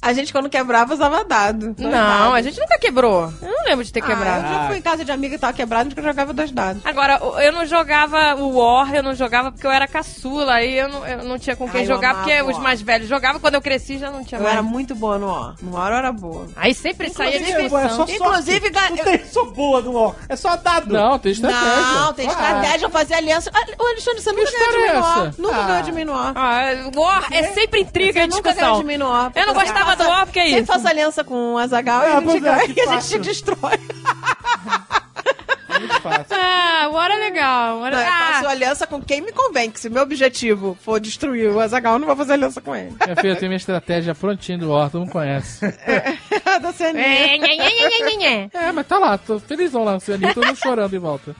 S4: A gente, quando quebrava, usava dado. Dois
S3: Não, a
S4: dados.
S3: gente nunca quebrou. Eu não lembro de ter quebrado.
S4: Ah, eu já fui em casa de amiga e tava quebrado, a gente jogava dois dados.
S3: Agora, o- eu não jogava o War, eu não jogava porque eu era caçula, aí eu não, eu não tinha com quem
S4: Ai, eu
S3: jogar,
S4: amava
S3: porque
S4: War.
S3: os mais velhos jogavam, quando eu cresci já não tinha
S4: Eu
S3: mais.
S4: era muito boa no ó. No ó eu era boa.
S3: Aí sempre saía de
S2: Inclusive, é só
S3: inscrição.
S2: sorte.
S4: Inclusive, ga-
S2: Não tem sou boa no ó. É só dado.
S7: Não, tem estratégia.
S4: Não, tem estratégia, eu fazia aliança. Ah, Ô, Alexandre, você nunca ganhou de
S7: história é
S4: mim no ó.
S7: essa?
S4: Nunca
S7: Ah.
S4: ganhou de mim no ó.
S3: Ah, War é sempre intriga e
S4: Nunca ganhou
S3: discussão.
S4: de mim no ó.
S3: Eu não gostava do ó, porque é
S4: Sempre
S3: isso.
S4: faço aliança com o Azagal e
S2: Ah,
S4: a gente
S2: pois é,
S4: ganha
S2: que
S4: e a gente
S2: fácil.
S4: te destrói.
S2: Muito fácil.
S3: Ah, War é legal. War é...
S4: Não, eu faço
S3: Ah,
S4: aliança com quem me convém, que se meu objetivo for destruir o Azagal, eu não vou fazer aliança com ele.
S7: Minha filha, eu tenho minha estratégia prontinha do War, todo mundo conhece.
S4: da Ceninha.
S3: é, nhe, nhe, nhe, nhe, nhe.
S7: É, mas tá lá, tô felizão lá, você ali, todo mundo chorando em volta.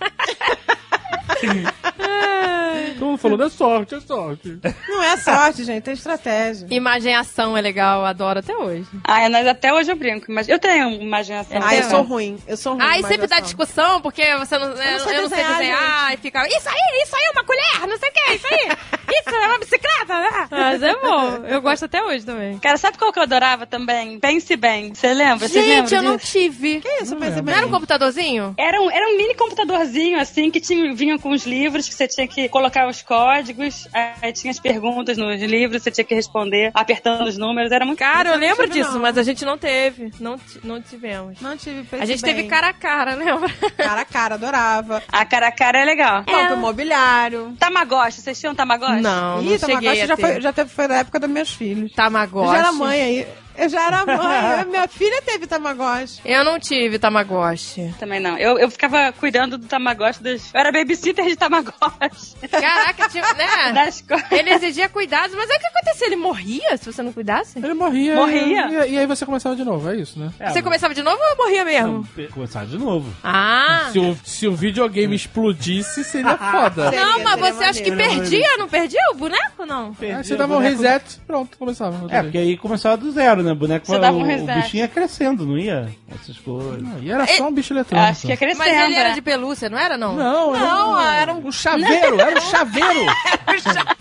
S7: todo mundo falando, é sorte, é sorte.
S4: Não é sorte, gente, é estratégia.
S3: Imagem e ação é legal, eu adoro até hoje.
S6: Ai, nós até hoje eu brinco, mas eu tenho imaginação.
S4: Ah, eu
S3: é.
S4: sou ruim. Eu sou ruim.
S3: Aí
S4: mas
S3: sempre
S4: eu
S3: dá
S4: sou.
S3: discussão, porque você não, né, eu, não sei desenhar, e fica. Isso aí, isso aí é uma colher, não sei o que, isso aí. Isso é uma bicicleta, né? Mas é bom. Eu gosto até hoje também.
S6: Cara, sabe qual que eu adorava também? Pense Bem. Você lembra? Vocês
S3: Gente, eu
S6: lembram
S3: não
S6: disso?
S3: tive.
S4: Que isso, pense
S3: Não era um
S4: bem.
S3: computadorzinho?
S6: Era um, era um mini computadorzinho, assim, que tinha, vinha com os livros, que você tinha que colocar os códigos, aí tinha as perguntas nos livros, você tinha que responder apertando os números, era muito
S3: Cara, eu lembro
S4: tive,
S3: disso,
S4: não.
S3: mas a gente não teve. Não, ti- não tivemos.
S4: Não tive pense
S3: A gente
S4: bem.
S3: teve cara a cara, né, lembra?
S4: Cara a cara, adorava.
S6: A cara a cara é legal.
S4: Banco imobiliário.
S6: Tamagotchi, vocês tinham Tamagotchi?
S3: Não,
S4: Ih,
S3: não cheguei
S4: Tamagotchi
S3: a
S4: já,
S3: ter.
S4: foi, já teve, foi na época dos meus filhos.
S3: Tamagotchi.
S4: Eu já era mãe aí. Eu já era mãe. Minha filha teve Tamagotchi.
S3: Eu não tive Tamagotchi.
S6: Também não. Eu, eu ficava cuidando do Tamagotchi. Das... Eu era babysitter de Tamagotchi.
S3: Caraca, tinha, né?
S6: Das coisas.
S3: Ele exigia cuidados, mas aí o que acontecia? Ele morria se você não cuidasse?
S7: Ele morria.
S6: Morria.
S7: E, e aí você começava de novo, é isso, né?
S3: Você começava de novo ou morria mesmo?
S2: Começar de novo.
S3: Ah!
S7: Se o, se o videogame explodisse, seria foda.
S4: Seria,
S3: Não, mas
S4: seria
S3: você acha que
S4: maneiro.
S3: perdia? Não perdia o boneco, não?
S7: Aí você dava um reset, pronto, começava.
S2: É, porque aí começava do zero, né? Boneco,
S6: Você dava um
S2: o- o,
S6: reset.
S2: bichinho ia crescendo, não ia? Essas coisas.
S7: Não, e era só um bicho
S6: Eu
S7: eletrônico.
S6: Acho que é crescendo.
S3: Mas ele era
S6: né?
S3: de pelúcia, não era, não?
S7: Não,
S4: Não, era um
S7: um chaveiro, era um chaveiro.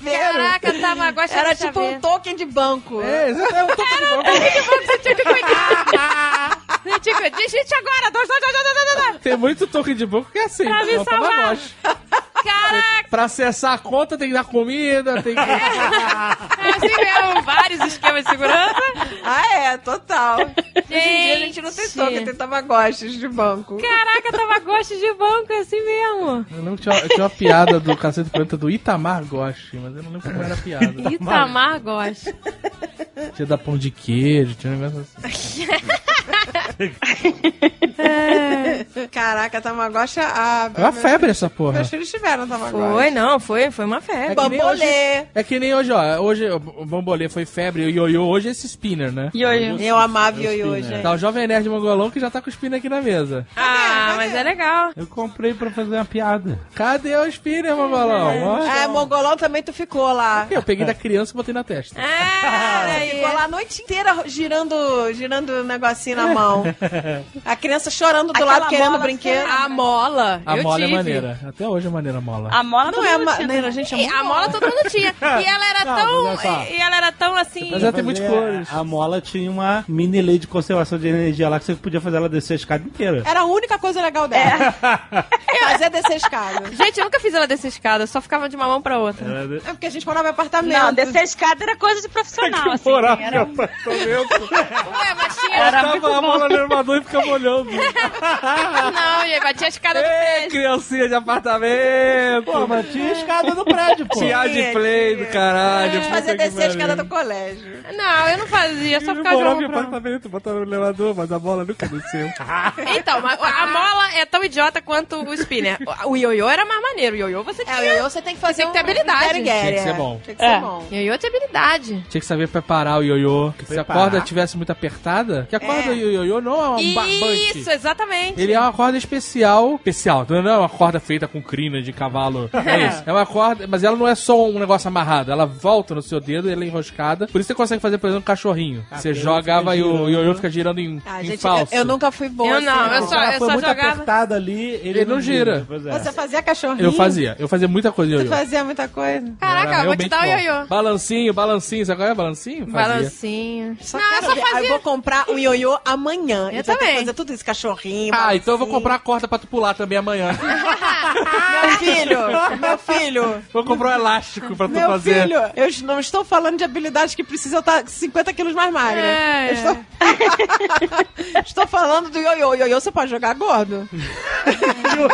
S3: Caraca, Tamagotchi
S4: Era tipo um
S3: um...
S4: token de banco.
S7: é, exato, era um topo de banco.
S3: Tipo, digite agora! Dois, dois, dois, dois, dois, dois, dois.
S7: Tem muito token de banco que é assim.
S3: Pra me
S7: é um
S3: salvar.
S7: Tamagotchi.
S3: Caraca,
S7: Pra acessar a conta tem que dar comida, tem que...
S3: é assim mesmo, vários esquemas de segurança.
S4: Ah, é, total. Hoje em dia a gente não tem
S3: Gente.
S4: token, tem Tamagotchis de banco.
S3: Caraca, Tamagotchi de banco, é assim mesmo.
S7: Eu lembro que tinha, tinha uma piada do Cacete 40 do Itamar Goshi, mas eu não lembro como era a piada.
S3: Itamar Gosta.
S7: Tinha da pão de queijo, tinha um negócio assim.
S4: Caraca, Tamagotchi, a...
S7: É uma febre essa porra.
S4: Meus filhos tiveram Tamagotchi.
S3: Foi, não, foi, foi uma febre.
S7: que nem
S4: né? Bambolê.
S7: hoje- É que nem hoje, ó. Hoje o bambolê foi febre, o ioiô hoje é esse spinner, né?
S6: Ioiô.
S4: Eu amava ioiô,
S6: É.
S4: gente.
S7: Tá o jovem nerd mongolão que já tá com o spinner aqui na mesa.
S3: Ah, mas é legal.
S2: Eu comprei pra fazer uma piada.
S7: Cadê o spinner,
S6: É.
S7: mongolão? Ó.
S4: Ah, mongolão também tu ficou lá.
S7: Eu peguei da criança e botei na
S6: É,
S7: testa.
S3: Ah, olha aí.
S4: Ficou lá a noite inteira girando, girando o negocinho na mão. A criança chorando do lado, querendo o brinquedo.
S3: A mola.
S7: A
S3: eu
S7: mola
S3: tive.
S7: é maneira. Até hoje é maneira a mola.
S6: A mola
S4: não é maneira, gente, é
S3: E a mola todo mundo tinha. E ela era
S2: Não, mas
S3: tão.
S2: olha só.
S3: E ela era tão assim.
S7: Mas é- ela tem muitas cores.
S2: A mola tinha uma mini lei de conservação de energia lá que você podia fazer ela descer a escada inteira.
S4: Era a única coisa legal dela. Fazer descer escada.
S3: Gente, eu nunca fiz ela descer escada, eu só ficava de uma mão pra outra.
S2: Era-
S4: É um porque a gente morava em apartamento.
S6: Não, descer a escada era coisa de profissional, assim.
S2: Morar
S6: Era,
S2: no apartamento.
S3: Ué, mas tinha.
S6: era muito
S2: Tava a
S6: bom.
S2: mola no elevador e ficava olhando.
S3: Não, gente, mas tinha escada do
S7: Ê,
S3: prédio.
S7: criancinha de apartamento!
S2: Pô, mas tinha escada no prédio, pô.
S7: Tiar de play do caralho.
S4: Fazer
S7: puta que
S4: descer tipo, a escada
S7: pariu.
S4: do colégio.
S3: Não, eu não fazia, só
S7: Ele
S3: ficava de uma
S7: morava em
S3: mão pra outra.
S7: apartamento, botava no elevador, mas a bola nunca desceu.
S3: Então, mas a mola é tão idiota quanto o spinner. O ioiô era mais maneiro. O ioiô você
S4: É,
S3: tinha.
S4: o ioiô você tem que fazer
S3: Tem que ter
S4: um
S3: habilidade.
S4: guerigueri,
S7: Tinha que ser
S4: é.
S7: bom.
S4: Tinha que ser
S6: É.
S4: bom.
S3: Ioiô tinha habilidade.
S7: Tinha que saber preparar o ioiô. Se a
S2: Preparar?
S7: corda estivesse muito apertada, que a corda do ioiô não é um barbante.
S3: Isso, exatamente.
S7: Ele é uma corda especial. Especial, não não é uma corda feita com crina de cavalo. Não é isso. É uma corda, mas ela não é só um negócio amarrado. Ela volta no seu dedo, ela é enroscada. Por isso você consegue fazer, por exemplo, um cachorrinho. você
S2: pelo
S7: jogava
S2: fica
S7: e o
S2: girando.
S7: ioiô fica girando em,
S4: Ah,
S7: em
S4: gente, eu,
S7: falso.
S4: eu nunca fui boa.
S3: Eu não,
S4: assim,
S3: eu
S4: não.
S3: só-
S2: Ela foi
S3: só
S2: muito
S3: jogava-
S2: apertada ali, ele,
S7: Ele não gira.
S2: Pois é.
S4: Você fazia cachorrinho?
S7: Eu fazia. Eu fazia muita coisa de
S4: Você
S7: ioiô.
S4: fazia muita coisa?
S7: Era
S3: Caraca, eu vou te
S7: realmente
S3: dar o
S7: bom.
S3: ioiô.
S7: Balancinho, balancinho. Sabe qual é balancinho? Fazia.
S3: Balancinho.
S4: Só
S3: não, eu
S4: quero
S3: só
S4: ver. Ah, Eu
S3: fazia.
S4: vou comprar um ioiô amanhã.
S3: Eu
S4: Então tem
S3: também.
S4: que fazer tudo isso, cachorrinho.
S7: Ah, então eu vou
S4: balancinho.
S7: comprar a corda pra tu pular também amanhã.
S4: Meu filho, meu filho.
S7: vou comprar um elástico pra tu
S4: Meu
S7: fazer.
S4: filho, eu es- não estou falando de habilidades que precisam estar 50 quilos mais magra.
S3: É,
S4: Eu estou... estou falando do ioiô. Ioiô você pode jogar gordo.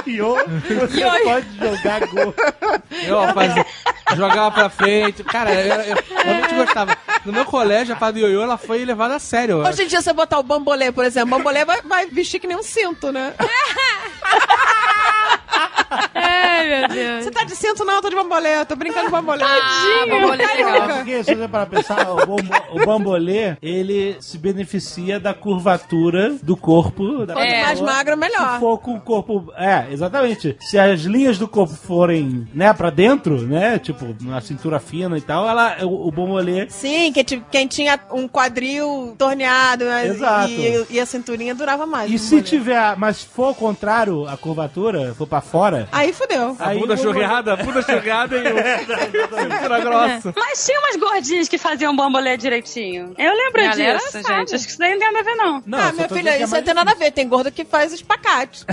S2: Ioiô, você pode jogar gol.
S7: Eu ó, fazia, jogava pra frente. Cara, eu, eu, eu realmente gostava. No meu colégio, a fada do ioiô, ela foi levada a sério.
S4: Hoje em dia, você botar o bambolê, por exemplo, o bambolê vai, vai vestir que nem um cinto, né?
S3: Ai, meu Deus.
S4: Você tá de cinto, não, eu tô de bambolê, eu tô brincando de bambolê.
S3: Ah, bambolê é legal.
S4: Carioca.
S2: Porque se você parar pra pensar, o, bom- o bambolê, ele se beneficia da curvatura do corpo. Da
S3: É.
S4: Quanto mais
S2: pessoa.
S4: magro, melhor.
S2: Se for com o corpo. É, exatamente. Se as linhas do corpo forem, né, pra dentro, né? Tipo, na cintura fina e tal, ela, o, o bambolê.
S4: Sim, quem, ti- quem tinha um quadril torneado né,
S2: Exato.
S4: E, e a cinturinha durava mais.
S2: E
S4: o
S2: se
S4: bambolê.
S2: tiver. Mas se for ao contrário, a curvatura, for pra fora.
S4: Aí fudeu.
S7: A
S2: aí
S7: bunda
S2: o bambolê-
S7: churrada, bunda churrada e o- cintura grossa.
S6: Mas tinha umas gordinhas que faziam bambolê direitinho. Eu lembro
S3: Galera
S6: disso,
S3: sabe.
S6: gente. Acho que isso daí não tem nada a ver, não.
S2: Não,
S4: ah,
S2: só
S4: minha
S2: tô
S4: filha,
S2: dizendo que é
S4: isso não
S2: mais
S4: tem nada a ver. Tem gordo que faz espacate.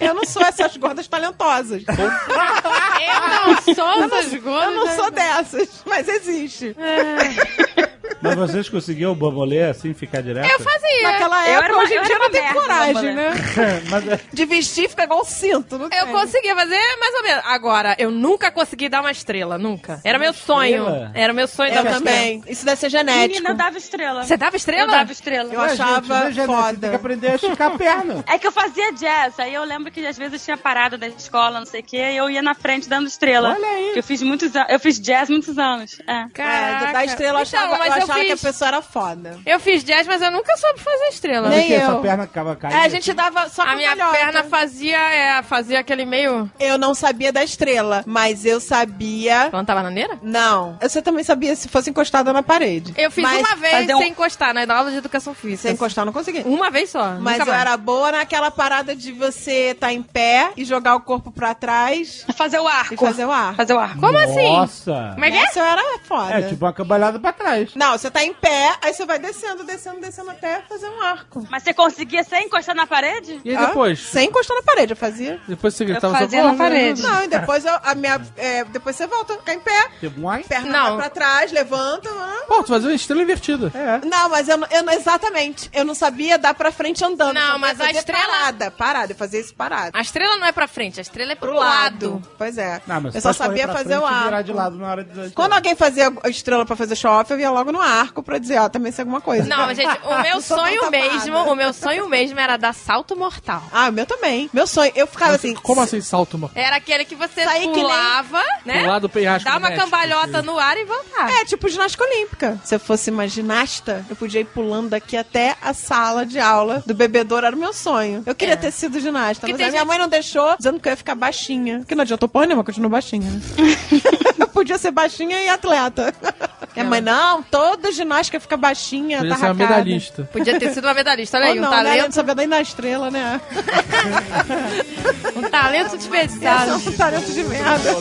S4: eu não sou essas gordas talentosas.
S3: Eu não sou essas
S4: Eu não
S3: gordas.
S4: sou dessas, mas existe.
S6: É,
S2: Mas vocês conseguiam o bambolê assim ficar direto?
S3: Eu fazia.
S4: Naquela
S6: Eu
S4: época,
S6: era uma-
S4: hoje em
S6: eu
S4: dia
S6: era
S4: não
S6: uma
S4: tem
S6: merda,
S4: coragem, né?
S6: bambolê.
S2: Mas é-
S4: De vestir fica igual um cinto, não
S3: Eu
S4: tem.
S3: conseguia fazer mais ou menos. Agora, eu nunca consegui dar uma estrela, nunca. Era meu sonho.
S2: estrela?
S3: Era meu sonho dar
S4: Eu
S3: uma estrela.
S4: também. Isso deve ser genético.
S6: Menina, eu dava estrela.
S3: Você dava
S6: Eu
S3: estrela?
S6: dava estrela.
S4: Eu
S2: Ué, gente,
S4: achava
S2: né, Janete? Você tem que
S4: foda.
S2: aprender a esticar a perna.
S6: É que eu fazia jazz, aí eu lembro que às vezes eu tinha parado da escola, não sei o quê, e eu ia na frente dando estrela.
S2: Olha aí.
S6: Que eu fiz muitos anos. Eu fiz jazz muitos anos. É.
S4: É, da estrela eu
S3: Então,
S4: achava,
S3: mas
S4: eu
S3: eu
S4: achava que a
S3: fiz-
S4: pessoa era foda.
S3: Eu fiz jazz, mas eu nunca soube fazer estrela.
S4: Nem
S2: Porque a
S4: eu.
S2: sua perna acaba
S4: É,
S2: caindo.
S4: a gente dava só com
S3: A minha
S4: calhota.
S3: perna fazia, é, fazia aquele meio.
S4: Eu não sabia da estrela, mas eu sabia...
S3: Planta bananeira?
S4: Não. Você também sabia se fosse encostada na parede.
S3: Eu fiz
S4: Mas
S3: uma vez
S6: fazer um-
S3: sem encostar, na aula de educação física.
S4: Sem encostar, eu não consegui.
S3: Uma vez só.
S4: Mas
S3: nunca
S4: eu
S3: mais.
S4: era boa naquela parada de você tá em pé e jogar o corpo pra trás
S6: Fazer o
S4: e
S6: arco.
S4: fazer o ar.
S6: Fazer o arco.
S3: Como assim?
S2: Nossa!
S3: Como é que é?
S4: Isso eu era foda.
S2: Tipo É tipo uma cambalhada pra trás.
S4: Não, você tá em pé, aí você vai descendo, descendo, descendo até fazer um arco.
S6: Mas você conseguia sem encostar na parede?
S7: E aí
S4: Ah,
S7: depois?
S4: Sem encostar na parede, eu fazia.
S7: Depois você gritava
S6: fazia
S7: socorro,
S6: na
S3: É
S6: parede.
S7: né?
S4: Não, e depois eu- a minha. é, depois você volta, fica em pé.
S2: Tipo, uai.
S4: Perna
S3: Não.
S4: pra trás, levanta. ah.
S7: Pô, tu fazia um uma estrela invertida.
S2: É.
S4: Não, mas eu, não- eu não- exatamente. Eu não sabia dar pra frente andando.
S3: Não,
S4: eu sabia
S3: mas a
S4: fazer
S3: estrela-
S4: Parada, parada, eu fazia isso parado.
S3: A estrela não é pra frente, a estrela é pro,
S4: Pro
S3: lado.
S4: lado. Pois é.
S2: Não, mas você
S4: eu só
S2: pode correr
S4: sabia
S2: pra
S4: fazer
S2: frente
S4: o
S2: e
S4: ar.
S2: virar de lado na hora de...
S4: Quando alguém fazia a estrela pra fazer show-off, eu ia logo no arco pra dizer, ó, também sei alguma coisa.
S3: Não, gente, o meu
S4: Não sou
S3: sonho
S4: tão tapada.
S3: mesmo, o meu sonho mesmo era dar salto mortal.
S4: Ah, o meu também. Meu sonho, eu ficava assim.
S7: Como assim salto, mano?
S3: Era aquele que você
S4: Saí que nem-
S3: pulava, né?
S7: Pular do penhasco
S3: Dá
S7: do
S3: uma
S7: México.
S3: cambalhota no ar e voltar.
S4: É, tipo ginástica olímpica. Se eu fosse uma ginasta, eu podia ir pulando daqui até a sala de aula do bebedouro. Era o meu sonho. Eu queria ter sido
S3: É.
S4: ginasta,
S3: Porque
S4: mas
S3: tem
S4: a minha
S3: gente-
S4: mãe não deixou, dizendo que eu ia ficar baixinha. Que não adiantou porra nenhuma, eu continuo baixinha. né? eu podia ser baixinha e atleta. Minha mãe, não, toda ginástica fica baixinha,
S7: Podia
S4: tá
S7: ser é uma medalhista.
S3: Podia ter sido uma medalhista, olha aí,
S4: Ou
S3: um
S4: não, né?
S3: talento,
S4: Sabia da estrela, né?
S3: um talento
S4: Esse é
S3: desperdiçado.
S4: um talento de merda.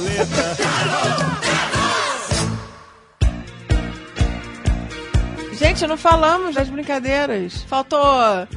S4: Gente, não falamos das brincadeiras. Faltou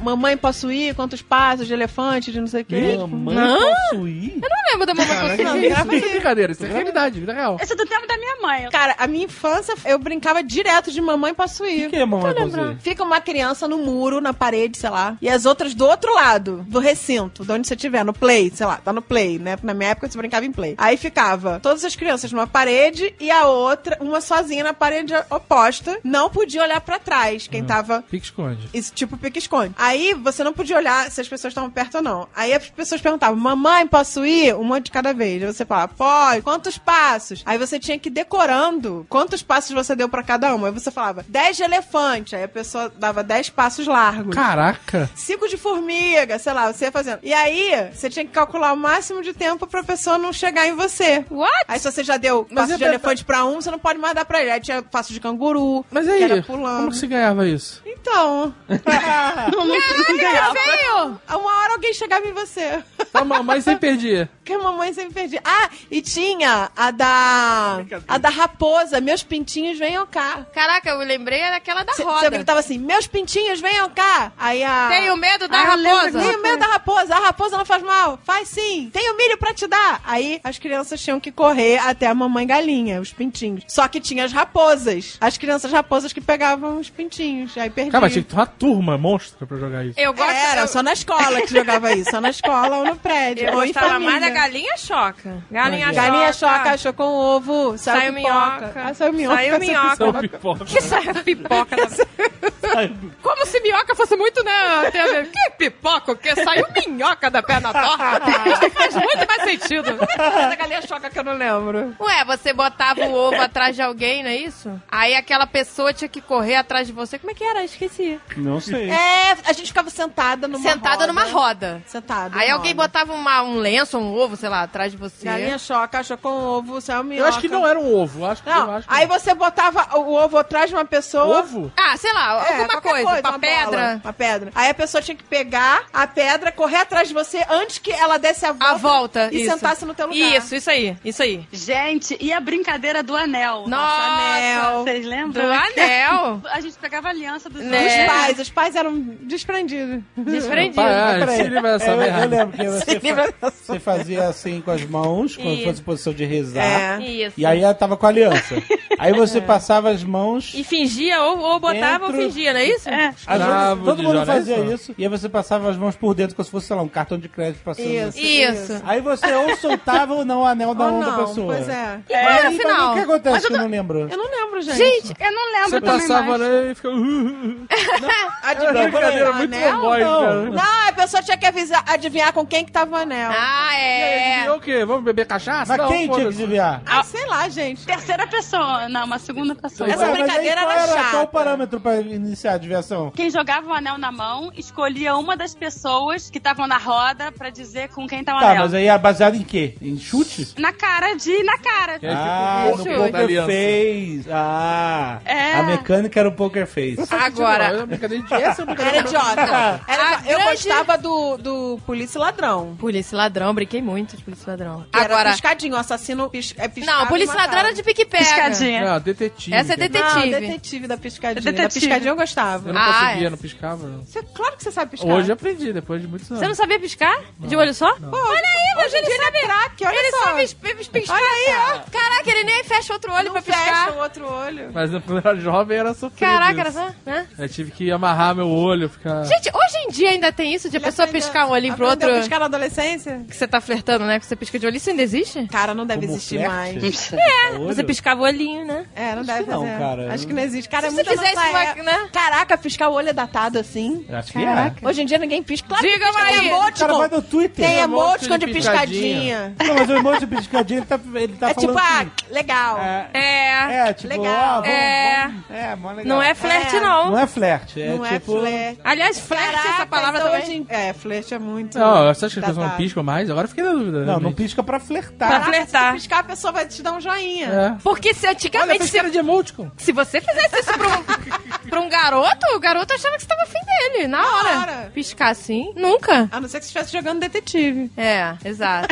S4: mamãe posso ir, quantos passos de elefante, de não sei o quê.
S12: Mamãe possuir?
S3: Eu lembro da mamãe
S7: Não,
S3: Cosquinha.
S7: isso não é brincadeira, isso é realidade, vida real.
S6: Esse é do tempo da minha mãe.
S4: Cara, a minha infância, eu brincava direto de mamãe posso
S12: O
S4: ir.
S12: que é mamãe possuir?
S4: Fica uma criança no muro, na parede, sei lá. E as outras do outro lado, do recinto, de onde você estiver, no play, sei lá, tá no play, né? Na minha época você brincava em play. Aí ficava todas as crianças numa parede e a outra, uma sozinha na parede oposta. Não podia olhar pra trás,
S12: Hum.
S4: quem tava
S7: Fica esconde.
S4: isso, tipo pique-esconde. Aí você não podia olhar se as pessoas estavam perto ou não. Aí as pessoas perguntavam, mamãe, posso ir? Uma de cada vez. Aí você falava, pode, quantos passos? Aí você tinha que ir decorando quantos passos você deu pra cada uma. Aí você falava, 10 de elefante. Aí a pessoa dava 10 passos largos.
S7: Caraca!
S4: Cinco de formiga, sei lá, você ia fazendo. E aí, você tinha que calcular o máximo de tempo pra pessoa não chegar em você.
S3: What?
S4: Aí se você já deu
S7: Mas
S4: passo
S7: é
S4: de
S7: pra-
S4: elefante pra um, você não pode mais dar pra ele. Aí tinha passo de canguru,
S7: Mas
S4: que
S7: aí,
S4: era
S7: como
S4: pulando.
S7: que se ganhava isso?
S4: Então,
S6: Não, não, não ganhava.
S3: Feio!
S4: uma hora alguém chegava em você.
S7: A mamãe sempre perdia.
S4: Que a mamãe sempre perdia. Ah, e tinha a da. A da raposa, meus pintinhos venham cá.
S3: Caraca, eu lembrei era aquela da
S4: Você
S3: roda.
S4: gritava assim, meus pintinhos venham cá. Aí a.
S3: Tenho medo da
S6: Ah, eu lembro
S3: raposa.
S4: Tenho medo da raposa, a raposa não faz mal. Faz sim, tenho milho pra te dar. Aí as crianças tinham que correr até a mamãe galinha, os pintinhos. Só que tinha as raposas. As crianças raposas que pegavam os pintinhos. Aí perdiam.
S7: Cara, mas tinha que ter uma turma monstra pra jogar isso.
S3: Eu gosto
S4: Era,
S3: eu,
S4: só na escola que jogava isso. Só na escola ou no prédio.
S3: eu
S4: ou em
S3: gostava
S4: família.
S3: mais da galinha choca. Galinha,
S4: Galinha né? choca,
S3: choca.
S4: achou com ovo, saiu,
S3: Saiu
S4: pipoca.
S3: minhoca.
S4: Ah, saiu minhoca.
S3: Saiu minhoca.
S7: Então, pipoca.
S3: Que essa pipoca da... Como se minhoca fosse muito, né? tem a ver. Que pipoca, o que saiu minhoca da perna torta. Isso faz muito mais sentido.
S4: Essa galinha choca que eu não lembro.
S3: Ué, você botava o ovo atrás de alguém, não é isso? Aí aquela pessoa tinha que correr atrás de você. Como é que era? Esqueci.
S12: Não sei.
S4: É, a gente ficava sentada numa
S3: Sentada
S4: roda.
S3: numa roda.
S4: Sentada.
S3: Aí
S4: numa
S3: alguém
S4: roda.
S3: botava uma- um lenço, um ovo, sei lá, atrás de você.
S4: Galinha choca, achou com ovo, saiu minhoca.
S7: Eu acho que não era um ovo, eu acho que, eu
S4: Não,
S7: acho que é.
S4: aí você botava o ovo atrás de uma pessoa.
S7: Ovo?
S3: Ah, sei lá,
S4: É,
S3: alguma
S4: qualquer
S3: coisa, uma, pedra.
S4: bola, uma pedra. Aí a pessoa tinha que pegar a pedra, correr atrás de você antes que ela desse a volta.
S3: A volta.
S4: E
S3: isso.
S4: sentasse no teu lugar.
S3: Isso, isso aí, isso aí.
S6: Gente, e a brincadeira do anel?
S3: Nossa,
S4: anel.
S6: Vocês
S3: do
S6: lembram?
S3: anel.
S6: A gente pegava a aliança dos
S3: Né?
S4: Os
S3: É.
S4: pais, os pais eram desprendidos.
S3: Desprendido.
S7: Pai, ah,
S2: Peraí.
S7: se livra
S2: É,
S7: dessa
S2: eu, eu
S7: merda.
S2: lembro que você, fa- você fazia assim com as mãos, quando
S3: Isso.
S2: fosse posição de rezar.
S4: É.
S3: Isso.
S2: E aí ela tava com a aliança. Aí você passava as mãos.
S3: E fingia, ou, ou botava
S2: Dentro-
S3: ou fingia, não é isso?
S6: É.
S2: as mãos-
S7: Escravo de
S2: todo mundo
S7: Jornal
S2: fazia
S7: Nacional.
S2: isso. E aí você passava as mãos por dentro, como se fosse, sei lá, um cartão de crédito passando.
S4: Isso.
S3: Isso.
S2: Aí você ou soltava ou não o anel da
S4: Ou
S2: mão da
S4: não,
S2: pessoa.
S4: pois é.
S2: Mas
S3: era,
S2: aí,
S3: afinal?
S2: mas O que acontece que eu não lembro?
S4: Eu não lembro, gente.
S6: Eu não lembro
S7: Você
S6: também
S7: passava
S6: mais.
S7: né, e ficava. Uh, uh, uh.
S4: Adivinha
S7: Era brincadeira
S4: quem
S7: é muito
S4: era o anel?
S7: homóide, cara.
S4: Não, a pessoa tinha que avisar, adivinhar com quem que tava o anel.
S3: Ah,
S7: E aí,
S3: é.
S7: adivinhou o quê? Vamos beber cachaça?
S2: Mas
S7: Não,
S2: quem tinha que
S7: foda-se.
S2: desviar?
S4: Ah, sei lá, gente.
S6: Terceira pessoa, não, uma segunda pessoa.
S4: Essa
S2: Ué, mas aí
S4: brincadeira
S2: qual
S4: era chata.
S2: Qual o parâmetro pra iniciar a desviação?
S6: Quem jogava o anel na mão escolhia uma das pessoas que estavam na roda pra dizer com quem tá o
S2: Tá,
S6: anel.
S2: mas aí é baseado em quê? Em chute?
S6: Na cara de. Na cara.
S7: É,
S2: Ah,
S7: tipo,
S2: no
S7: chute. Da
S2: poker
S7: aliança.
S2: face. Ah,
S6: É.
S2: a mecânica era o poker face.
S3: Agora,
S7: Não, é brincadeira de- Essa é uma
S4: Era
S7: brincadeira de-
S4: idiota. Era
S3: A
S4: idiota. Eu
S3: grande-
S4: gostava do, do Polícia e Ladrão.
S3: Polícia e ladrão, brinquei muito de polícia e ladrão.
S4: que era
S3: Agora.
S4: piscadinho, o assassino pis, é piscado
S3: Não, polícia
S4: e
S3: e ladrão era
S4: matava.
S3: de pique-pega.
S6: Piscadinha.
S7: Não, detetive.
S3: Essa é
S7: cara.
S3: detetive.
S4: Não, detetive da piscadinha. Da
S6: Detetive.
S4: piscadinha eu
S7: É Eu
S4: gostava.
S7: não
S3: Ah,
S7: conseguia,
S3: é.
S7: não piscava. não.
S4: Você, claro que você sabe piscar.
S7: Hoje eu aprendi, depois de muitos anos.
S3: Você não sabia piscar? De olho só?
S4: Pô, olha aí, hoje em dia ele é craque, olha
S3: Ele
S4: só.
S3: só pis- pis- piscar.
S4: Olha aí, ó.
S3: Caraca, ele nem fecha outro olho pra piscar.
S4: Fecha o outro olho.
S7: Mas quando eu era jovem era sofrido.
S3: Caraca,
S7: isso.
S3: era só. né?
S7: Eu tive que amarrar meu olho, ficar.
S3: Gente, hoje em dia ainda tem isso de a pessoa piscar um olhinho pro
S4: Aprendeu
S3: outro.
S4: a piscar na adolescência?
S3: Que você tá flertando, né? Que você pisca de olho. Isso ainda existe?
S4: Cara, não deve existir mais.
S3: É, você piscava o olhinho, né?
S4: É, não deve
S2: não,
S4: fazer.
S2: cara.
S4: Acho que não existe.
S3: Se
S4: Cara, é
S3: você
S4: muito da
S3: fizesse
S4: nossa
S3: uma-
S4: época.
S3: né?
S4: Caraca, piscar o olho é datado assim.
S2: Acho que
S4: Hoje em dia ninguém pisca. Claro que
S3: Digam
S4: pisca, tem
S3: aí.
S4: emoticon.
S2: O cara vai no Twitter. né?
S4: Tem
S7: emoticon
S4: emoticon
S7: de
S4: de piscadinha.
S2: é. Não, mas o emoji de piscadinha, ele tá, ele tá
S4: É
S2: falando
S4: tipo, ah,
S2: assim,
S4: legal.
S2: é,
S3: É.
S2: é, tipo,
S4: legal.
S2: ah, vamos,
S3: É.
S2: vamos- é, mó legal.
S3: Não é flerte,
S4: É.
S3: não.
S2: Não é flerte, é
S4: não
S2: tipo...
S4: é flerte.
S3: Aliás, flerte
S4: Caraca,
S3: essa palavra
S4: então
S3: também.
S4: hoje em- É, flerte é muito.
S7: Não, você acha que as pessoas não
S4: datado.
S7: piscam mais? Agora eu fiquei na dúvida. né,
S2: Não, não
S7: realmente.
S2: pisca pra
S4: Caraca,
S2: flertar.
S3: Pra flertar.
S4: Se você piscar, a pessoa vai te dar um joinha.
S7: É.
S3: Porque se
S7: Olha,
S2: é
S3: antigamente,
S7: fez cara de emoticon.
S3: se, se você fizesse isso pra um, pra um garoto, o garoto achava que você tava afim dele, na hora.
S4: hora.
S3: Piscar assim? Nunca.
S4: A não ser que você estivesse jogando detetive.
S3: É, exato.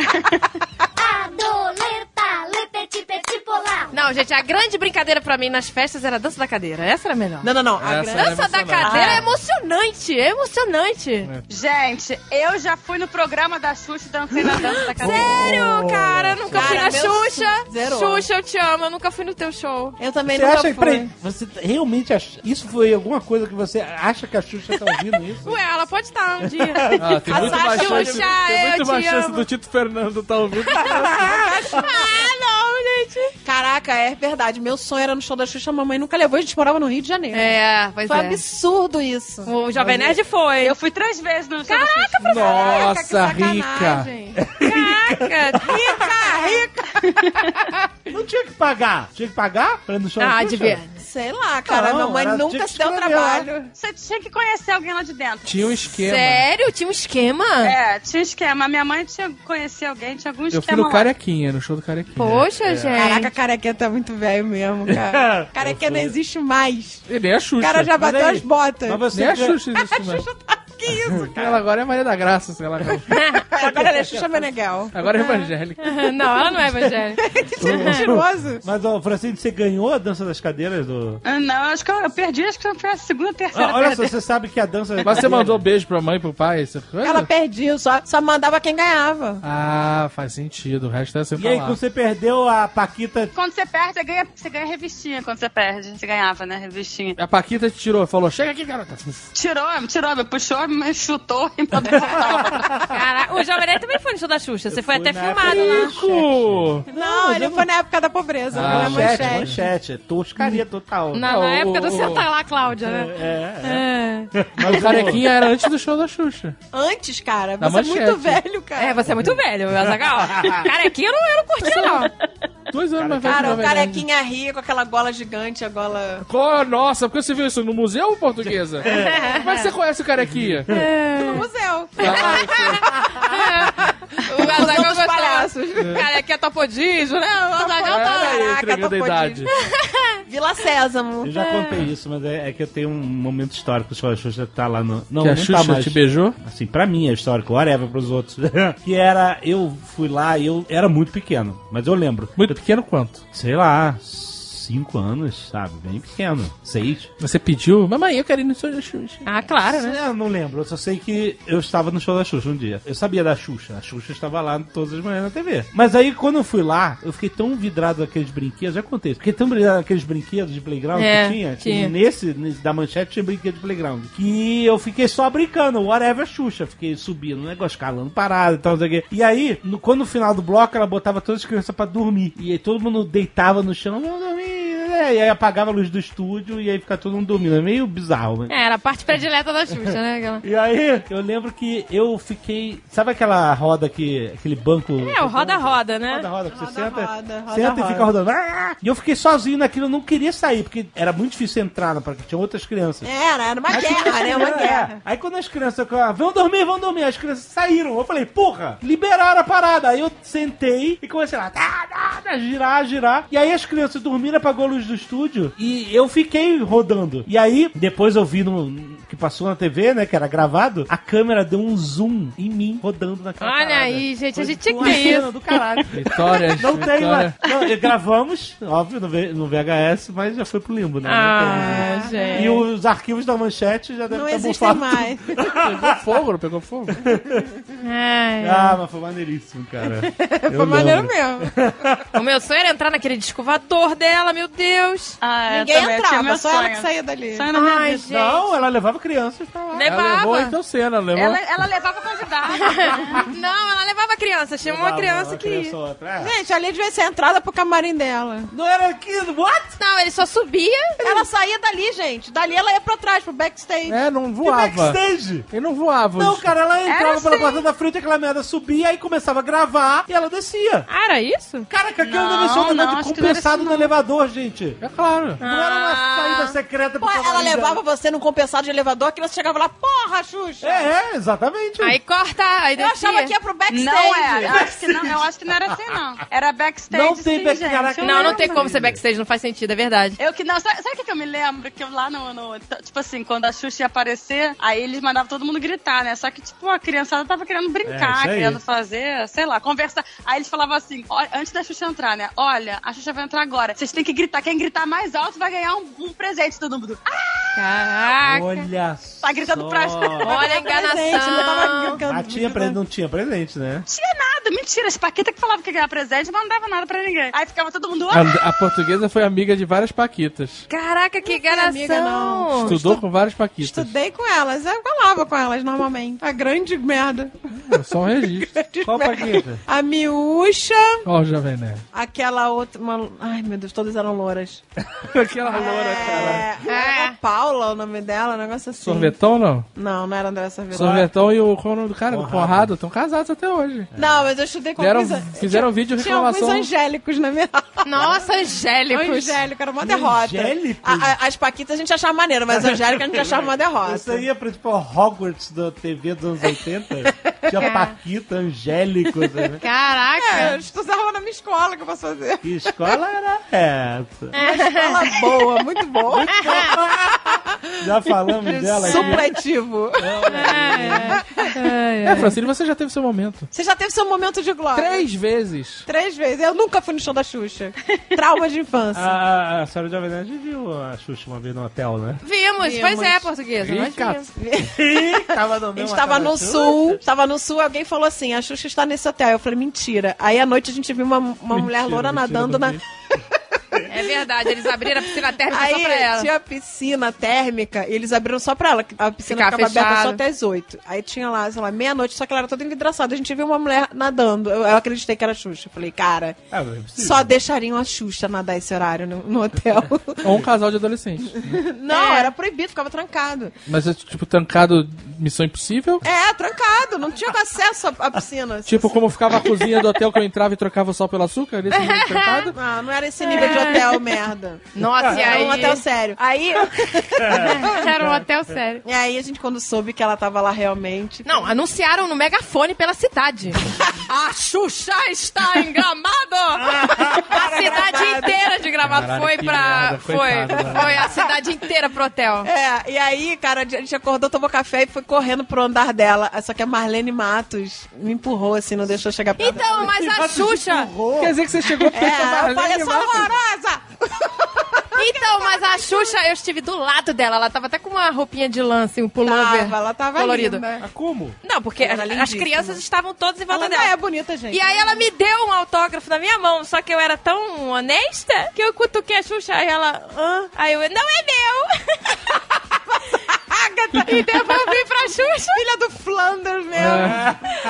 S10: Adoleta, le petit petit polar.
S3: Não, gente, a grande brincadeira pra mim nas festas era a dança da cadeira. Essa era a melhor.
S4: Não, não, não. A
S7: Essa
S4: grande-
S7: era
S3: Dança da
S7: emocionante.
S3: cadeira é
S4: Ah.
S3: emocionante, é emocionante.
S6: É. Gente, eu já fui no programa da Xuxa e dancei na dança da cadeira.
S3: Sério, cara, eu nunca fui na
S4: Cara, meu
S3: Xuxa.
S4: zero.
S3: Xuxa, eu te amo, eu nunca fui no teu show.
S4: Eu também
S2: Você
S4: nunca
S2: acha que,
S4: fui.
S2: peraí, você tá- realmente acha, isso foi alguma coisa que você acha que a Xuxa tá ouvindo isso?
S3: Ué, ela pode estar um dia.
S7: Ah, tem muito
S3: Essa
S7: mais chance,
S3: Xuxa,
S7: tem
S3: eu
S7: muito mais
S3: te
S7: chance
S3: amo.
S7: do Tito Fernando tá ouvindo.
S3: ah, não, gente.
S4: Caraca, é verdade. Meu sonho era no show da Xuxa, a mamãe nunca levou, a gente morava no Rio de Janeiro.
S3: É, pois
S4: Foi um
S3: é.
S4: absurdo isso.
S3: O Jovem
S6: é
S3: Nerd foi.
S6: Eu fui três vezes no show da Xuxa.
S7: Nossa,
S4: que sacanagem.
S7: rica.
S3: Caraca.
S2: Não tinha que pagar. Tinha que pagar pra ir no show da
S3: ah,
S2: Xuxa?
S3: de ver.
S4: Sei lá, cara,
S2: Não,
S4: a mamãe
S2: ela tinha
S4: nunca
S2: que
S4: se deu o
S2: escrever lá.
S4: trabalho.
S6: Você tinha que conhecer alguém lá de dentro.
S7: Tinha um esquema.
S3: Sério? Tinha um esquema?
S6: É, tinha um esquema. A Minha mãe tinha conhecia alguém, tinha algum
S7: Eu fui
S6: esquema
S7: no
S6: lá.
S7: Carequinha, no show do Carequinha.
S3: Poxa, gente.
S4: Caraca, carequinha tá muito velho mesmo, cara. Carequinha não existe mais.
S7: E nem a Xuxa.
S4: O cara já bateu
S2: Peraí.
S4: as botas.
S2: Mas você
S7: Nem a
S2: já-
S7: Xuxa existe mais.
S4: Que isso?
S7: Ela agora é Maria da Graça, sei lá. qual.
S4: Agora ela é Xuxa Meneghel.
S7: Agora é evangélica.
S3: Não, ela não é evangélica.
S4: Mentiroso.
S2: Mas, ó, Francine, você ganhou a dança das cadeiras do...
S6: Ah, Não, acho que eu, eu perdi, acho que foi a segunda, terceira
S2: Ah, olha só,
S6: perda.
S2: você sabe que a dança... das
S7: Mas você
S2: cadeiras-
S7: mandou beijo pra mãe, pro pai, essas coisas?
S4: Ela perdia, só, só mandava quem ganhava.
S7: Ah, faz sentido. O resto é sem
S2: E aí,
S7: falar.
S2: quando você perdeu a Paquita...
S6: Quando você perde, você ganha, você ganha revistinha quando você perde. Você ganhava, né? Revistinha.
S7: A Paquita te tirou, falou, chega aqui, garota.
S6: Tirou, me tirou, me puxou, me chutou e botou pra fora.
S3: Caraca, o Jovem Nerd também foi no show da Xuxa. Você
S2: fui
S3: foi até
S2: na
S3: filmado né? lá.
S7: Rico!
S4: Não, ele foi na época da pobreza.
S7: Ah,
S4: Ah,
S2: Manchete,
S4: manchete.
S2: manchete. Toscaria total.
S3: Na,
S7: Não,
S3: na época
S7: o-
S3: do
S7: o-
S3: Senta lá, Cláudia, né?
S2: É, é.
S3: É.
S2: Mas,
S7: O Carequinha era antes do show da Xuxa.
S4: Antes, cara,
S7: Na
S4: você é muito
S7: manchete.
S4: velho, cara.
S3: É, você é muito velho, Azagal. Carequinha eu não, eu não curti, não.
S7: Dois anos mais velho que
S4: Cara, é o
S7: Jovem Nerd.
S4: carequinha ri com aquela gola gigante, a gola.
S7: Cor- Nossa, porque você viu isso no museu portuguesa? Como é que você conhece o Carequinha? Ah,
S4: No museu.
S3: O Azagal
S4: dos palhaços.
S3: gostava.
S2: É.
S3: Carequinha
S6: é
S3: topodígio, né? O Azagal tá.
S7: Olha aí,
S4: Caraca,
S7: entregando a
S4: tô
S7: é, idade.
S4: Vila Sésamo.
S2: Eu já contei isso, mas é, é que eu tenho um momento histórico. A Xuxa tá lá no. Não,
S7: Que a
S2: não tá
S7: Xuxa
S2: mais.
S7: te beijou?
S2: Assim, pra mim é histórico, whatever pros outros. que era. Eu fui lá e eu era muito pequeno, mas eu lembro.
S7: Muito pequeno quanto?
S2: Sei lá, cinco anos, sabe? Bem pequeno. Seis.
S7: Você pediu? Mamãe, eu quero ir no show da Xuxa.
S3: Ah, claro, né?
S2: Eu não lembro, eu só sei que eu estava no show da Xuxa um dia. Eu sabia da Xuxa, a Xuxa estava lá todas as manhãs na TV. Mas aí quando eu fui lá, eu fiquei tão vidrado naqueles brinquedos, já contei, isso, fiquei tão vidrado naqueles brinquedos de playground
S3: É,
S2: que tinha,
S3: tinha.
S2: E nesse, nesse da manchete tinha brinquedo de playground, que eu fiquei só brincando, whatever Xuxa, fiquei subindo, negócio, calando parada e tal, não sei o quê. E aí, no- quando no final do bloco ela botava todas as crianças pra dormir, e aí todo mundo deitava no chão, vamos dormir, né? e aí apagava a luz do estúdio e aí ficava todo mundo dormindo, é meio bizarro, né?
S3: É, era a parte predileta da Xuxa, né? Aquela...
S2: E aí, eu lembro que eu fiquei. Sabe aquela roda que. aquele banco.
S3: É, o roda-roda, né?
S2: Roda, roda, que você
S4: Roda,
S2: senta,
S4: roda, roda,
S2: senta
S4: roda.
S2: e fica rodando. Ah! E eu fiquei sozinho naquilo, eu não queria sair, porque era muito difícil entrar, né, porque tinha outras crianças.
S4: Era, era uma
S3: Ah,
S4: guerra, né? Uma guerra.
S2: É. Aí quando as crianças falaram, vão dormir, vão dormir, as crianças saíram. Eu falei, porra, liberaram a parada. Aí eu sentei e comecei lá, tá, tá, tá, girar, girar. E aí as crianças dormiram, apagou a luz do estúdio e eu fiquei rodando. E aí, depois eu vi no. Que passou na TV, né? Que era gravado, a câmera deu um zoom em mim rodando naquela
S3: Olha
S2: parada.
S3: aí, gente,
S2: Foi
S3: a gente tinha que
S2: uma
S3: ter
S2: cena
S3: isso.
S2: do caralho.
S7: Vitória,
S2: Não tem, mas.
S7: Vitória.
S2: não, gravamos, óbvio, no V- no VHS, mas já foi pro limbo, né? Não tem.
S3: Ah, gente.
S2: E os arquivos da manchete já devem
S4: Não
S2: estar
S4: existem
S2: bufados.
S4: mais.
S7: Pegou fogo, não pegou fogo?
S3: Ai,
S2: Ah, mas foi maneiríssimo, cara.
S4: Foi maneiro mesmo.
S3: O meu sonho era entrar naquele descovador dela, meu Deus.
S6: Ah, eu
S4: Ninguém
S6: também, eu tinha
S4: entrava,
S6: meu
S4: só
S6: sonho.
S4: ela que saía dali.
S6: Sonho da minha
S3: Ai,
S6: vida.
S3: gente.
S2: Não, ela levava crianças pra lá.
S7: Ela levou
S3: Levava.
S7: então cena, levou.
S6: Ela, é ela levava pra ajudar.
S3: Não, ela levava criança. Tinha uma criança que ia.
S2: outra, é.
S4: Gente, ali devia ser a entrada pro camarim dela.
S2: Não era aqui, what?
S3: Não, ele só subia.
S4: Ela saía dali, gente. Dali ela ia pra trás, pro backstage.
S7: É, não
S2: Que
S7: voava.
S2: backstage.
S7: Ele não voava.
S2: Não, cara, ela entrava
S6: Era
S2: pela
S6: assim.
S2: porta da frente, aquela merda subia, aí começava a gravar e ela descia.
S3: Ah, era isso?
S2: Caraca, aquilo
S6: Não,
S2: deve ser um
S6: não,
S2: negócio
S6: acho
S2: de
S6: que não era
S2: compensado no elevador, gente.
S7: É claro.
S2: Não era uma saída secreta
S4: Pô,
S2: pro
S4: ela
S2: camarim
S4: levava você num compensado de elevador, a criança chegava lá, porra, Xuxa!
S2: dela. É, é, exatamente.
S3: Aí corta, aí
S4: Eu
S3: descia.
S4: achava que ia pro backstage.
S6: Não era. Eu acho, que não, eu acho que não era assim, não. Era backstage.
S2: Não tem
S6: sim,
S2: back-
S6: gente.
S2: caraca.
S6: Eu
S3: Não, não
S6: lembro.
S3: tem como ser backstage, não faz sentido, é verdade.
S6: Eu que não, sabe, sabe o que, que eu me lembro? Que eu lá no, no- t- Tipo assim, quando a Xuxa ia aparecer, aí eles mandavam todo mundo gritar, né? Só que, tipo, a criançada tava querendo
S2: É,
S6: brincar,
S2: isso aí.
S6: querendo fazer, sei lá, conversar. Aí eles falavam assim, ó, antes da Xuxa entrar, né? Olha, a Xuxa vai entrar agora. Vocês têm que gritar. Quem gritar mais alto vai ganhar um, um presente todo mundo. Ah,
S3: Caraca.
S2: Olha só.
S6: tá gritando pra.
S3: Olha a
S4: Presente, não tava
S3: enganação.
S4: cantando.
S2: Ah, tinha presente, não tinha presente, né?
S6: Tinha nada, mentira. Esse Paquita que falava que ia ganhar presente, mas não dava nada pra ninguém. Aí ficava todo mundo. "Ah,
S7: A, a portuguesa foi amiga de várias paquitas.
S3: Caraca, que
S4: amiga, não.
S3: enganação.
S7: Estudou com várias paquitas.
S4: Estudei com elas, eu falava com elas normalmente. A grande merda.
S7: Só um registro.
S2: Qual Paquita?
S4: A miúcha,
S7: Ó, o Jovem Nerd.
S4: aquela outra. uma- Ai, meu Deus, todas eram louras.
S7: Aquela loura,
S4: É, era a Paula, o nome dela, um negócio assim.
S7: Sorvetão, não?
S4: Não, não era Andressa Sorvetão.
S7: Sorvetão e o, qual é o nome do cara? Conrado. Conrado. Estão casados até hoje.
S4: Não, mas eu estudei com
S7: Deram-
S4: alguns an-
S7: fizeram vídeo
S4: Tinha alguns
S7: reclamação.
S4: angélicos na minha
S3: Nossa, Angélicos.
S4: Angélico, era uma derrota.
S2: Angélicos?
S4: A- a- as Paquitas a gente achava maneiro, mas Angélica a gente achava uma
S2: Isso
S4: derrota.
S2: aí é pra, tipo, Hogwarts da TV dos anos 80. Tinha Paquita, Angélico. né?
S4: É,
S3: Caraca.
S4: eu estudava na minha escola, o que eu posso fazer?
S2: Que escola era essa?
S4: Escola boa, muito boa.
S2: Já falamos dela aqui.
S4: Supletivo.
S7: É, Francine, você já teve seu momento.
S4: Você já teve seu momento de glória?
S7: Três vezes.
S4: Três vezes. Eu nunca fui no show da Xuxa. Trauma de infância.
S2: A, a senhora Jovem Nerd viu a Xuxa uma vez no hotel, né?
S3: Vimos, pois é, portuguesa. nós
S7: Rica-
S3: vimos.
S2: Ih, tava no
S4: A gente tava no sul, tava no sul, alguém falou assim, a Xuxa está nesse hotel. Eu falei, mentira. Aí à noite a gente viu uma, uma mulher loura
S7: mentira
S4: nadando na,
S7: também.
S3: É verdade, eles abriram a piscina térmica só
S4: Aí
S3: pra ela.
S4: tinha a piscina térmica e eles abriram só pra ela. que A piscina
S3: Ficava
S4: ficava aberta só
S3: fechado.
S4: até as 8. Aí tinha lá, sei lá, meia-noite, só que ela era toda envidraçada. A gente viu uma mulher nadando. Eu, eu acreditei que era a Xuxa. Eu falei, cara,
S2: Ah, não é possível.
S4: só deixariam a Xuxa nadar esse horário no, no hotel. É.
S7: Ou um casal de adolescentes.
S4: não, era proibido, ficava trancado.
S7: Mas, é, tipo, trancado Missão Impossível?
S4: É, trancado, não tinha acesso à, à piscina.
S7: Tipo, como ficava a cozinha do hotel que eu entrava e trocava o sal pelo açúcar? Nesse momento trancado?
S4: Ah, não era esse nível de hotel, merda.
S3: Nossa, e
S4: Era
S3: aí...
S4: um hotel sério. Aí,
S3: Era um hotel sério.
S4: e aí a gente, quando soube que ela tava lá realmente.
S3: Não, anunciaram no megafone pela cidade. A Xuxa está em Gramado! a cidade inteira de Gramado
S7: Caralho,
S3: foi
S7: que
S3: pra...
S7: merda,
S3: foi,
S7: coitada.
S3: foi a cidade inteira pro hotel.
S4: É, e aí, cara, a gente acordou, tomou café e foi correndo pro andar dela. Só que a Marlene Matos me empurrou, assim, não deixou eu chegar perto.
S3: Então, mas a Xuxa...
S7: Quer dizer que você chegou perto né?
S4: é, eu falei,
S7: Marlene
S4: eu sou
S7: Matos.
S4: horrorosa!
S3: Então, mas a Xuxa, eu estive do lado dela. Ela tava até com uma roupinha de lã, assim, um pullover.
S4: Tava, ela tava
S3: colorido.
S4: linda.
S2: Ah, como?
S3: Não, porque
S4: Ela era
S3: as- as
S4: lindíssima.
S3: crianças estavam todas em volta
S4: Ela ainda
S3: dela.
S4: é bonita, gente.
S3: E aí ela me deu um autógrafo na minha mão, só que eu era tão honesta que eu cutuquei a Xuxa aí ela. Hã? Aí eu, não é meu! Agatha! E devolvi pra Xuxa.
S4: Filha do Flanders mesmo.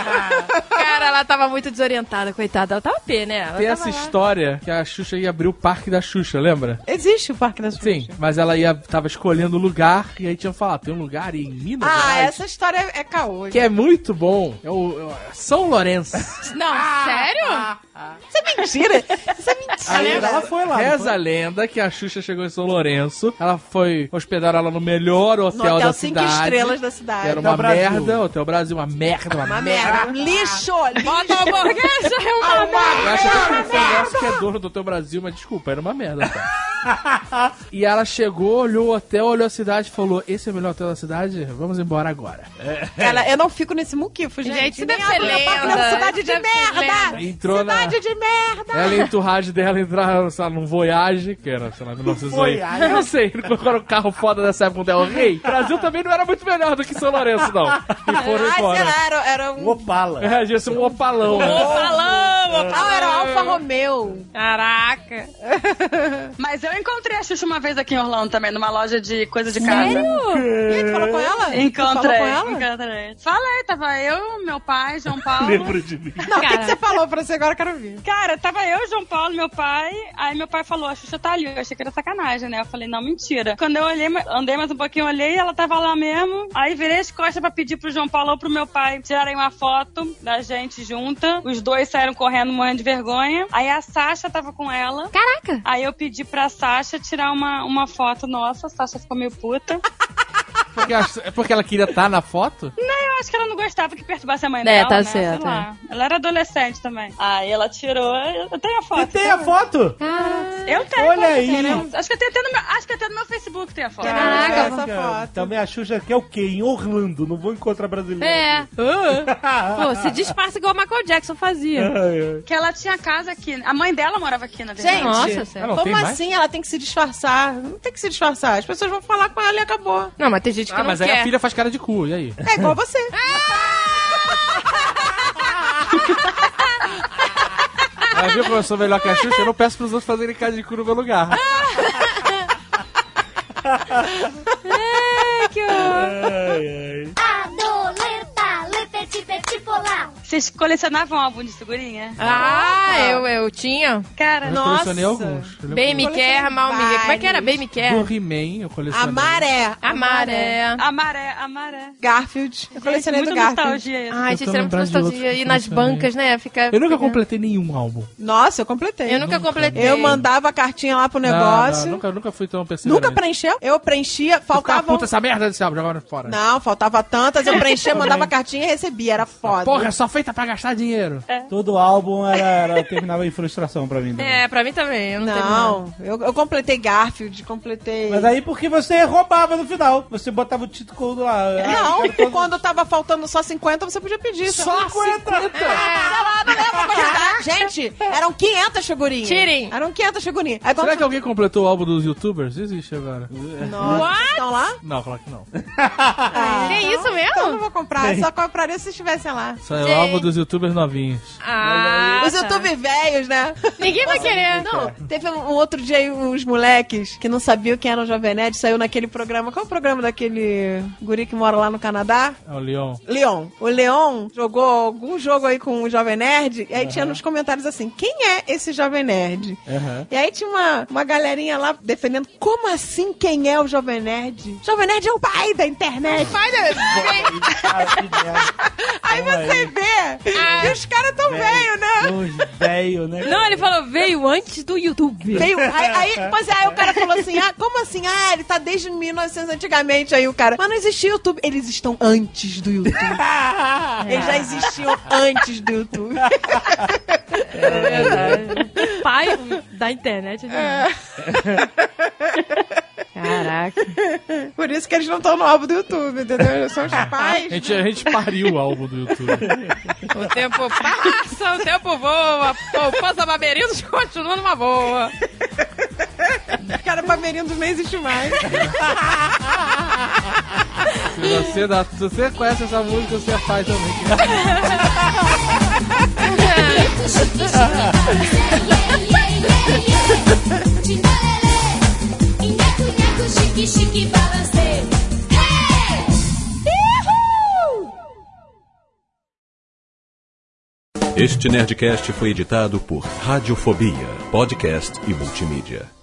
S3: Cara, ela tava muito desorientada, coitada. Ela tava pé, né? Ela
S7: Tem
S3: tava
S7: essa
S3: lá.
S7: história que a Xuxa ia abrir o parque da Xuxa, lembra?
S4: Existe o Parque da Xuxa.
S7: Sim, mas ela ia, tava escolhendo o lugar e aí tinha falado, tem um lugar em Minas
S4: Ah,
S7: Gerais
S4: essa história é é caô.
S7: que é muito bom. É o, é o São Lourenço.
S3: Não,
S4: Ah!
S3: sério?
S4: Mentira! Isso é
S2: Aí
S4: mentira.
S2: ela foi lá. não
S7: Reza
S2: foi?
S7: a lenda que a Xuxa chegou em São Lourenço, ela foi hospedar ela no melhor hotel,
S4: No hotel
S7: da
S4: 5
S7: cidade.
S4: estrelas da
S7: que
S4: cidade.
S7: era
S2: Hotel
S7: uma
S2: Brasil.
S7: merda, Hotel Brasil, uma merda, uma,
S4: Uma merda.
S7: merda.
S4: Lixo!
S3: Bota o hamburguesa, é uma merda.
S7: Eu acho que ela foi um negócio que é dono do Hotel Brasil, mas desculpa, era uma merda. cara. e ela chegou, olhou o hotel, olhou a cidade e falou: Esse é o melhor hotel da cidade? Vamos embora agora.
S4: Ela, eu não fico nesse muquifo, gente.
S3: Gente, isso
S4: Nem
S3: deve ser
S4: abre o Parque da
S3: lenda.
S4: Cidade
S3: Isso
S4: de
S3: deve ser
S4: merda!
S3: lenda.
S7: Entrou na-
S4: Cidade de merda!
S7: Ela e a enturragem dela entraram, sei lá, num Voyage, que era, sei lá, 1908. Eu não sei, qual era o carro foda dessa época onde é o rei. O Brasil também não era muito melhor do que São Lourenço, não. É, E foram
S4: Ah, sei
S7: embora.
S4: lá, era, era um
S2: O Opala.
S7: É, devia ser um opalão, né?
S3: Opalão!
S4: Ah, era o Alfa Romeo.
S3: Caraca.
S6: Mas eu encontrei a Xuxa uma vez aqui em Orlando também, numa loja de coisa de
S4: Sério?
S6: casa.
S4: E aí, tu falou com ela? Tu falou com
S6: Encontrei,
S4: ela?
S6: encontrei. Falei, tava eu, meu pai, João Paulo.
S2: Lembro de mim.
S4: Não, o que, que
S3: Cara.
S4: você falou pra você agora? Eu quero ouvir.
S6: Cara, tava eu, João Paulo, meu pai. Aí meu pai falou: a Xuxa tá ali. Eu achei que era sacanagem, né? Eu falei: não, mentira. Quando eu olhei, andei mais um pouquinho, olhei ela tava lá mesmo. Aí virei as costas pra pedir pro João Paulo ou pro meu pai tirarem uma foto da gente junta. Os dois saíram correndo, morrendo de vergonha. Aí a Sasha tava com ela.
S3: Caraca.
S6: Aí eu pedi pra Sasha tirar uma, uma foto nossa. A Sasha ficou meio puta.
S7: Porque ach- é porque ela queria estar na foto?
S6: Eu acho que ela não gostava que perturbasse a mãe
S3: É,
S6: dela.
S3: tá
S6: né?
S3: certo,
S6: Sei lá. Ela era adolescente também. Aí ela tirou. Eu tenho a foto. tá?
S2: E tem a foto?
S6: Eu tenho.
S2: Olha
S6: claro que
S2: aí.
S6: tem, né? Acho que eu tenho até no meu, acho que até no meu Facebook tem a foto.
S4: Caraca,
S2: Caraca.
S4: essa foto.
S2: É, Também a Xuxa que é o quê? Em Orlando, não vou encontrar brasileiro.
S3: É. Pô, se disfarça igual o Michael Jackson fazia.
S2: Ai, ai.
S6: Que ela tinha casa aqui. A mãe dela morava aqui, na verdade.
S4: Gente,
S3: Nossa, sério.
S7: não
S4: como
S7: tem mais?
S4: assim ela tem que se disfarçar? Não tem que se disfarçar. As pessoas vão falar com ela e acabou.
S3: Não, mas tem gente que
S7: Ah,
S3: não
S7: mas aí
S3: quer.
S7: a filha faz cara de cu, e aí?
S4: É igual você.
S7: Ela viu como eu sou melhor que a Xuxa, eu não peço pros outros fazerem cara de cu no meu lugar.
S2: Ai, ai.
S10: Adoleta, le petit petit polar.
S6: Vocês colecionavam álbum de figurinha?
S3: Ah, eu, eu tinha.
S6: Cara,
S7: Eu
S6: não.
S7: colecionei alguns. Eu
S3: Bem me quer, mal me quer. Como é que era? Bem me
S7: lembro
S3: quer.
S7: Do He-Man eu colecionei.
S4: Amaré.
S3: Amaré.
S6: A maré, a maré.
S4: Garfield. Eu colecionei
S6: Gente,
S4: do
S6: muita
S4: Garfield.
S6: nostalgia isso.
S3: Ai,
S7: Eu
S3: gente,
S7: tô
S3: era muito
S7: lembrando de outros
S3: nostalgia.
S7: que
S3: E nas
S7: funcionei.
S3: bancas, né? Fica,
S7: Eu nunca
S3: fica-
S7: completei nenhum álbum.
S4: Nossa, eu completei.
S3: Eu nunca completei.
S4: Eu mandava a cartinha lá pro
S7: Não,
S4: negócio.
S7: Ah, não, nunca, nunca fui tão perseverante.
S4: Nunca preencheu? Eu preenchia,
S7: Eu ficava
S4: faltava. um-
S7: puta assim. essa merda desse álbum, jogava fora.
S4: Não, faltava tantas, eu preenchia, mandava cartinha e recebia, era foda.
S7: Ah, Porra, é só feita pra gastar dinheiro.
S2: Todo álbum era, era- terminava em frustração pra mim. também.
S3: É, pra mim também. Eu não, tenho nada.
S4: não, eu, eu completei Garfield, completei.
S7: é-
S2: Mas aí porque você roubava no final. Você botava o título lá.
S4: Não, quando tá- tava faltando só 50, você podia pedir.
S2: Só
S7: É,
S3: É,
S2: 50!
S4: Ah, Gente, eram 500 figurinhas.
S3: Tirem.
S4: Eram 500 figurinhas. Aí quando
S7: Será que alguém completou o álbum dos youtubers? Existe agora.
S4: Nossa, vocês estão lá?
S7: Não, claro que não.
S4: Ah,
S3: Que isso mesmo?
S4: Então não vou comprar, só compraria se estivessem lá.
S7: Isso é o
S3: Gente.
S7: álbum dos youtubers novinhos.
S3: Ah,
S4: Os
S3: tá.
S4: YouTube velhos, né?
S3: Ninguém vai querer.
S4: Não, teve um outro dia aí uns moleques que não sabiam quem era o Jovem Nerd, saiu naquele programa. Qual é o programa daquele guri que mora lá no Canadá?
S7: É o Leon.
S4: Leon. O Leon jogou algum jogo aí com o Jovem Nerd, e aí tinha nos comentários assim: quem é esse Jovem Nerd? E aí tinha uma, uma galerinha lá defendendo: como assim quem é o Jovem Nerd? Jovem Nerd é o pai da internet. Pai da
S7: né?
S4: Aí você vê que os caras tão velho, né?
S2: Os velho, né?
S3: Não, ele falou, veio antes do YouTube.
S4: Veio, aí, aí, pois é, aí o cara falou assim: ah, como assim? Ah, ele tá desde 1900 antigamente. Aí o cara, mas não existia YouTube. Eles estão antes do YouTube. Eles já existiam antes do YouTube.
S7: É, né?
S3: Pai da internet. né? Caraca.
S4: Por isso que eles não estão no álbum do YouTube, entendeu? São os
S7: A
S4: pais.
S7: gente, a gente pariu o álbum do YouTube.
S3: O tempo passa, o tempo voa. Poupança Barberinos continua numa boa.
S4: Cara, Pamerindos nem existe mais.
S7: Se você, dá- se você conhece essa música, você faz também.
S10: Chique, chique, balancei. Hey! Uhul!
S1: Este Nerdcast foi editado por Radiofobia, podcast e multimídia.